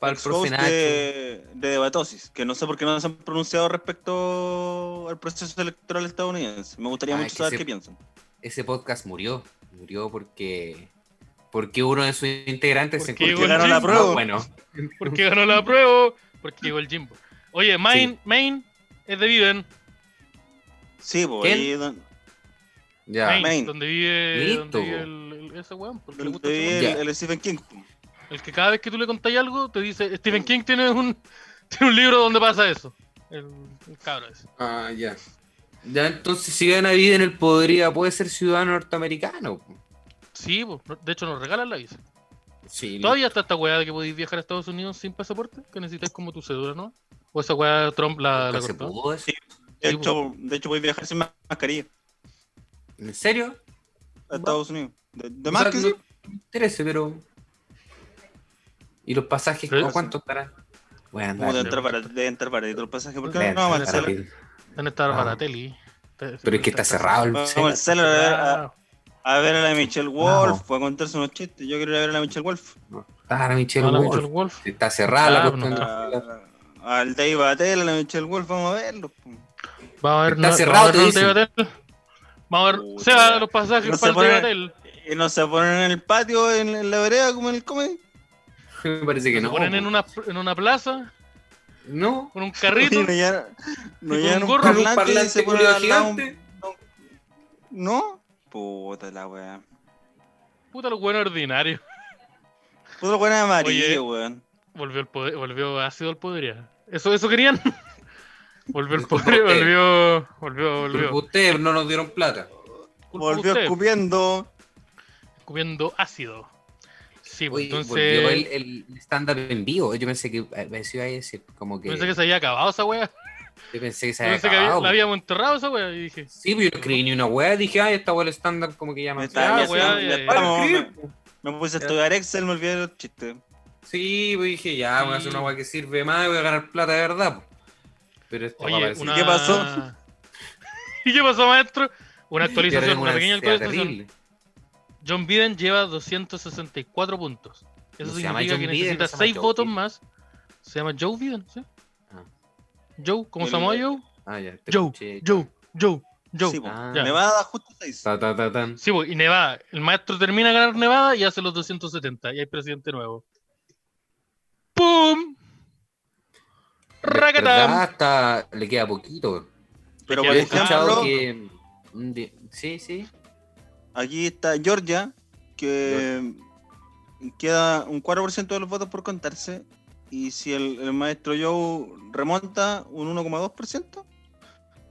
[SPEAKER 3] para el
[SPEAKER 5] ex
[SPEAKER 3] profe
[SPEAKER 5] host
[SPEAKER 3] Nacho.
[SPEAKER 5] de, de Debatosis, que no sé por qué no se han pronunciado respecto al proceso electoral estadounidense. Me gustaría
[SPEAKER 3] Ah,
[SPEAKER 5] mucho
[SPEAKER 3] que
[SPEAKER 5] saber
[SPEAKER 3] se-
[SPEAKER 5] qué piensan.
[SPEAKER 3] Ese podcast murió. Murió porque. Porque uno de sus integrantes
[SPEAKER 2] Porque
[SPEAKER 3] se encontró
[SPEAKER 2] llegó el
[SPEAKER 3] con-
[SPEAKER 5] Jimbo.
[SPEAKER 3] Ah, Bueno,
[SPEAKER 2] Porque ganó la prueba. Porque llegó el Jimbo. Oye, Main, Main es de Viven.
[SPEAKER 5] Sí, po,
[SPEAKER 3] ¿Quién?
[SPEAKER 5] ahí don-
[SPEAKER 3] ya.
[SPEAKER 2] Main,
[SPEAKER 5] Main.
[SPEAKER 2] donde vive,
[SPEAKER 3] Listo,
[SPEAKER 2] donde vive
[SPEAKER 3] po.
[SPEAKER 2] el, el- ese weón. Porque le
[SPEAKER 5] donde
[SPEAKER 2] gusta ese
[SPEAKER 5] vi
[SPEAKER 2] weón.
[SPEAKER 5] el,
[SPEAKER 3] Ya.
[SPEAKER 5] el Stephen King. pues. po.
[SPEAKER 2] El que cada vez que tú le contáis algo, te dice: Stephen King tiene un, tiene un libro donde pasa eso. El, el cabro ese.
[SPEAKER 3] Ah, ya. Ya, entonces si gana vida en el podría, puede ser ciudadano norteamericano.
[SPEAKER 2] Sí, po. No- de hecho nos regalan la visa.
[SPEAKER 3] Sí,
[SPEAKER 2] ¿Todavía está esta weá de que podéis viajar a Estados Unidos sin pasaporte? Que necesitáis como tu cédula, ¿no? O esa weá Trump la, la
[SPEAKER 3] se
[SPEAKER 2] cortó.
[SPEAKER 3] pudo eso.
[SPEAKER 5] De,
[SPEAKER 3] pues.
[SPEAKER 2] Sí, po.
[SPEAKER 5] hecho, de hecho, voy a viajar sin ma- mascarilla
[SPEAKER 3] ¿En serio?
[SPEAKER 5] a Estados Unidos. De, de
[SPEAKER 3] O
[SPEAKER 5] más
[SPEAKER 3] sea,
[SPEAKER 5] que
[SPEAKER 3] no
[SPEAKER 5] sí.
[SPEAKER 3] me interesa, pero. ¿Y los pasajes?
[SPEAKER 2] Pero-
[SPEAKER 3] ¿A cuánto estarán? Voy a
[SPEAKER 5] Como
[SPEAKER 3] andar.
[SPEAKER 5] de
[SPEAKER 2] Dale.
[SPEAKER 5] entrar para, de entrar para el pasaje.
[SPEAKER 3] voy
[SPEAKER 5] ¿Por
[SPEAKER 3] a
[SPEAKER 5] qué no
[SPEAKER 3] entrar
[SPEAKER 5] vamos al celular?
[SPEAKER 3] rápido.
[SPEAKER 2] Deben estar
[SPEAKER 3] Ah.
[SPEAKER 2] para tele.
[SPEAKER 3] Pero es que está cerrado el
[SPEAKER 5] Vamos
[SPEAKER 3] centro.
[SPEAKER 5] al celular a
[SPEAKER 2] Ah.
[SPEAKER 5] ver a- a, ver a la Michelle Wolf, a contarse unos chistes. Yo quiero ir a ver a la Michelle Wolf.
[SPEAKER 3] Ah, la Michelle
[SPEAKER 2] Ah, la
[SPEAKER 3] Wolf.
[SPEAKER 2] Michelle Wolf.
[SPEAKER 3] Está cerrada la
[SPEAKER 2] Ah,
[SPEAKER 3] cuestión.
[SPEAKER 2] no.
[SPEAKER 5] A- Al Dave Batel, a la Michelle Wolf, vamos a verlo. po.
[SPEAKER 2] Vamos a ver,
[SPEAKER 3] Está
[SPEAKER 2] no-
[SPEAKER 3] cerrado,
[SPEAKER 2] vamos a ver
[SPEAKER 3] te
[SPEAKER 2] no te va a tel. Vamos a ver,
[SPEAKER 5] Puta
[SPEAKER 2] se
[SPEAKER 5] la-
[SPEAKER 2] va los pasajes
[SPEAKER 5] No se
[SPEAKER 2] para el
[SPEAKER 5] puede.
[SPEAKER 2] Tibatel.
[SPEAKER 5] Y no se ponen en el patio, en, en la vereda, como en el comedy.
[SPEAKER 3] Me parece que
[SPEAKER 2] Se
[SPEAKER 3] no.
[SPEAKER 2] ponen en una, en una plaza
[SPEAKER 3] No.
[SPEAKER 2] con un
[SPEAKER 5] Y
[SPEAKER 2] carrito.
[SPEAKER 5] no llevan, no
[SPEAKER 2] Y con
[SPEAKER 5] llevan
[SPEAKER 2] un
[SPEAKER 5] un,
[SPEAKER 2] gorro.
[SPEAKER 5] parlante,
[SPEAKER 3] Con un
[SPEAKER 5] y
[SPEAKER 3] parlante
[SPEAKER 5] se ponen al lado.
[SPEAKER 3] gigante.
[SPEAKER 5] un- ¿No? Puta la weá.
[SPEAKER 2] Puta los buenos ordinarios.
[SPEAKER 5] Puta la weá
[SPEAKER 2] Oye.
[SPEAKER 5] amarillo, weón.
[SPEAKER 2] Volvió el poder, volvió ácido al poder. ¿Eso, eso querían? Volvió el
[SPEAKER 3] Disculpa
[SPEAKER 2] poder,
[SPEAKER 3] eh. usted.
[SPEAKER 2] volvió, volvió, volvió.
[SPEAKER 3] Ustedes no nos dieron plata.
[SPEAKER 2] Culpa
[SPEAKER 5] Volvió
[SPEAKER 2] usted.
[SPEAKER 5] escupiendo.
[SPEAKER 2] comiendo ácido. Sí, pues,
[SPEAKER 3] Oye,
[SPEAKER 2] entonces
[SPEAKER 3] volvió el, el stand-up en vivo. Yo pensé que eh, me iba a decir como que.
[SPEAKER 2] pensé que se había acabado esa wea.
[SPEAKER 3] Yo pensé que se pues.
[SPEAKER 2] Yo pensé
[SPEAKER 3] había
[SPEAKER 2] que había-
[SPEAKER 3] acabado.
[SPEAKER 2] la habíamos enterrado esa wea y dije,
[SPEAKER 3] Sí, pero yo no escribí ni una weá. Dije, ay, esta weá el stand-up como que ya no
[SPEAKER 5] Me
[SPEAKER 3] se
[SPEAKER 5] estaba-
[SPEAKER 2] Ah,
[SPEAKER 5] me
[SPEAKER 3] hace.
[SPEAKER 2] weá,
[SPEAKER 5] hacía-
[SPEAKER 2] ya,
[SPEAKER 5] me
[SPEAKER 2] ya.
[SPEAKER 5] estaba-
[SPEAKER 3] Para
[SPEAKER 5] me-
[SPEAKER 3] escribir,
[SPEAKER 5] Me puse a estudiar Excel, me olvidé los chistes.
[SPEAKER 3] Sí, pues dije, ya, voy a hacer una weá que sirve más y voy a ganar plata de verdad. po. Pero esto va a
[SPEAKER 2] oye,
[SPEAKER 3] parecer-
[SPEAKER 2] una...
[SPEAKER 5] ¿Y qué pasó?
[SPEAKER 2] ¿Y qué pasó, maestro? Una
[SPEAKER 3] Y ahora
[SPEAKER 2] actualización,
[SPEAKER 3] tengo
[SPEAKER 2] una pequeña
[SPEAKER 3] ansiedad
[SPEAKER 2] actualización.
[SPEAKER 3] terrible.
[SPEAKER 2] John Biden lleva 264 puntos. Eso
[SPEAKER 3] No se llama
[SPEAKER 2] significa
[SPEAKER 3] John
[SPEAKER 2] que
[SPEAKER 3] Biden,
[SPEAKER 2] necesita
[SPEAKER 3] se llama
[SPEAKER 2] 6
[SPEAKER 3] Joe
[SPEAKER 2] votos
[SPEAKER 3] Biden.
[SPEAKER 2] más. Se llama Joe Biden, ¿sí?
[SPEAKER 3] Ah.
[SPEAKER 2] Joe, ¿cómo se llama
[SPEAKER 5] El-
[SPEAKER 2] Joe?
[SPEAKER 3] Ah, ya. te
[SPEAKER 2] Joe,
[SPEAKER 3] escuché.
[SPEAKER 2] Joe, Joe, Joe.
[SPEAKER 5] Sí, po.
[SPEAKER 3] Ah.
[SPEAKER 5] Nevada justo 6.
[SPEAKER 3] Ta, ta, ta, tan.
[SPEAKER 2] Sí, po, y Nevada. El maestro termina de ganar Nevada y hace los 270. Y hay presidente nuevo. ¡Pum!
[SPEAKER 3] ¿Verdad?
[SPEAKER 2] ¡Racatam!
[SPEAKER 3] Hasta le queda poquito.
[SPEAKER 5] Pero
[SPEAKER 2] Ya
[SPEAKER 5] por
[SPEAKER 3] He
[SPEAKER 2] había
[SPEAKER 5] ejemplo,
[SPEAKER 3] escuchado que. un di- Sí, sí.
[SPEAKER 5] aquí está Georgia, que queda un 4% de los votos por contarse. Y si el, el maestro Joe remonta un 1,2%,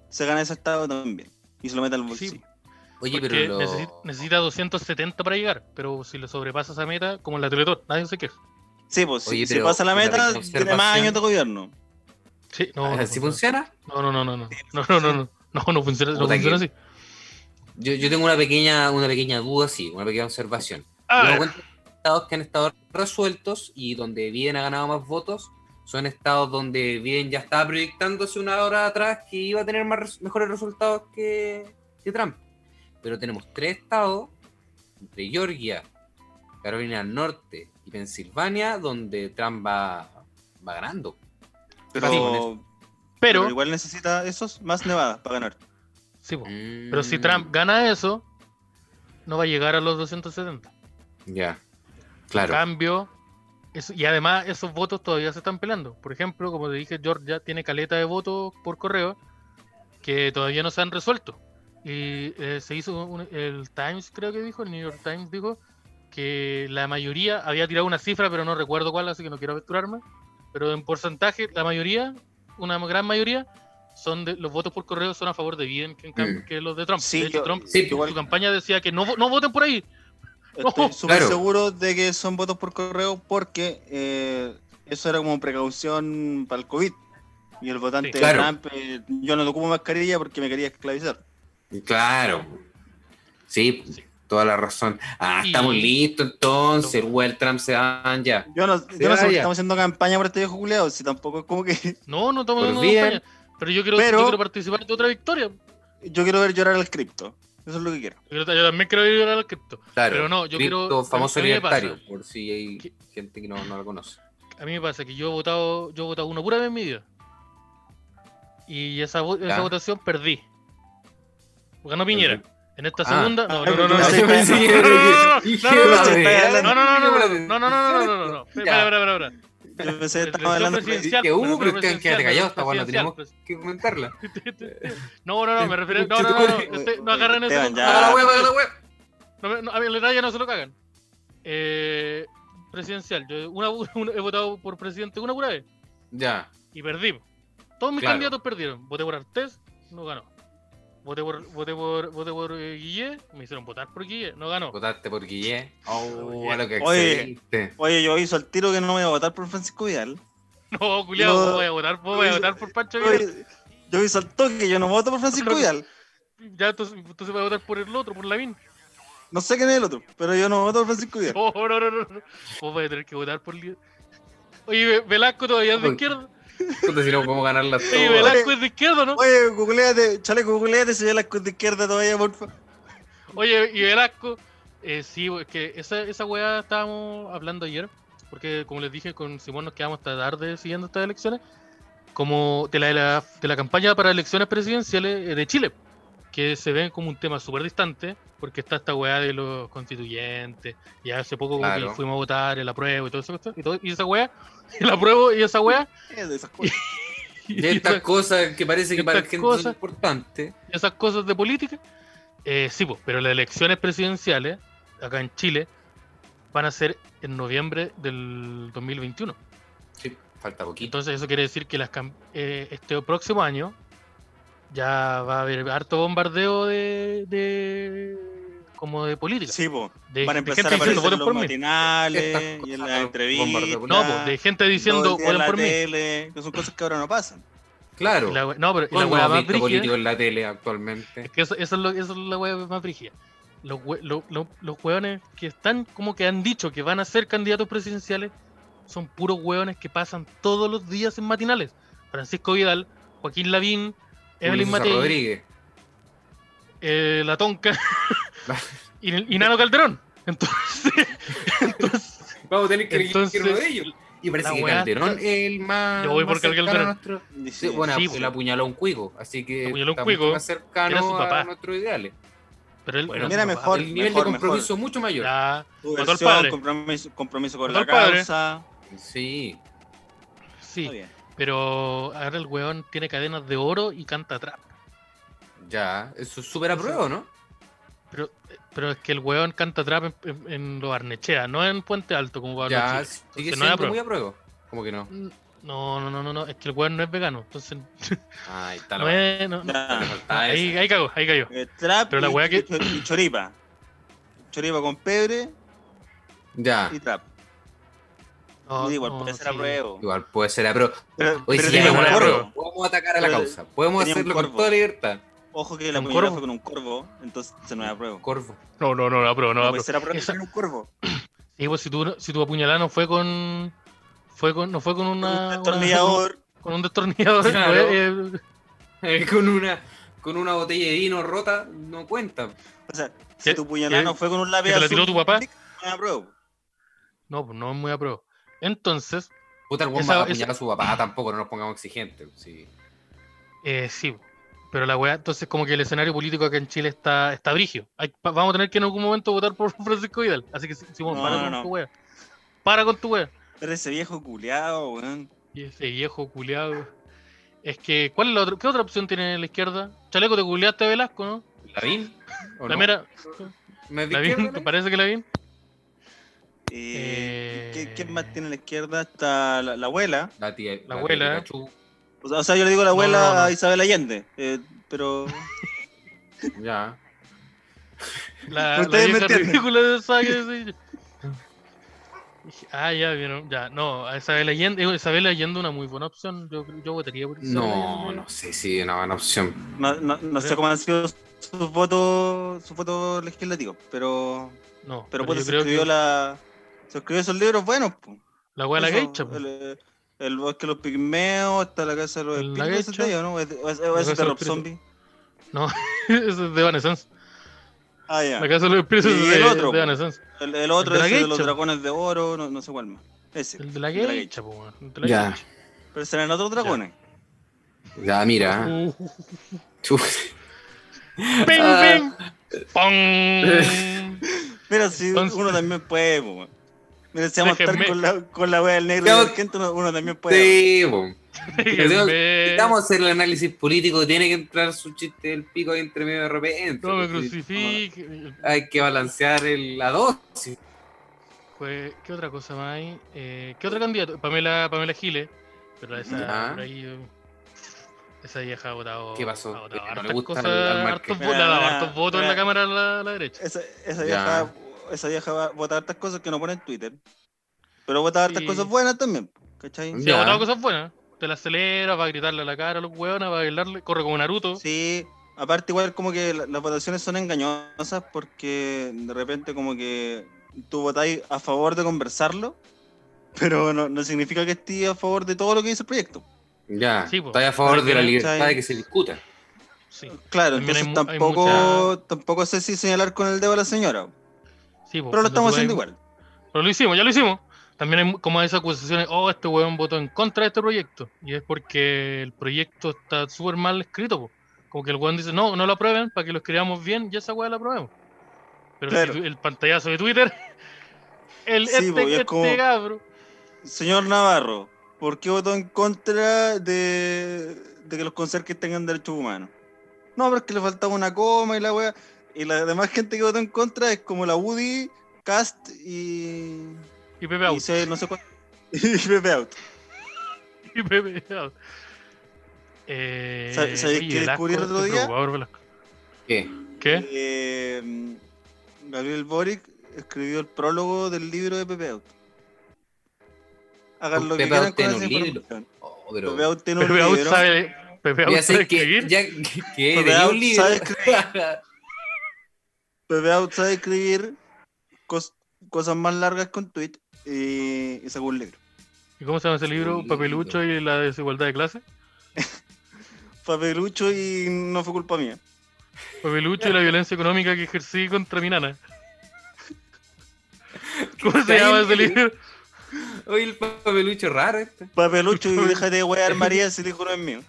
[SPEAKER 5] se gana ese estado también. Y se lo mete al bolsillo.
[SPEAKER 2] Sí,
[SPEAKER 3] Oye,
[SPEAKER 2] porque
[SPEAKER 3] pero. Lo...
[SPEAKER 2] necesi- necesita 270 para llegar. Pero si le sobrepasa esa meta, como en la Teletón, nadie se queja.
[SPEAKER 5] Sí, pues si-
[SPEAKER 3] Oye,
[SPEAKER 5] si
[SPEAKER 3] pero
[SPEAKER 5] pasa la
[SPEAKER 3] la
[SPEAKER 5] meta,
[SPEAKER 3] reconservación-
[SPEAKER 5] tiene más años de gobierno.
[SPEAKER 2] Sí, no, no
[SPEAKER 3] Ah, ¿Sí funciona?
[SPEAKER 2] No, no, no, no, no, no, no, no, no, no, no funciona, no
[SPEAKER 3] Puta
[SPEAKER 2] funciona
[SPEAKER 3] que-
[SPEAKER 2] así.
[SPEAKER 3] Yo, yo tengo una pequeña, una pequeña duda, sí, una pequeña observación.
[SPEAKER 2] A
[SPEAKER 3] Los
[SPEAKER 2] ver,
[SPEAKER 3] estados que han estado resueltos y donde Biden ha ganado más votos son estados donde Biden ya estaba proyectándose una hora atrás que iba a tener más res- mejores resultados que, que Trump. Pero tenemos tres estados, entre Georgia, Carolina del Norte y Pensilvania, donde Trump va, va ganando.
[SPEAKER 5] Pero,
[SPEAKER 3] Sí, con
[SPEAKER 5] pero,
[SPEAKER 2] pero,
[SPEAKER 5] igual necesita esos más Nevada para ganar.
[SPEAKER 2] sí, po,
[SPEAKER 3] Pero
[SPEAKER 2] pero si
[SPEAKER 3] Mm.
[SPEAKER 2] Trump gana eso, no va a llegar a los 270.
[SPEAKER 3] Mm, Ya, claro.
[SPEAKER 2] Cambio, eso- y además esos votos todavía se están pelando. Por ejemplo, como te dije, Georgia tiene caleta de votos por correo que todavía no se han resuelto. Y eh, se hizo un- el Times, creo que dijo, el New York Times dijo que la mayoría había tirado una cifra, pero no recuerdo cuál, así que no quiero aventurarme. Pero en porcentaje, la mayoría, una gran mayoría, son de, los votos por correo son a favor de Biden que, en cambio-
[SPEAKER 3] Mm.
[SPEAKER 2] que los de Trump.
[SPEAKER 5] Sí,
[SPEAKER 2] de hecho,
[SPEAKER 5] yo-
[SPEAKER 2] Trump
[SPEAKER 3] sí,
[SPEAKER 2] en
[SPEAKER 5] igual-
[SPEAKER 2] su campaña decía que no, vo- no voten por ahí.
[SPEAKER 5] Estoy súper
[SPEAKER 3] Claro.
[SPEAKER 5] seguro de que son votos por correo porque eh, eso era como precaución para el COVID. Y el votante
[SPEAKER 2] Sí.
[SPEAKER 5] de
[SPEAKER 3] Claro.
[SPEAKER 5] Trump, eh, yo no ocupo mascarilla porque me quería esclavizar.
[SPEAKER 3] Claro. Sí,
[SPEAKER 2] Sí.
[SPEAKER 3] toda la razón. Ah,
[SPEAKER 2] Y-
[SPEAKER 3] estamos listos entonces. El Well Trump se van ya.
[SPEAKER 5] Yo no, yo no sé
[SPEAKER 3] vaya.
[SPEAKER 5] por qué estamos haciendo campaña por este viejo culiao, si tampoco es como que...
[SPEAKER 2] No, no estamos
[SPEAKER 3] Por
[SPEAKER 2] en una
[SPEAKER 3] Biden.
[SPEAKER 2] campaña. Pero yo quiero,
[SPEAKER 5] Pero-
[SPEAKER 2] yo quiero participar de otra victoria. Yo,
[SPEAKER 5] Yo quiero ver llorar al cripto. Eso es lo que quiero.
[SPEAKER 2] quiero- yo también quiero ir al cripto.
[SPEAKER 3] Claro.
[SPEAKER 2] Pero no, yo
[SPEAKER 3] Cripto
[SPEAKER 2] quiero-
[SPEAKER 3] famoso
[SPEAKER 2] a mí me
[SPEAKER 3] libertario,
[SPEAKER 2] pasa.
[SPEAKER 3] por si hay
[SPEAKER 2] ¿Qué?
[SPEAKER 3] gente que no, no lo conoce.
[SPEAKER 2] A mí me pasa que yo he votado, yo he votado una pura vez en mi vida. Y esa, vo- esa
[SPEAKER 3] Ya.
[SPEAKER 2] votación perdí. Ganó Piñera. En esta
[SPEAKER 3] Ah.
[SPEAKER 2] segunda. No,
[SPEAKER 5] Ah,
[SPEAKER 2] no, no, no.
[SPEAKER 5] yo
[SPEAKER 2] no.
[SPEAKER 5] pensé que-
[SPEAKER 2] No, no, no, no, no, no, no, no, no, no, no, no. Espera, espera, espera, espera.
[SPEAKER 5] Yo pensé que
[SPEAKER 2] Elección
[SPEAKER 5] estaba hablando...
[SPEAKER 2] presidencial,
[SPEAKER 3] Que hubo,
[SPEAKER 2] elección
[SPEAKER 3] pero ustedes
[SPEAKER 2] presidencial,
[SPEAKER 3] quédate callados, esta weá no
[SPEAKER 2] presidencial,
[SPEAKER 3] Hay que comentarla.
[SPEAKER 2] presidencial. No, no, no, me refiero. No, no, no, no, usted- no agarren eso.
[SPEAKER 5] Esteban, ya.
[SPEAKER 3] Haga la web, haga la web.
[SPEAKER 2] No, me- no, a mí en la talla no se lo cagan. Eh, presidencial. Yo una, una- he votado por presidente una pura vez
[SPEAKER 3] Ya.
[SPEAKER 2] y perdí. Todos mis
[SPEAKER 3] Claro.
[SPEAKER 2] candidatos perdieron. Voté por Artés, no ganó. Voté por, voté por, voté por eh, Guille, me hicieron votar por Guille, no ganó.
[SPEAKER 3] Votaste por Guillé. Oh,
[SPEAKER 2] Oye.
[SPEAKER 3] a lo que
[SPEAKER 5] Oye.
[SPEAKER 3] accediste.
[SPEAKER 5] Oye, yo hizo al tiro que no voy a votar por Francisco Vidal.
[SPEAKER 2] No, culiado,
[SPEAKER 5] No.
[SPEAKER 2] voy a votar, voy a votar por Pancho
[SPEAKER 5] Yo,
[SPEAKER 2] Vidal.
[SPEAKER 5] yo hizo al toque, yo no voto por Francisco Vidal.
[SPEAKER 2] Ya entonces, entonces voy a votar por el otro, por Lavín.
[SPEAKER 5] No sé quién es el otro, pero yo no voto por Francisco Vidal.
[SPEAKER 2] No, no, no, no, no. Vos vas a tener que votar por Li- Oye, Ve- Velasco todavía es de
[SPEAKER 3] Oye.
[SPEAKER 2] izquierda.
[SPEAKER 3] Puta, si no, ¿cómo ganarla todas?
[SPEAKER 2] Oye, Velasco es de izquierda, ¿no?
[SPEAKER 5] Oye, googleate, chale, googleate si ve la de izquierda todavía, porfa.
[SPEAKER 2] Oye, y Velasco, eh, sí, es que esa, esa weá estábamos hablando ayer, porque como les dije, con Simón nos quedamos hasta tarde siguiendo estas elecciones, como de la, de la, de la campaña para elecciones presidenciales eh, de Chile, que se ven como un tema súper distante, porque está esta weá de los constituyentes, y hace poco como que
[SPEAKER 3] Claro.
[SPEAKER 2] fuimos a votar, el apruebo y todo eso, y, todo- y esa weá, el apruebo y esa weá,
[SPEAKER 5] Es de esas cosas.
[SPEAKER 2] y,
[SPEAKER 3] De
[SPEAKER 2] esa-
[SPEAKER 3] estas cosas que parece que
[SPEAKER 2] Estas
[SPEAKER 3] para gente
[SPEAKER 2] cosas.
[SPEAKER 3] son importantes.
[SPEAKER 2] esas cosas de política. Eh, sí, po, pero las elecciones presidenciales acá en Chile van a ser en noviembre del 2021.
[SPEAKER 3] Sí, falta poquito.
[SPEAKER 2] Entonces eso quiere decir que las cam- eh, este próximo año ya va a haber harto bombardeo de, de- como de política.
[SPEAKER 5] Sí, po.
[SPEAKER 2] de,
[SPEAKER 5] Van
[SPEAKER 2] de
[SPEAKER 5] a
[SPEAKER 2] gente
[SPEAKER 5] empezar a
[SPEAKER 2] diciendo
[SPEAKER 5] aparecer
[SPEAKER 2] voten
[SPEAKER 5] los
[SPEAKER 2] por mí.
[SPEAKER 5] matinales
[SPEAKER 3] Estas
[SPEAKER 5] y en
[SPEAKER 3] cosas,
[SPEAKER 5] las
[SPEAKER 3] los
[SPEAKER 5] entrevistas.
[SPEAKER 3] bombardeos.
[SPEAKER 2] No, po, de gente diciendo
[SPEAKER 5] todo el día en
[SPEAKER 2] voten
[SPEAKER 5] la
[SPEAKER 2] por mí.
[SPEAKER 5] tele, que son cosas que ahora no pasan.
[SPEAKER 3] Claro.
[SPEAKER 2] Y la we- no, pero y la
[SPEAKER 3] ¿Cómo
[SPEAKER 2] weá
[SPEAKER 3] hemos
[SPEAKER 2] más
[SPEAKER 3] visto
[SPEAKER 2] brígida-
[SPEAKER 3] políticos en la tele actualmente?
[SPEAKER 2] Es que eso, eso es lo, eso es la wea más brígida. Los, hue- lo- lo- los hueones que están, como que han dicho que van a ser candidatos presidenciales, son puros hueones que pasan todos los días en matinales. Francisco Vidal, Joaquín Lavín, Evelyn
[SPEAKER 3] Ulises
[SPEAKER 2] Matei,
[SPEAKER 3] Rodríguez.
[SPEAKER 2] eh, La Tonca y, y Nano Calderón. Entonces, entonces,
[SPEAKER 3] Vamos a tener
[SPEAKER 2] entonces,
[SPEAKER 3] Y parece
[SPEAKER 2] La
[SPEAKER 3] que
[SPEAKER 2] weá
[SPEAKER 3] Calderón
[SPEAKER 2] está-
[SPEAKER 3] es el más.
[SPEAKER 2] Yo voy
[SPEAKER 3] más
[SPEAKER 2] por Cal
[SPEAKER 3] cercano a
[SPEAKER 2] Calderón.
[SPEAKER 3] nuestro-
[SPEAKER 5] Dice-
[SPEAKER 3] Sí, bueno,
[SPEAKER 2] Sí,
[SPEAKER 3] se
[SPEAKER 2] pues.
[SPEAKER 3] lo apuñaló un cuico, así que
[SPEAKER 2] Lo apuñaló un
[SPEAKER 3] está mucho
[SPEAKER 2] cuico,
[SPEAKER 3] más
[SPEAKER 2] era su
[SPEAKER 3] cercano
[SPEAKER 2] papá.
[SPEAKER 3] a nuestro ideales.
[SPEAKER 2] Pero él.
[SPEAKER 3] Bueno,
[SPEAKER 5] Mira,
[SPEAKER 2] no,
[SPEAKER 5] mejor.
[SPEAKER 3] el nivel
[SPEAKER 5] mejor,
[SPEAKER 3] de compromiso es mucho mayor.
[SPEAKER 2] Ya.
[SPEAKER 5] Tu
[SPEAKER 2] Mató al
[SPEAKER 5] versión,
[SPEAKER 2] padre.
[SPEAKER 5] compromiso, compromiso con
[SPEAKER 2] Mató
[SPEAKER 5] la
[SPEAKER 2] al padre.
[SPEAKER 5] causa.
[SPEAKER 3] Sí,
[SPEAKER 2] Sí.
[SPEAKER 5] Está bien.
[SPEAKER 2] Pero ahora el weón tiene cadenas de oro y canta trap.
[SPEAKER 3] ya. Eso es súper apruebo, ¿no?
[SPEAKER 2] Pero, pero es que el weón canta trap en, en, en lo Barnechea, no en Puente Alto como Pablo
[SPEAKER 3] Ya,
[SPEAKER 2] Chile.
[SPEAKER 3] sigue
[SPEAKER 2] Entonces, no es
[SPEAKER 3] siendo
[SPEAKER 2] apruebo.
[SPEAKER 3] muy apruebo. Como que no.
[SPEAKER 2] No, no, no, no, no, es que el weón no es vegano, entonces
[SPEAKER 3] Ahí está la
[SPEAKER 2] no
[SPEAKER 3] weá.
[SPEAKER 2] es. no- no-
[SPEAKER 5] Ya.
[SPEAKER 3] Faltaba
[SPEAKER 2] ahí,
[SPEAKER 3] esa.
[SPEAKER 2] ahí cagó, ahí cayó.
[SPEAKER 5] Eh, trap
[SPEAKER 2] Pero la
[SPEAKER 5] y,
[SPEAKER 2] weá que-
[SPEAKER 5] y cho- y choripa. Choripa con pebre
[SPEAKER 3] Ya,
[SPEAKER 5] y trap.
[SPEAKER 2] No,
[SPEAKER 5] Igual,
[SPEAKER 2] Ah, no,
[SPEAKER 5] puede ser
[SPEAKER 2] sí.
[SPEAKER 5] apruebo.
[SPEAKER 3] igual puede ser apruebo.
[SPEAKER 5] Pero,
[SPEAKER 3] Hoy
[SPEAKER 5] pero
[SPEAKER 3] sí,
[SPEAKER 5] tenía
[SPEAKER 2] hay
[SPEAKER 5] un
[SPEAKER 2] una
[SPEAKER 5] corvo.
[SPEAKER 2] prueba.
[SPEAKER 3] podemos atacar a la
[SPEAKER 5] Pero
[SPEAKER 3] causa. Podemos
[SPEAKER 5] tenía un
[SPEAKER 3] hacerlo con
[SPEAKER 5] corvo.
[SPEAKER 3] toda libertad.
[SPEAKER 5] Ojo que la
[SPEAKER 2] ¿Un
[SPEAKER 5] puñalada
[SPEAKER 2] corvo?
[SPEAKER 5] fue con un corvo, entonces no es apruebo.
[SPEAKER 3] Corvo.
[SPEAKER 2] No, no, no, no, apruebo, no,
[SPEAKER 5] No,
[SPEAKER 2] apruebo.
[SPEAKER 5] puede ser apruebo
[SPEAKER 2] Esa-
[SPEAKER 5] con un corvo.
[SPEAKER 2] Sí, pues, si tu, si tu apuñalada no fue con. Fue con, no fue con
[SPEAKER 5] Un
[SPEAKER 2] una. una-
[SPEAKER 5] destornillador.
[SPEAKER 2] con un destornillador. pues, eh, no
[SPEAKER 3] Claro.
[SPEAKER 2] es- es-
[SPEAKER 3] con una con una botella de vino rota no cuenta.
[SPEAKER 5] O sea,
[SPEAKER 2] Que-
[SPEAKER 5] si tu puñalada
[SPEAKER 2] que-
[SPEAKER 5] no fue con un lápiz
[SPEAKER 2] que te la
[SPEAKER 5] azul,
[SPEAKER 2] tiró tu papá.
[SPEAKER 5] No es apruebo.
[SPEAKER 2] no, pues no es muy apruebo. Entonces,
[SPEAKER 3] Puta, el weón
[SPEAKER 2] Esa-
[SPEAKER 3] va a
[SPEAKER 2] esa-
[SPEAKER 3] apuñalar a su papá tampoco, no nos pongamos exigentes. Sí.
[SPEAKER 2] eh, sí. Pero la weá, entonces como que el escenario político acá en Chile está, está brigio. Hay- pa- vamos a tener que en algún momento votar por Francisco Vidal. Así que Simón,
[SPEAKER 5] No,
[SPEAKER 2] para
[SPEAKER 5] no,
[SPEAKER 2] con
[SPEAKER 5] no.
[SPEAKER 2] tu weá. Para con tu weá.
[SPEAKER 5] Pero ese viejo culeado, weón.
[SPEAKER 2] Y ese viejo culiado. Es que, ¿cuál es la otra? ¿Qué otra opción tiene la izquierda? Chaleco, te culiaste a Velasco, ¿no?
[SPEAKER 3] ¿Lavín? ¿O
[SPEAKER 2] La
[SPEAKER 3] no?
[SPEAKER 2] mera.
[SPEAKER 3] ¿No es de
[SPEAKER 2] ¿Lavín?
[SPEAKER 3] izquierda,
[SPEAKER 2] ¿Te
[SPEAKER 3] Lavín?
[SPEAKER 2] parece que la vi?
[SPEAKER 5] Eh, ¿qué-
[SPEAKER 2] Eh.
[SPEAKER 5] ¿Quién más tiene a la izquierda? Está la, la abuela.
[SPEAKER 3] La tía. La, tía
[SPEAKER 2] abuela. ¿eh?
[SPEAKER 3] Pikachu.
[SPEAKER 5] O sea, o sea, yo le digo la abuela
[SPEAKER 2] no, no.
[SPEAKER 5] a Isabel Allende. eh, pero.
[SPEAKER 3] Ya.
[SPEAKER 2] La, la
[SPEAKER 5] Ustedes me
[SPEAKER 2] vieja
[SPEAKER 5] entienden.
[SPEAKER 2] ridícula de esa que se- Ah, ya vieron, ya. No, a Isabel Allende, eh, Isabel Allende una muy buena opción. Yo, yo votaría por Isabel
[SPEAKER 3] No,
[SPEAKER 2] Allende.
[SPEAKER 3] no sé si es una buena opción.
[SPEAKER 5] No, no, no
[SPEAKER 2] Eh.
[SPEAKER 5] sé cómo han sido sus votos sus votos legislativos, pero
[SPEAKER 2] No, pero
[SPEAKER 5] pero, puta,
[SPEAKER 2] yo
[SPEAKER 5] se
[SPEAKER 2] creo
[SPEAKER 5] escribió
[SPEAKER 2] que la,
[SPEAKER 5] la se escribió esos libros buenos, po.
[SPEAKER 2] wea de la
[SPEAKER 5] Eso,
[SPEAKER 2] geisha, po.
[SPEAKER 5] el, el bosque de los pigmeos, está la casa de los
[SPEAKER 2] La
[SPEAKER 5] espíritus, ese
[SPEAKER 2] geisha.
[SPEAKER 5] es de ellos, ¿no? O es- o es- o
[SPEAKER 2] La
[SPEAKER 5] es
[SPEAKER 2] casa de
[SPEAKER 5] de Rob
[SPEAKER 2] los
[SPEAKER 5] Zombie.
[SPEAKER 2] Eso es de Vanessence.
[SPEAKER 5] Ah, ya.
[SPEAKER 2] La casa de los espíritus
[SPEAKER 5] Y
[SPEAKER 2] es de,
[SPEAKER 5] el otro,
[SPEAKER 2] de
[SPEAKER 5] po.
[SPEAKER 2] Vanessence.
[SPEAKER 5] El, el otro
[SPEAKER 2] el
[SPEAKER 5] es
[SPEAKER 2] de la
[SPEAKER 5] de los
[SPEAKER 2] geisha.
[SPEAKER 5] dragones de oro, no, no sé cuál más. Ese.
[SPEAKER 2] El de la
[SPEAKER 5] de la
[SPEAKER 2] geisha, po, weón, el de la
[SPEAKER 3] Ya.
[SPEAKER 2] geisha.
[SPEAKER 5] Pero serán otros dragones.
[SPEAKER 3] Ya, mira.
[SPEAKER 2] Uh, uh, uh.
[SPEAKER 3] Ah. Chu-
[SPEAKER 2] ¡Ping,
[SPEAKER 3] Ah.
[SPEAKER 2] ping! ¡Pong!
[SPEAKER 5] Mira, si
[SPEAKER 2] Entonces-
[SPEAKER 5] uno también puede, po. weón. Mira, si vamos a estar
[SPEAKER 2] Déjenme-
[SPEAKER 5] con la, con la wea del negro y
[SPEAKER 3] Yo-
[SPEAKER 5] del Kento, uno, uno también puede.
[SPEAKER 3] Sí, po. Pero
[SPEAKER 2] Déjenme-
[SPEAKER 3] Vamos a hacer el análisis político. Tiene que entrar su chiste del pico ahí entre medio de repente.
[SPEAKER 2] No me
[SPEAKER 3] po, sí.
[SPEAKER 2] crucifique.
[SPEAKER 3] Hay que balancear el, la dosis.
[SPEAKER 2] Jue- ¿Qué otra cosa más hay? Eh, ¿Qué otro candidato? Pamela, Pamela Giles. Pero esa,
[SPEAKER 3] Ya.
[SPEAKER 2] por ahí, eh, esa vieja ha votado.
[SPEAKER 3] Ah. ¿Qué pasó?
[SPEAKER 2] Ha votado
[SPEAKER 3] Que no le
[SPEAKER 2] hartas
[SPEAKER 3] gusta
[SPEAKER 2] cosas,
[SPEAKER 3] al- al Marquez.
[SPEAKER 2] hartos, vo-
[SPEAKER 5] Mira,
[SPEAKER 2] le ha dado
[SPEAKER 5] mira,
[SPEAKER 2] hartos votos en
[SPEAKER 5] mira.
[SPEAKER 2] la cámara a la, a la derecha.
[SPEAKER 5] Esa,
[SPEAKER 3] Ya.
[SPEAKER 5] esa vieja, esa vieja va- vota hartas cosas que no pone en Twitter. Pero vota hartas
[SPEAKER 2] Sí.
[SPEAKER 5] cosas buenas también. ¿Cachai?
[SPEAKER 2] Sí, ha
[SPEAKER 3] Ya.
[SPEAKER 2] votado cosas buenas. Te la acelera, va a gritarle a la cara a los hueones, va a bailarle, corre como Naruto.
[SPEAKER 5] Sí. Aparte igual como que la- las votaciones son engañosas porque de repente como que tú votáis a favor de conversarlo, pero no, no significa que estés a favor de todo lo que dice el proyecto.
[SPEAKER 3] Ya.
[SPEAKER 2] Sí, po.
[SPEAKER 3] Estoy a favor de la
[SPEAKER 5] ¿Cachai?
[SPEAKER 3] libertad de que se discuta.
[SPEAKER 2] Sí,
[SPEAKER 5] Claro,
[SPEAKER 2] También hay
[SPEAKER 5] entonces
[SPEAKER 2] mu- hay
[SPEAKER 5] tampoco, tampoco sé si señalar con el dedo a la señora,
[SPEAKER 2] sí, po,
[SPEAKER 5] pero lo
[SPEAKER 2] cuando
[SPEAKER 5] estamos
[SPEAKER 2] tú
[SPEAKER 5] haciendo
[SPEAKER 2] vas-
[SPEAKER 5] igual.
[SPEAKER 2] Pero lo hicimos, ya lo hicimos. También hay mu- como esas acusaciones, oh, este hueón votó en contra de este proyecto. Y es porque el proyecto está súper mal escrito. po. Como que el hueón dice, no, no lo aprueben para que lo escribamos bien y esa hueá la aprobemos. Pero si
[SPEAKER 5] Claro.
[SPEAKER 2] tu- el pantallazo de Twitter, el
[SPEAKER 5] Sí, po,
[SPEAKER 2] este,
[SPEAKER 5] y es
[SPEAKER 2] este
[SPEAKER 5] como-
[SPEAKER 2] cabro.
[SPEAKER 5] Señor Navarro, ¿por qué votó en contra de, de que los conserjes tengan derechos humanos? No, pero es que le faltaba una coma y la wea. Y la demás gente que votó en contra es como la Woody, Cast y.
[SPEAKER 2] Y Pepe
[SPEAKER 5] y
[SPEAKER 2] Out.
[SPEAKER 5] se- no sé cuál. Y Pepe Out.
[SPEAKER 2] Y Pepe Out. Eh,
[SPEAKER 5] ¿Sabes- sabes qué
[SPEAKER 2] Velasco,
[SPEAKER 5] descubrí el otro
[SPEAKER 2] estoy
[SPEAKER 5] día?
[SPEAKER 2] este preocupado por Velasco.
[SPEAKER 3] ¿Qué?
[SPEAKER 2] ¿Qué?
[SPEAKER 5] Eh, Gabriel Boric escribió el prólogo del libro de Pepe Out. Hagan lo que
[SPEAKER 3] Pepe
[SPEAKER 5] quieran
[SPEAKER 3] Out Pues
[SPEAKER 5] con
[SPEAKER 3] tiene
[SPEAKER 5] esa
[SPEAKER 3] un libro.
[SPEAKER 5] información.
[SPEAKER 3] Oh, pero...
[SPEAKER 5] Pepe Out tiene un
[SPEAKER 2] Pepe Out
[SPEAKER 5] libro.
[SPEAKER 2] sabe, Pepe Out
[SPEAKER 3] Ya
[SPEAKER 2] sabe
[SPEAKER 3] sé que,
[SPEAKER 2] escribir.
[SPEAKER 3] ya, que, que
[SPEAKER 5] Pepe
[SPEAKER 3] leí
[SPEAKER 5] Out
[SPEAKER 3] un libro.
[SPEAKER 5] sabe Pepe Out sabe escribir cos- cosas más largas con tweet y, y sacó un libro.
[SPEAKER 2] ¿Y cómo se llama ese
[SPEAKER 3] Es un
[SPEAKER 2] libro?
[SPEAKER 3] libro.
[SPEAKER 2] Papelucho y la desigualdad de clase.
[SPEAKER 5] Papelucho y no fue culpa mía.
[SPEAKER 2] Papelucho y la violencia económica que ejercí contra mi nana. ¿Cómo se
[SPEAKER 3] Está
[SPEAKER 2] llama
[SPEAKER 3] ahí,
[SPEAKER 2] ese
[SPEAKER 3] güey.
[SPEAKER 2] libro?
[SPEAKER 3] Oye, el papelucho raro este.
[SPEAKER 5] Papelucho, y déjate de wear María, si el hijo no es mío.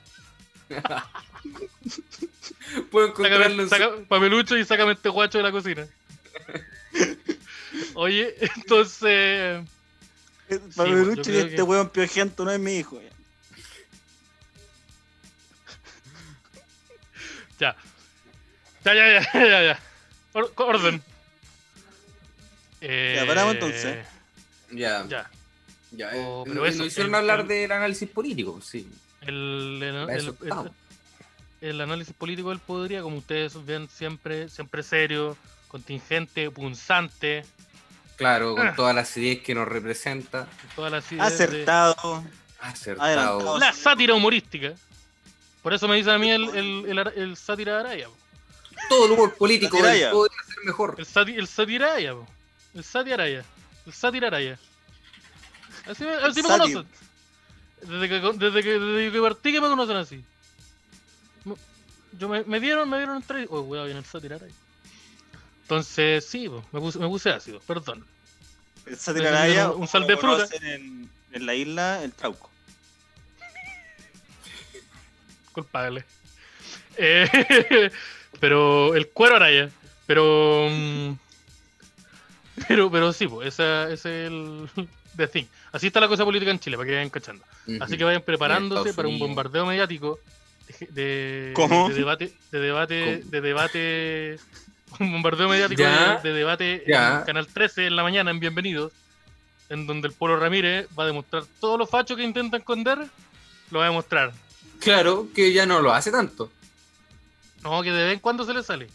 [SPEAKER 3] Puedo encontrarlo
[SPEAKER 2] Sácame,
[SPEAKER 3] en
[SPEAKER 2] saca- papelucho y sácame este guacho de la cocina. Oye, entonces. pues, yo
[SPEAKER 5] Papelucho, y
[SPEAKER 2] creo
[SPEAKER 5] este
[SPEAKER 2] que-
[SPEAKER 5] weón piojento no es mi hijo. ya.
[SPEAKER 2] Ya. Ya, ya, ya, ya, ya. Or- orden. Eh,
[SPEAKER 5] paramos entonces.
[SPEAKER 3] su- Ya, ya.
[SPEAKER 2] Ya.
[SPEAKER 3] eh,
[SPEAKER 2] Oh, pero
[SPEAKER 3] no,
[SPEAKER 2] eso,
[SPEAKER 3] no hicieron
[SPEAKER 2] el-
[SPEAKER 3] hablar
[SPEAKER 2] el-
[SPEAKER 3] del análisis político, sí.
[SPEAKER 2] El, el-
[SPEAKER 3] Para eso
[SPEAKER 2] el- el-
[SPEAKER 3] estamos.
[SPEAKER 2] el análisis político del podría, como ustedes ven, siempre, siempre serio, contingente, punzante,
[SPEAKER 3] Claro, con
[SPEAKER 2] Ah.
[SPEAKER 3] todas las ideas que nos representa.
[SPEAKER 2] todas las ideas de-
[SPEAKER 5] Acertado.
[SPEAKER 3] Acertado.
[SPEAKER 5] Adelantado.
[SPEAKER 2] la sátira humorística. Por eso me dice a mí el, el, el, ara- el sátira de Araya. po.
[SPEAKER 3] Todo el humor político
[SPEAKER 5] La tiralla.
[SPEAKER 3] del- podría ser mejor.
[SPEAKER 2] El, sati- el sátira Araya. po. El sátira Araya. El sátira Araya. Así me, así me
[SPEAKER 5] Sátiro.
[SPEAKER 2] conocen. Desde que, con- desde, que, desde que partí que me conocen así. Me- Yo me, me dieron, me dieron entrevista. Oh, weón, viene el sátira Araya. Entonces, sí, po, me, puse, me puse ácido, perdón.
[SPEAKER 5] Esa
[SPEAKER 2] Pero
[SPEAKER 5] tiraraya.
[SPEAKER 2] un- un sal de
[SPEAKER 5] como
[SPEAKER 2] fruta.
[SPEAKER 5] conocen En, en la isla, el trauco.
[SPEAKER 2] culpable. Eh, pero el cuero araya. Pero. mm, Pero, pero sí, pues, esa, ese es el. The thing. Así está la cosa política en Chile, para que vayan cachando. Así que vayan preparándose
[SPEAKER 3] Estados
[SPEAKER 2] para un
[SPEAKER 3] Unidos.
[SPEAKER 2] bombardeo mediático de, de-
[SPEAKER 5] ¿Cómo?
[SPEAKER 2] de debate, de debate,
[SPEAKER 3] ¿Cómo?
[SPEAKER 2] de debate, un bombardeo mediático
[SPEAKER 3] Ya.
[SPEAKER 2] de, de debate
[SPEAKER 3] Ya.
[SPEAKER 2] en Canal 13 en la mañana en Bienvenidos, en donde el Polo Ramírez va a demostrar todos los fachos que intenta esconder, lo va a demostrar.
[SPEAKER 3] Claro, que ya no lo hace tanto.
[SPEAKER 2] No, que de vez en cuando se le sale.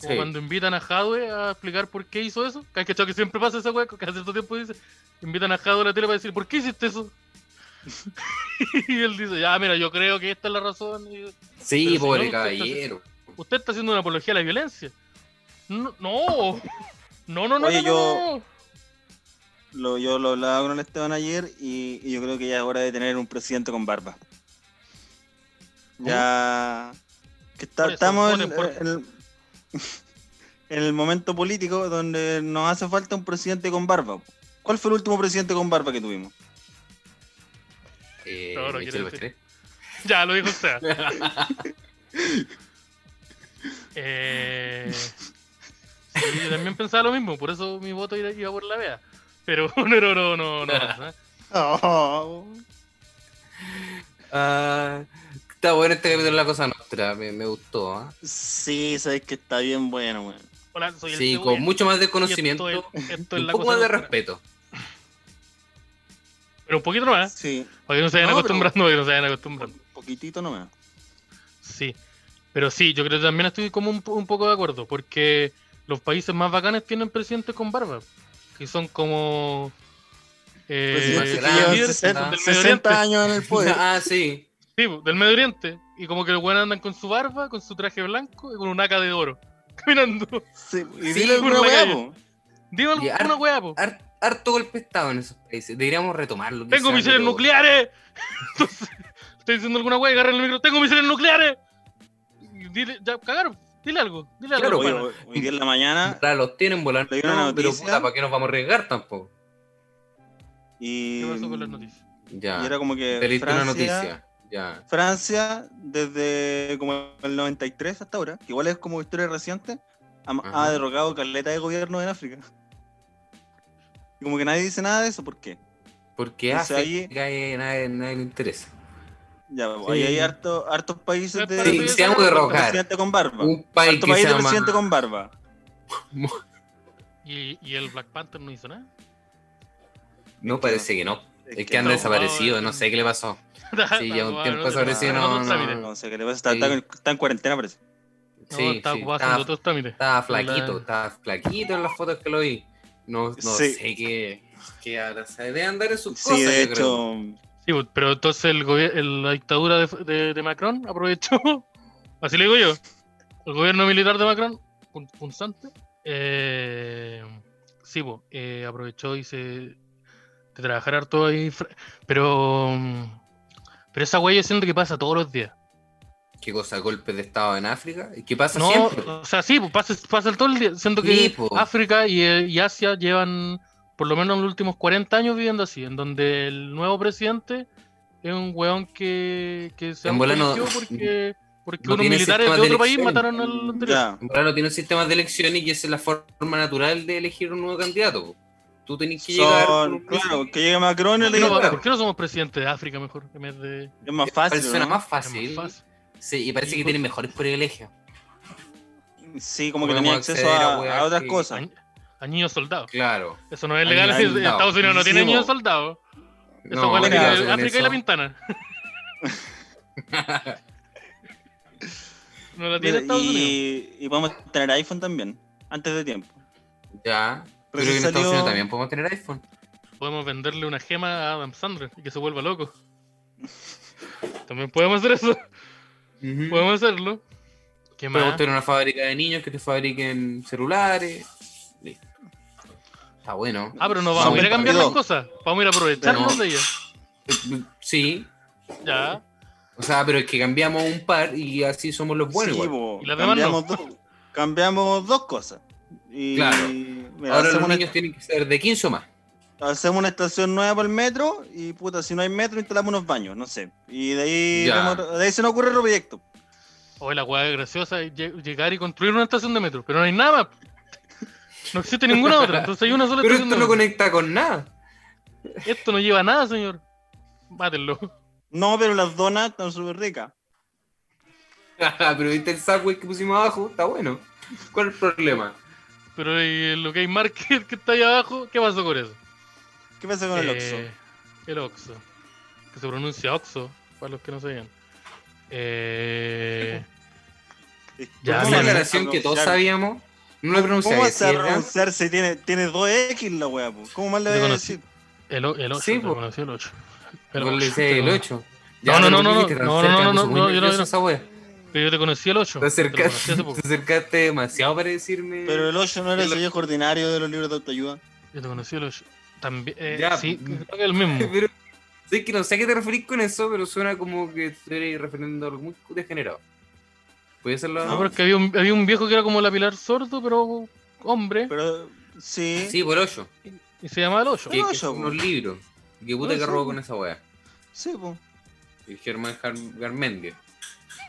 [SPEAKER 2] Como
[SPEAKER 3] Sí.
[SPEAKER 2] cuando invitan a Hadwe a explicar por qué hizo eso. Que hay cachado que siempre pasa esa hueco, que hace cierto tiempo dice, invitan a Hadwe a la tele para decir, ¿por qué hiciste eso? y él dice, ya, mira, yo creo que esta es la razón. Y yo,
[SPEAKER 3] Sí,
[SPEAKER 2] Pero si
[SPEAKER 3] pobre
[SPEAKER 2] no, usted está-
[SPEAKER 3] caballero.
[SPEAKER 2] Usted está haciendo una apología a la violencia. No, no, no, no, no,
[SPEAKER 5] Oye,
[SPEAKER 2] no,
[SPEAKER 5] yo-
[SPEAKER 2] no.
[SPEAKER 5] Lo, yo lo hablaba con el Esteban ayer y, y yo creo que ya es hora de tener un presidente con barba. Ya. Que está-
[SPEAKER 2] Por eso,
[SPEAKER 5] estamos en,
[SPEAKER 2] voten por-
[SPEAKER 5] en- en el momento político donde nos hace falta un presidente con barba. ¿Cuál fue el último presidente con barba que tuvimos?
[SPEAKER 3] Eh,
[SPEAKER 2] No, no
[SPEAKER 3] Michelle
[SPEAKER 2] quiero
[SPEAKER 3] Bachelet.
[SPEAKER 2] Ya, lo dijo usted. Eh, sí, yo también pensaba lo mismo, por eso mi voto iba- iba por la vea. Pero no, no, no, no, no. ¿eh?
[SPEAKER 3] Ah, está bueno este capítulo de la cosa nuestra, me, me gustó. ¿ah?
[SPEAKER 5] Sí, sabes que está bien bueno, weón.
[SPEAKER 2] Hola, soy el
[SPEAKER 3] Sí,
[SPEAKER 2] Cebolla.
[SPEAKER 3] con mucho más
[SPEAKER 2] Y
[SPEAKER 3] desconocimiento,
[SPEAKER 2] Esto es, esto es
[SPEAKER 3] un
[SPEAKER 2] la
[SPEAKER 3] poco
[SPEAKER 2] cosa
[SPEAKER 3] más de
[SPEAKER 2] nuestra.
[SPEAKER 3] respeto.
[SPEAKER 2] Pero un poquito más,
[SPEAKER 5] Sí,
[SPEAKER 2] para que no se vayan
[SPEAKER 3] No, pero-
[SPEAKER 2] acostumbrando, para que no se vayan
[SPEAKER 5] un
[SPEAKER 2] acostumbrando.
[SPEAKER 5] poquitito nomás.
[SPEAKER 2] Sí. Pero sí, yo creo que también estoy como un, po- un poco de acuerdo, porque los países más bacanes tienen presidentes con barba, que son como... eh,
[SPEAKER 5] Presidente
[SPEAKER 3] Nueva Zelanda,
[SPEAKER 5] que lleva
[SPEAKER 2] líderes del
[SPEAKER 5] 60,
[SPEAKER 2] Medio Oriente.
[SPEAKER 5] 60 años en el poder.
[SPEAKER 3] ah, sí.
[SPEAKER 2] Sí, pues, del Medio Oriente. Y como que los buenos andan con su barba, con su traje blanco y con un aca de oro. Caminando.
[SPEAKER 5] Sí, y
[SPEAKER 3] Sí,
[SPEAKER 5] dile alguna
[SPEAKER 2] por la
[SPEAKER 5] weá,
[SPEAKER 2] calle.
[SPEAKER 5] po.
[SPEAKER 2] Dime
[SPEAKER 3] Y
[SPEAKER 2] alguna
[SPEAKER 3] ar-
[SPEAKER 2] weá, po.
[SPEAKER 3] Har- harto golpe de estado en esos países. Deberíamos retomarlo.
[SPEAKER 2] ¡Tengo
[SPEAKER 3] quizás,
[SPEAKER 2] misiles
[SPEAKER 3] pero-
[SPEAKER 2] nucleares! Entonces, estoy diciendo alguna weá y agarran el micro. ¡Tengo misiles nucleares! Y Dile, ya, cagaron. Dile algo. Dile algo.
[SPEAKER 3] Claro,
[SPEAKER 5] Hoy,
[SPEAKER 2] pana.
[SPEAKER 5] hoy- hoy día en la
[SPEAKER 2] ¿ah?
[SPEAKER 5] mañana
[SPEAKER 3] Ya Los tienen volando.
[SPEAKER 5] Leí una
[SPEAKER 3] pero
[SPEAKER 5] noticia.
[SPEAKER 3] puta, ¿para qué nos vamos a arriesgar tampoco?
[SPEAKER 5] y,
[SPEAKER 2] ¿Qué pasó
[SPEAKER 3] mm.
[SPEAKER 2] con las noticias?
[SPEAKER 3] Ya.
[SPEAKER 5] y era como que
[SPEAKER 3] Leíste una
[SPEAKER 5] Francia,
[SPEAKER 3] noticia. Ya.
[SPEAKER 5] Francia desde como el 93 hasta ahora, que igual es como historia reciente, ha, ha
[SPEAKER 3] Ajá.
[SPEAKER 5] derrocado caleta de gobierno en África. Y como que nadie dice nada de eso, ¿por qué?
[SPEAKER 3] Porque
[SPEAKER 5] Entonces
[SPEAKER 3] hace
[SPEAKER 5] ahí-
[SPEAKER 3] que a nadie, nadie le interesa.
[SPEAKER 5] Ya, pues,
[SPEAKER 2] Sí.
[SPEAKER 5] ahí hay harto, hartos países de,
[SPEAKER 2] Para
[SPEAKER 3] Sí,
[SPEAKER 2] que-
[SPEAKER 5] de
[SPEAKER 3] se vamos a derrocar.
[SPEAKER 5] presidente con barba.
[SPEAKER 3] Un país
[SPEAKER 5] Harto
[SPEAKER 3] que
[SPEAKER 5] país
[SPEAKER 3] se
[SPEAKER 5] de
[SPEAKER 3] llama...
[SPEAKER 5] presidente con barba.
[SPEAKER 2] ¿Y, y el Black Panther no hizo nada.
[SPEAKER 3] No, parece que no. Es que
[SPEAKER 5] no,
[SPEAKER 3] anda
[SPEAKER 2] no,
[SPEAKER 3] desaparecido,
[SPEAKER 2] no,
[SPEAKER 3] no sé qué le pasó. Sí, ya un
[SPEAKER 2] Está
[SPEAKER 3] tiempo
[SPEAKER 2] ocupado en otro-
[SPEAKER 5] desaparecido,
[SPEAKER 2] en
[SPEAKER 5] no,
[SPEAKER 2] otros
[SPEAKER 3] no,
[SPEAKER 2] trámites.
[SPEAKER 5] no sé qué le pasa, está, está en- está en cuarentena parece.
[SPEAKER 2] No,
[SPEAKER 3] Sí,
[SPEAKER 2] está
[SPEAKER 3] sí, Ah.
[SPEAKER 2] ocupado
[SPEAKER 3] estaba-
[SPEAKER 2] haciendo otros trámites.
[SPEAKER 3] Estaba
[SPEAKER 2] La-
[SPEAKER 3] flaquito, estaba flaquito en las fotos que lo vi. No, no
[SPEAKER 5] Sí.
[SPEAKER 3] sé qué, qué habrá. Se debe andar en sus cosas.
[SPEAKER 5] Sí, de
[SPEAKER 3] yo creo.
[SPEAKER 5] hecho,
[SPEAKER 2] Sí, pues, pero entonces el gobier- el- la dictadura de, de- de Macron aprovechó, así le digo yo, el gobierno militar de Macron, pun- punzante, eh, sí, pues, eh, aprovechó y se de trabajar harto ahí, fr- pero mm, pero esa güey yo siento que pasa todos los días.
[SPEAKER 3] ¿Qué cosa? ¿Golpes de Estado en África? ¿Qué pasa
[SPEAKER 2] No,
[SPEAKER 3] siempre?
[SPEAKER 2] o sea, sí, pues, pasa, pasa todo el día, siento que
[SPEAKER 3] Sí, po.
[SPEAKER 2] África y, eh, y Asia llevan por lo menos en los últimos 40 años viviendo así, en donde el nuevo presidente es un weón que, que se
[SPEAKER 3] En bola no-
[SPEAKER 2] enjuició porque, porque
[SPEAKER 3] no
[SPEAKER 2] unos
[SPEAKER 3] tiene
[SPEAKER 2] militares de
[SPEAKER 3] sistema de
[SPEAKER 2] otro país
[SPEAKER 3] elección.
[SPEAKER 2] mataron al anterior.
[SPEAKER 5] Ya.
[SPEAKER 3] En verdad no tiene un sistema de elecciones y esa es la forma natural de elegir un nuevo candidato. po. Tú tenés que llegar. con
[SPEAKER 5] Son,
[SPEAKER 3] un-
[SPEAKER 5] claro, que llegue Macron y
[SPEAKER 2] ¿Por
[SPEAKER 5] le
[SPEAKER 2] qué, no,
[SPEAKER 5] diga,
[SPEAKER 3] claro.
[SPEAKER 2] por qué no somos presidentes de África mejor? En vez de.
[SPEAKER 5] es más
[SPEAKER 3] Parece
[SPEAKER 5] fácil.
[SPEAKER 3] una
[SPEAKER 5] ¿no?
[SPEAKER 3] más
[SPEAKER 2] es más fácil.
[SPEAKER 3] fácil.
[SPEAKER 2] pues.
[SPEAKER 3] Sí, y parece que tiene mejores privilegios.
[SPEAKER 5] Sí, como que
[SPEAKER 3] Podemos
[SPEAKER 5] tenía acceso
[SPEAKER 3] acceder a
[SPEAKER 5] a,
[SPEAKER 3] weas
[SPEAKER 5] a otras
[SPEAKER 3] que-
[SPEAKER 5] cosas.
[SPEAKER 2] A, a niños soldados.
[SPEAKER 3] Claro.
[SPEAKER 2] Eso no es
[SPEAKER 3] A
[SPEAKER 2] legal.
[SPEAKER 3] niños
[SPEAKER 2] en
[SPEAKER 3] soldados.
[SPEAKER 2] Estados Unidos no
[SPEAKER 5] Sí,
[SPEAKER 2] tiene
[SPEAKER 5] po.
[SPEAKER 2] niños soldados. Eso
[SPEAKER 3] No,
[SPEAKER 2] vale que
[SPEAKER 5] cuidado
[SPEAKER 3] con
[SPEAKER 2] África y la
[SPEAKER 3] eso.
[SPEAKER 2] Pintana. no la tiene
[SPEAKER 5] Mira,
[SPEAKER 2] Estados Unidos.
[SPEAKER 5] Y, y podemos tener iPhone también, antes de tiempo.
[SPEAKER 3] Ya. Pero
[SPEAKER 5] si
[SPEAKER 3] que en Estados
[SPEAKER 5] salió-
[SPEAKER 3] Unidos también podemos tener iPhone.
[SPEAKER 2] Podemos venderle una gema a Adam Sandler y que se vuelva loco. También podemos hacer eso.
[SPEAKER 3] Podemos
[SPEAKER 2] Podemos hacerlo. ¿Qué más?
[SPEAKER 3] tener una fábrica de niños que te fabriquen celulares. Listo. Está bueno.
[SPEAKER 2] Ah, pero no
[SPEAKER 5] Vamos
[SPEAKER 2] vamos a ir a
[SPEAKER 5] a
[SPEAKER 2] cambiar las
[SPEAKER 5] Perdido.
[SPEAKER 2] cosas. Vamos a ir a aprovecharnos
[SPEAKER 3] Pero-
[SPEAKER 2] de ellas.
[SPEAKER 3] Sí.
[SPEAKER 2] Ya.
[SPEAKER 3] O sea, pero es que cambiamos un par y así somos los buenos.
[SPEAKER 5] Sí, pues,
[SPEAKER 3] igual.
[SPEAKER 5] po,
[SPEAKER 2] Y las demás no.
[SPEAKER 5] cambiamos, dos, cambiamos dos cosas. Y
[SPEAKER 3] Claro.
[SPEAKER 5] mira,
[SPEAKER 3] Ahora
[SPEAKER 5] hacemos,
[SPEAKER 3] los
[SPEAKER 5] una,
[SPEAKER 3] niños tienen que ser de 15 o más.
[SPEAKER 5] hacemos una estación nueva para el metro y puta, si no hay metro instalamos unos baños, no sé. Y de ahí,
[SPEAKER 3] Ya.
[SPEAKER 5] vemos- de ahí se nos ocurre otro proyecto.
[SPEAKER 2] O la hueá graciosa es lle- llegar y construir una estación de metro. Pero no hay nada más. No existe ninguna otra. Entonces hay una sola
[SPEAKER 3] Pero
[SPEAKER 2] estación
[SPEAKER 3] esto
[SPEAKER 2] de
[SPEAKER 3] no
[SPEAKER 2] metro.
[SPEAKER 3] conecta con nada.
[SPEAKER 2] Esto no lleva a nada, señor. Mátenlo.
[SPEAKER 5] No, pero las donas están súper ricas.
[SPEAKER 3] pero viste el subway que pusimos abajo, está bueno. ¿Cuál es el problema?
[SPEAKER 2] Pero ¿y lo que hay market que está ahí abajo, ¿qué pasó con eso?
[SPEAKER 5] ¿Qué pasa con el Oxxo?
[SPEAKER 2] Eh, El Oxxo. Que se pronuncia Oxxo, para los que no sabían. Eh, ya,
[SPEAKER 3] Es
[SPEAKER 2] mira,
[SPEAKER 3] una
[SPEAKER 5] ¿Cómo vas a
[SPEAKER 3] aclaración que todos
[SPEAKER 5] pronunciar?
[SPEAKER 3] sabíamos. No la
[SPEAKER 5] ¿Cómo
[SPEAKER 3] pronunciáis.
[SPEAKER 5] vas a
[SPEAKER 3] ¿sí, verdad?
[SPEAKER 5] renunciar si tiene, tiene 2X la weá? po? ¿Cómo más le
[SPEAKER 2] Yo
[SPEAKER 5] voy a
[SPEAKER 2] conocí-
[SPEAKER 5] decir?
[SPEAKER 2] el, o- el 8,
[SPEAKER 3] Sí, po.
[SPEAKER 2] el 8.
[SPEAKER 3] Vos le decís el 8.
[SPEAKER 2] No, no, no, no, no, no, no, no, no, yo no-
[SPEAKER 3] no.
[SPEAKER 2] Pero yo te conocí el 8.
[SPEAKER 3] Te
[SPEAKER 2] Te lo conocí
[SPEAKER 3] acercaste,
[SPEAKER 2] hace poco.
[SPEAKER 3] te acercaste demasiado para decirme.
[SPEAKER 5] Pero el 8 no era
[SPEAKER 3] El-
[SPEAKER 5] ese viejo ordinario de los libros de autoayuda.
[SPEAKER 2] Yo te conocí el 8. También, eh,
[SPEAKER 3] Ya.
[SPEAKER 2] sí, creo que es el mismo.
[SPEAKER 3] Pero- sé que no sé a qué te referís con eso, pero suena como que estoy refiriendo a algo muy degenerado. ¿Puede ser la.?
[SPEAKER 2] No, pero es que había un, había un viejo que era como la Pilar Sordo, pero hombre,
[SPEAKER 5] Pero sí.
[SPEAKER 3] Sí, por 8.
[SPEAKER 2] y se llamaba el 8.
[SPEAKER 3] Que,
[SPEAKER 5] Por
[SPEAKER 3] que
[SPEAKER 5] ocho,
[SPEAKER 3] son unos
[SPEAKER 5] po.
[SPEAKER 3] libros. Que puta
[SPEAKER 5] Por
[SPEAKER 3] que
[SPEAKER 5] ocho,
[SPEAKER 3] robo
[SPEAKER 5] po.
[SPEAKER 3] con esa wea.
[SPEAKER 5] Sí, po.
[SPEAKER 3] El Germán Gar- Garmendia.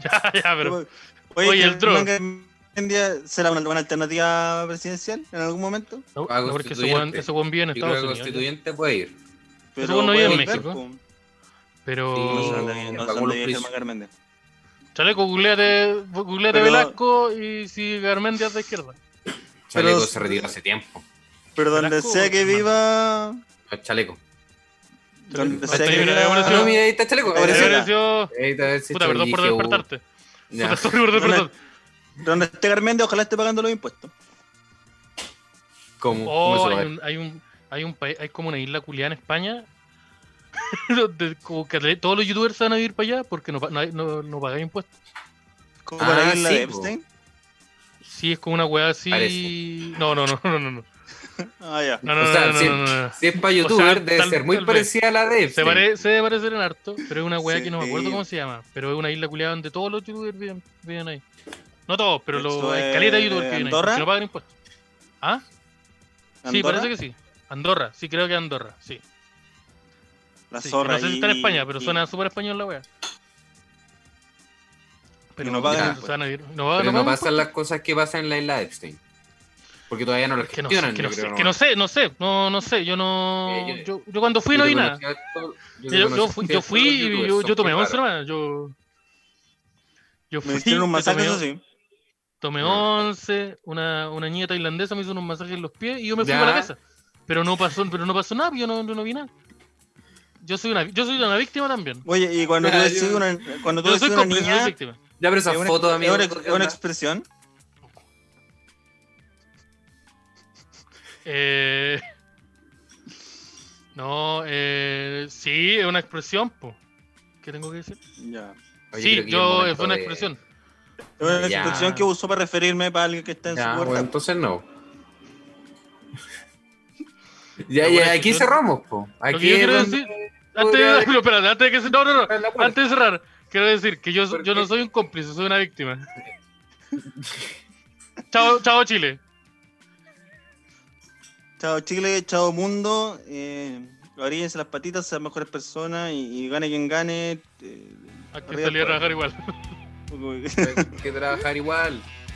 [SPEAKER 2] ya, ya, pero.
[SPEAKER 5] Oye,
[SPEAKER 2] Oye, el
[SPEAKER 5] el
[SPEAKER 2] Dross.
[SPEAKER 5] será una buena alternativa presidencial en algún momento.
[SPEAKER 2] No,
[SPEAKER 3] Ah,
[SPEAKER 2] no, porque ese
[SPEAKER 3] constituyente.
[SPEAKER 2] weón- ese buen vive en
[SPEAKER 3] Yo creo que
[SPEAKER 2] Estados Unidos. ya.
[SPEAKER 3] constituyente puede ir.
[SPEAKER 5] Pero
[SPEAKER 2] bueno,
[SPEAKER 5] puede
[SPEAKER 2] vive en
[SPEAKER 5] volver,
[SPEAKER 2] México.
[SPEAKER 5] po.
[SPEAKER 2] Pero.
[SPEAKER 5] No sé
[SPEAKER 3] Sí.
[SPEAKER 5] dónde vive- no sé
[SPEAKER 3] Pagó
[SPEAKER 5] dónde
[SPEAKER 3] Oh. los
[SPEAKER 5] vive Germán
[SPEAKER 3] precios.
[SPEAKER 5] Garmendia.
[SPEAKER 2] Chaleco, googleate, googleate
[SPEAKER 5] Pero-
[SPEAKER 2] Velasco y si Garmendia es de izquierda.
[SPEAKER 3] Chaleco
[SPEAKER 5] Pero-
[SPEAKER 3] se retiró hace tiempo.
[SPEAKER 5] Pero donde
[SPEAKER 2] Velasco,
[SPEAKER 5] sea que
[SPEAKER 2] hermano.
[SPEAKER 5] viva.
[SPEAKER 3] No, Chaleco.
[SPEAKER 5] Donde
[SPEAKER 2] Ahí
[SPEAKER 5] sea
[SPEAKER 2] está,
[SPEAKER 5] que
[SPEAKER 2] mira,
[SPEAKER 5] viva.
[SPEAKER 2] evolución.
[SPEAKER 3] No, mira, ahí está Chaleco.
[SPEAKER 5] Ahí
[SPEAKER 3] Ahora
[SPEAKER 5] está.
[SPEAKER 3] sí.
[SPEAKER 2] Pareció-
[SPEAKER 3] Ahí está, a ver si
[SPEAKER 2] Puta,
[SPEAKER 3] está
[SPEAKER 2] perdón por
[SPEAKER 3] dije, uh,
[SPEAKER 2] despertarte.
[SPEAKER 3] ya.
[SPEAKER 2] Puta, sorry por despertarte.
[SPEAKER 5] Donde esté Garmendia, ojalá esté pagando los impuestos.
[SPEAKER 3] ¿Cómo? ¿Cómo
[SPEAKER 2] Oh,
[SPEAKER 3] se va a
[SPEAKER 2] hay
[SPEAKER 3] ver?
[SPEAKER 2] un, hay un, hay un país, hay como una isla culiada en España. donde como que todos los youtubers se van a ir para allá porque no, pa- no, hay- no, no pagan impuestos.
[SPEAKER 5] Como
[SPEAKER 3] Ah,
[SPEAKER 5] la isla
[SPEAKER 3] sí,
[SPEAKER 5] de
[SPEAKER 3] po.
[SPEAKER 5] Epstein.
[SPEAKER 2] Sí, es como una weá así.
[SPEAKER 3] Parece.
[SPEAKER 2] No, no, no, no, no, no.
[SPEAKER 5] Ah, ya.
[SPEAKER 2] No, no,
[SPEAKER 3] O
[SPEAKER 2] no,
[SPEAKER 3] sea,
[SPEAKER 2] no, no,
[SPEAKER 3] sí.
[SPEAKER 2] no, no, no.
[SPEAKER 3] Si es para youtuber,
[SPEAKER 2] tal-
[SPEAKER 3] debe ser muy
[SPEAKER 2] tal vez.
[SPEAKER 3] parecida a la de
[SPEAKER 2] Se,
[SPEAKER 3] Epstein.
[SPEAKER 2] pare, se debe parecer en harto, pero es una weá que no me acuerdo
[SPEAKER 5] Sí.
[SPEAKER 2] cómo se llama. Pero es una isla culiada donde todos los youtubers viven, viven ahí. No todos, pero los,
[SPEAKER 5] Eso
[SPEAKER 2] hay
[SPEAKER 5] es
[SPEAKER 2] caleta de youtubers que viven ahí.
[SPEAKER 5] Andorra.
[SPEAKER 2] porque no pagan impuestos. ¿Ah? Sí,
[SPEAKER 5] Andorra,
[SPEAKER 2] parece que sí. Andorra, sí, creo que Andorra, sí.
[SPEAKER 5] La
[SPEAKER 2] Sí,
[SPEAKER 5] zorra.
[SPEAKER 2] que no sé si
[SPEAKER 5] y-
[SPEAKER 2] está en España, pero
[SPEAKER 5] y-
[SPEAKER 2] suena súper español la wea. Pero
[SPEAKER 5] no pagan
[SPEAKER 2] ya,
[SPEAKER 5] impuestos.
[SPEAKER 2] se van a ir- no va-
[SPEAKER 3] Pero
[SPEAKER 2] no
[SPEAKER 3] no
[SPEAKER 2] pagan
[SPEAKER 3] pasan las cosas que pasan en la isla de Epstein. Porque todavía no las
[SPEAKER 2] impuestos. que no, sé,
[SPEAKER 3] gestionan.
[SPEAKER 2] que,
[SPEAKER 3] yo
[SPEAKER 2] no sé,
[SPEAKER 3] creo,
[SPEAKER 2] que no sé, no sé, no, no sé, yo no...
[SPEAKER 3] Eh,
[SPEAKER 2] yo, yo cuando fui no
[SPEAKER 3] Yo
[SPEAKER 2] vi
[SPEAKER 3] te
[SPEAKER 2] nada.
[SPEAKER 3] conocía a todo- yo te
[SPEAKER 2] Yo, yo
[SPEAKER 3] conocía
[SPEAKER 2] fui,
[SPEAKER 3] a
[SPEAKER 2] yo
[SPEAKER 3] todos
[SPEAKER 2] fui
[SPEAKER 3] los
[SPEAKER 2] y
[SPEAKER 3] youtubers,
[SPEAKER 2] yo,
[SPEAKER 3] son
[SPEAKER 2] yo tomé
[SPEAKER 3] muy
[SPEAKER 2] once,
[SPEAKER 3] raros.
[SPEAKER 2] hermano, yo... Yo fui,
[SPEAKER 5] Me hicieron un
[SPEAKER 2] yo
[SPEAKER 5] masaje,
[SPEAKER 2] tomé,
[SPEAKER 5] eso sí.
[SPEAKER 2] tomé once, una, una niña tailandesa me hizo unos masajes en los pies y yo me fui
[SPEAKER 3] Ya.
[SPEAKER 2] para la casa. Pero no pasó, pero no pasó nada, yo no, yo no vi nada. Yo soy una, yo soy una víctima también.
[SPEAKER 5] Oye, y cuando tú
[SPEAKER 3] Ya,
[SPEAKER 5] decís
[SPEAKER 3] yo-
[SPEAKER 5] una, cuando tú
[SPEAKER 2] Yo soy
[SPEAKER 5] decís una
[SPEAKER 2] cómplice, soy
[SPEAKER 5] niña, es
[SPEAKER 2] víctima.
[SPEAKER 3] Ya, pero esa
[SPEAKER 5] una,
[SPEAKER 3] foto,
[SPEAKER 5] es
[SPEAKER 3] amigo.
[SPEAKER 5] una-
[SPEAKER 3] ¿qué
[SPEAKER 5] es una
[SPEAKER 3] onda?
[SPEAKER 5] expresión.
[SPEAKER 2] Eh, no, eh, sí, es una expresión, po. ¿Qué tengo que decir?
[SPEAKER 5] Ya.
[SPEAKER 3] Oye, creo
[SPEAKER 2] sí,
[SPEAKER 3] que
[SPEAKER 2] yo
[SPEAKER 3] es
[SPEAKER 2] es una
[SPEAKER 3] momento de-
[SPEAKER 2] expresión.
[SPEAKER 5] Es una
[SPEAKER 3] Ya.
[SPEAKER 5] expresión que uso para referirme para alguien que está en
[SPEAKER 3] Ya,
[SPEAKER 5] su
[SPEAKER 3] bueno,
[SPEAKER 5] puerta.
[SPEAKER 3] entonces no.
[SPEAKER 2] Pero
[SPEAKER 3] Ya,
[SPEAKER 2] bueno,
[SPEAKER 3] ya, aquí
[SPEAKER 2] yo-
[SPEAKER 3] cerramos, po.
[SPEAKER 2] Lo
[SPEAKER 3] Aquí
[SPEAKER 2] que yo
[SPEAKER 3] es
[SPEAKER 2] quiero
[SPEAKER 3] donde-
[SPEAKER 2] decir, antes de, no, espérate, antes de que se- no, no, no,
[SPEAKER 3] la puerta.
[SPEAKER 2] antes de cerrar, quiero decir que yo,
[SPEAKER 3] ¿Por
[SPEAKER 2] yo no
[SPEAKER 3] qué?
[SPEAKER 2] soy un cómplice, soy una víctima. chao, chao Chile.
[SPEAKER 5] Chao Chile, chao mundo. Eh, abríguense las patitas, sean mejores personas y, y gane quien gane. eh,
[SPEAKER 2] Hay que
[SPEAKER 5] arriba
[SPEAKER 3] pues.
[SPEAKER 2] salir a
[SPEAKER 5] el
[SPEAKER 2] trabajar igual.
[SPEAKER 5] pueblo.
[SPEAKER 3] Hay que trabajar igual.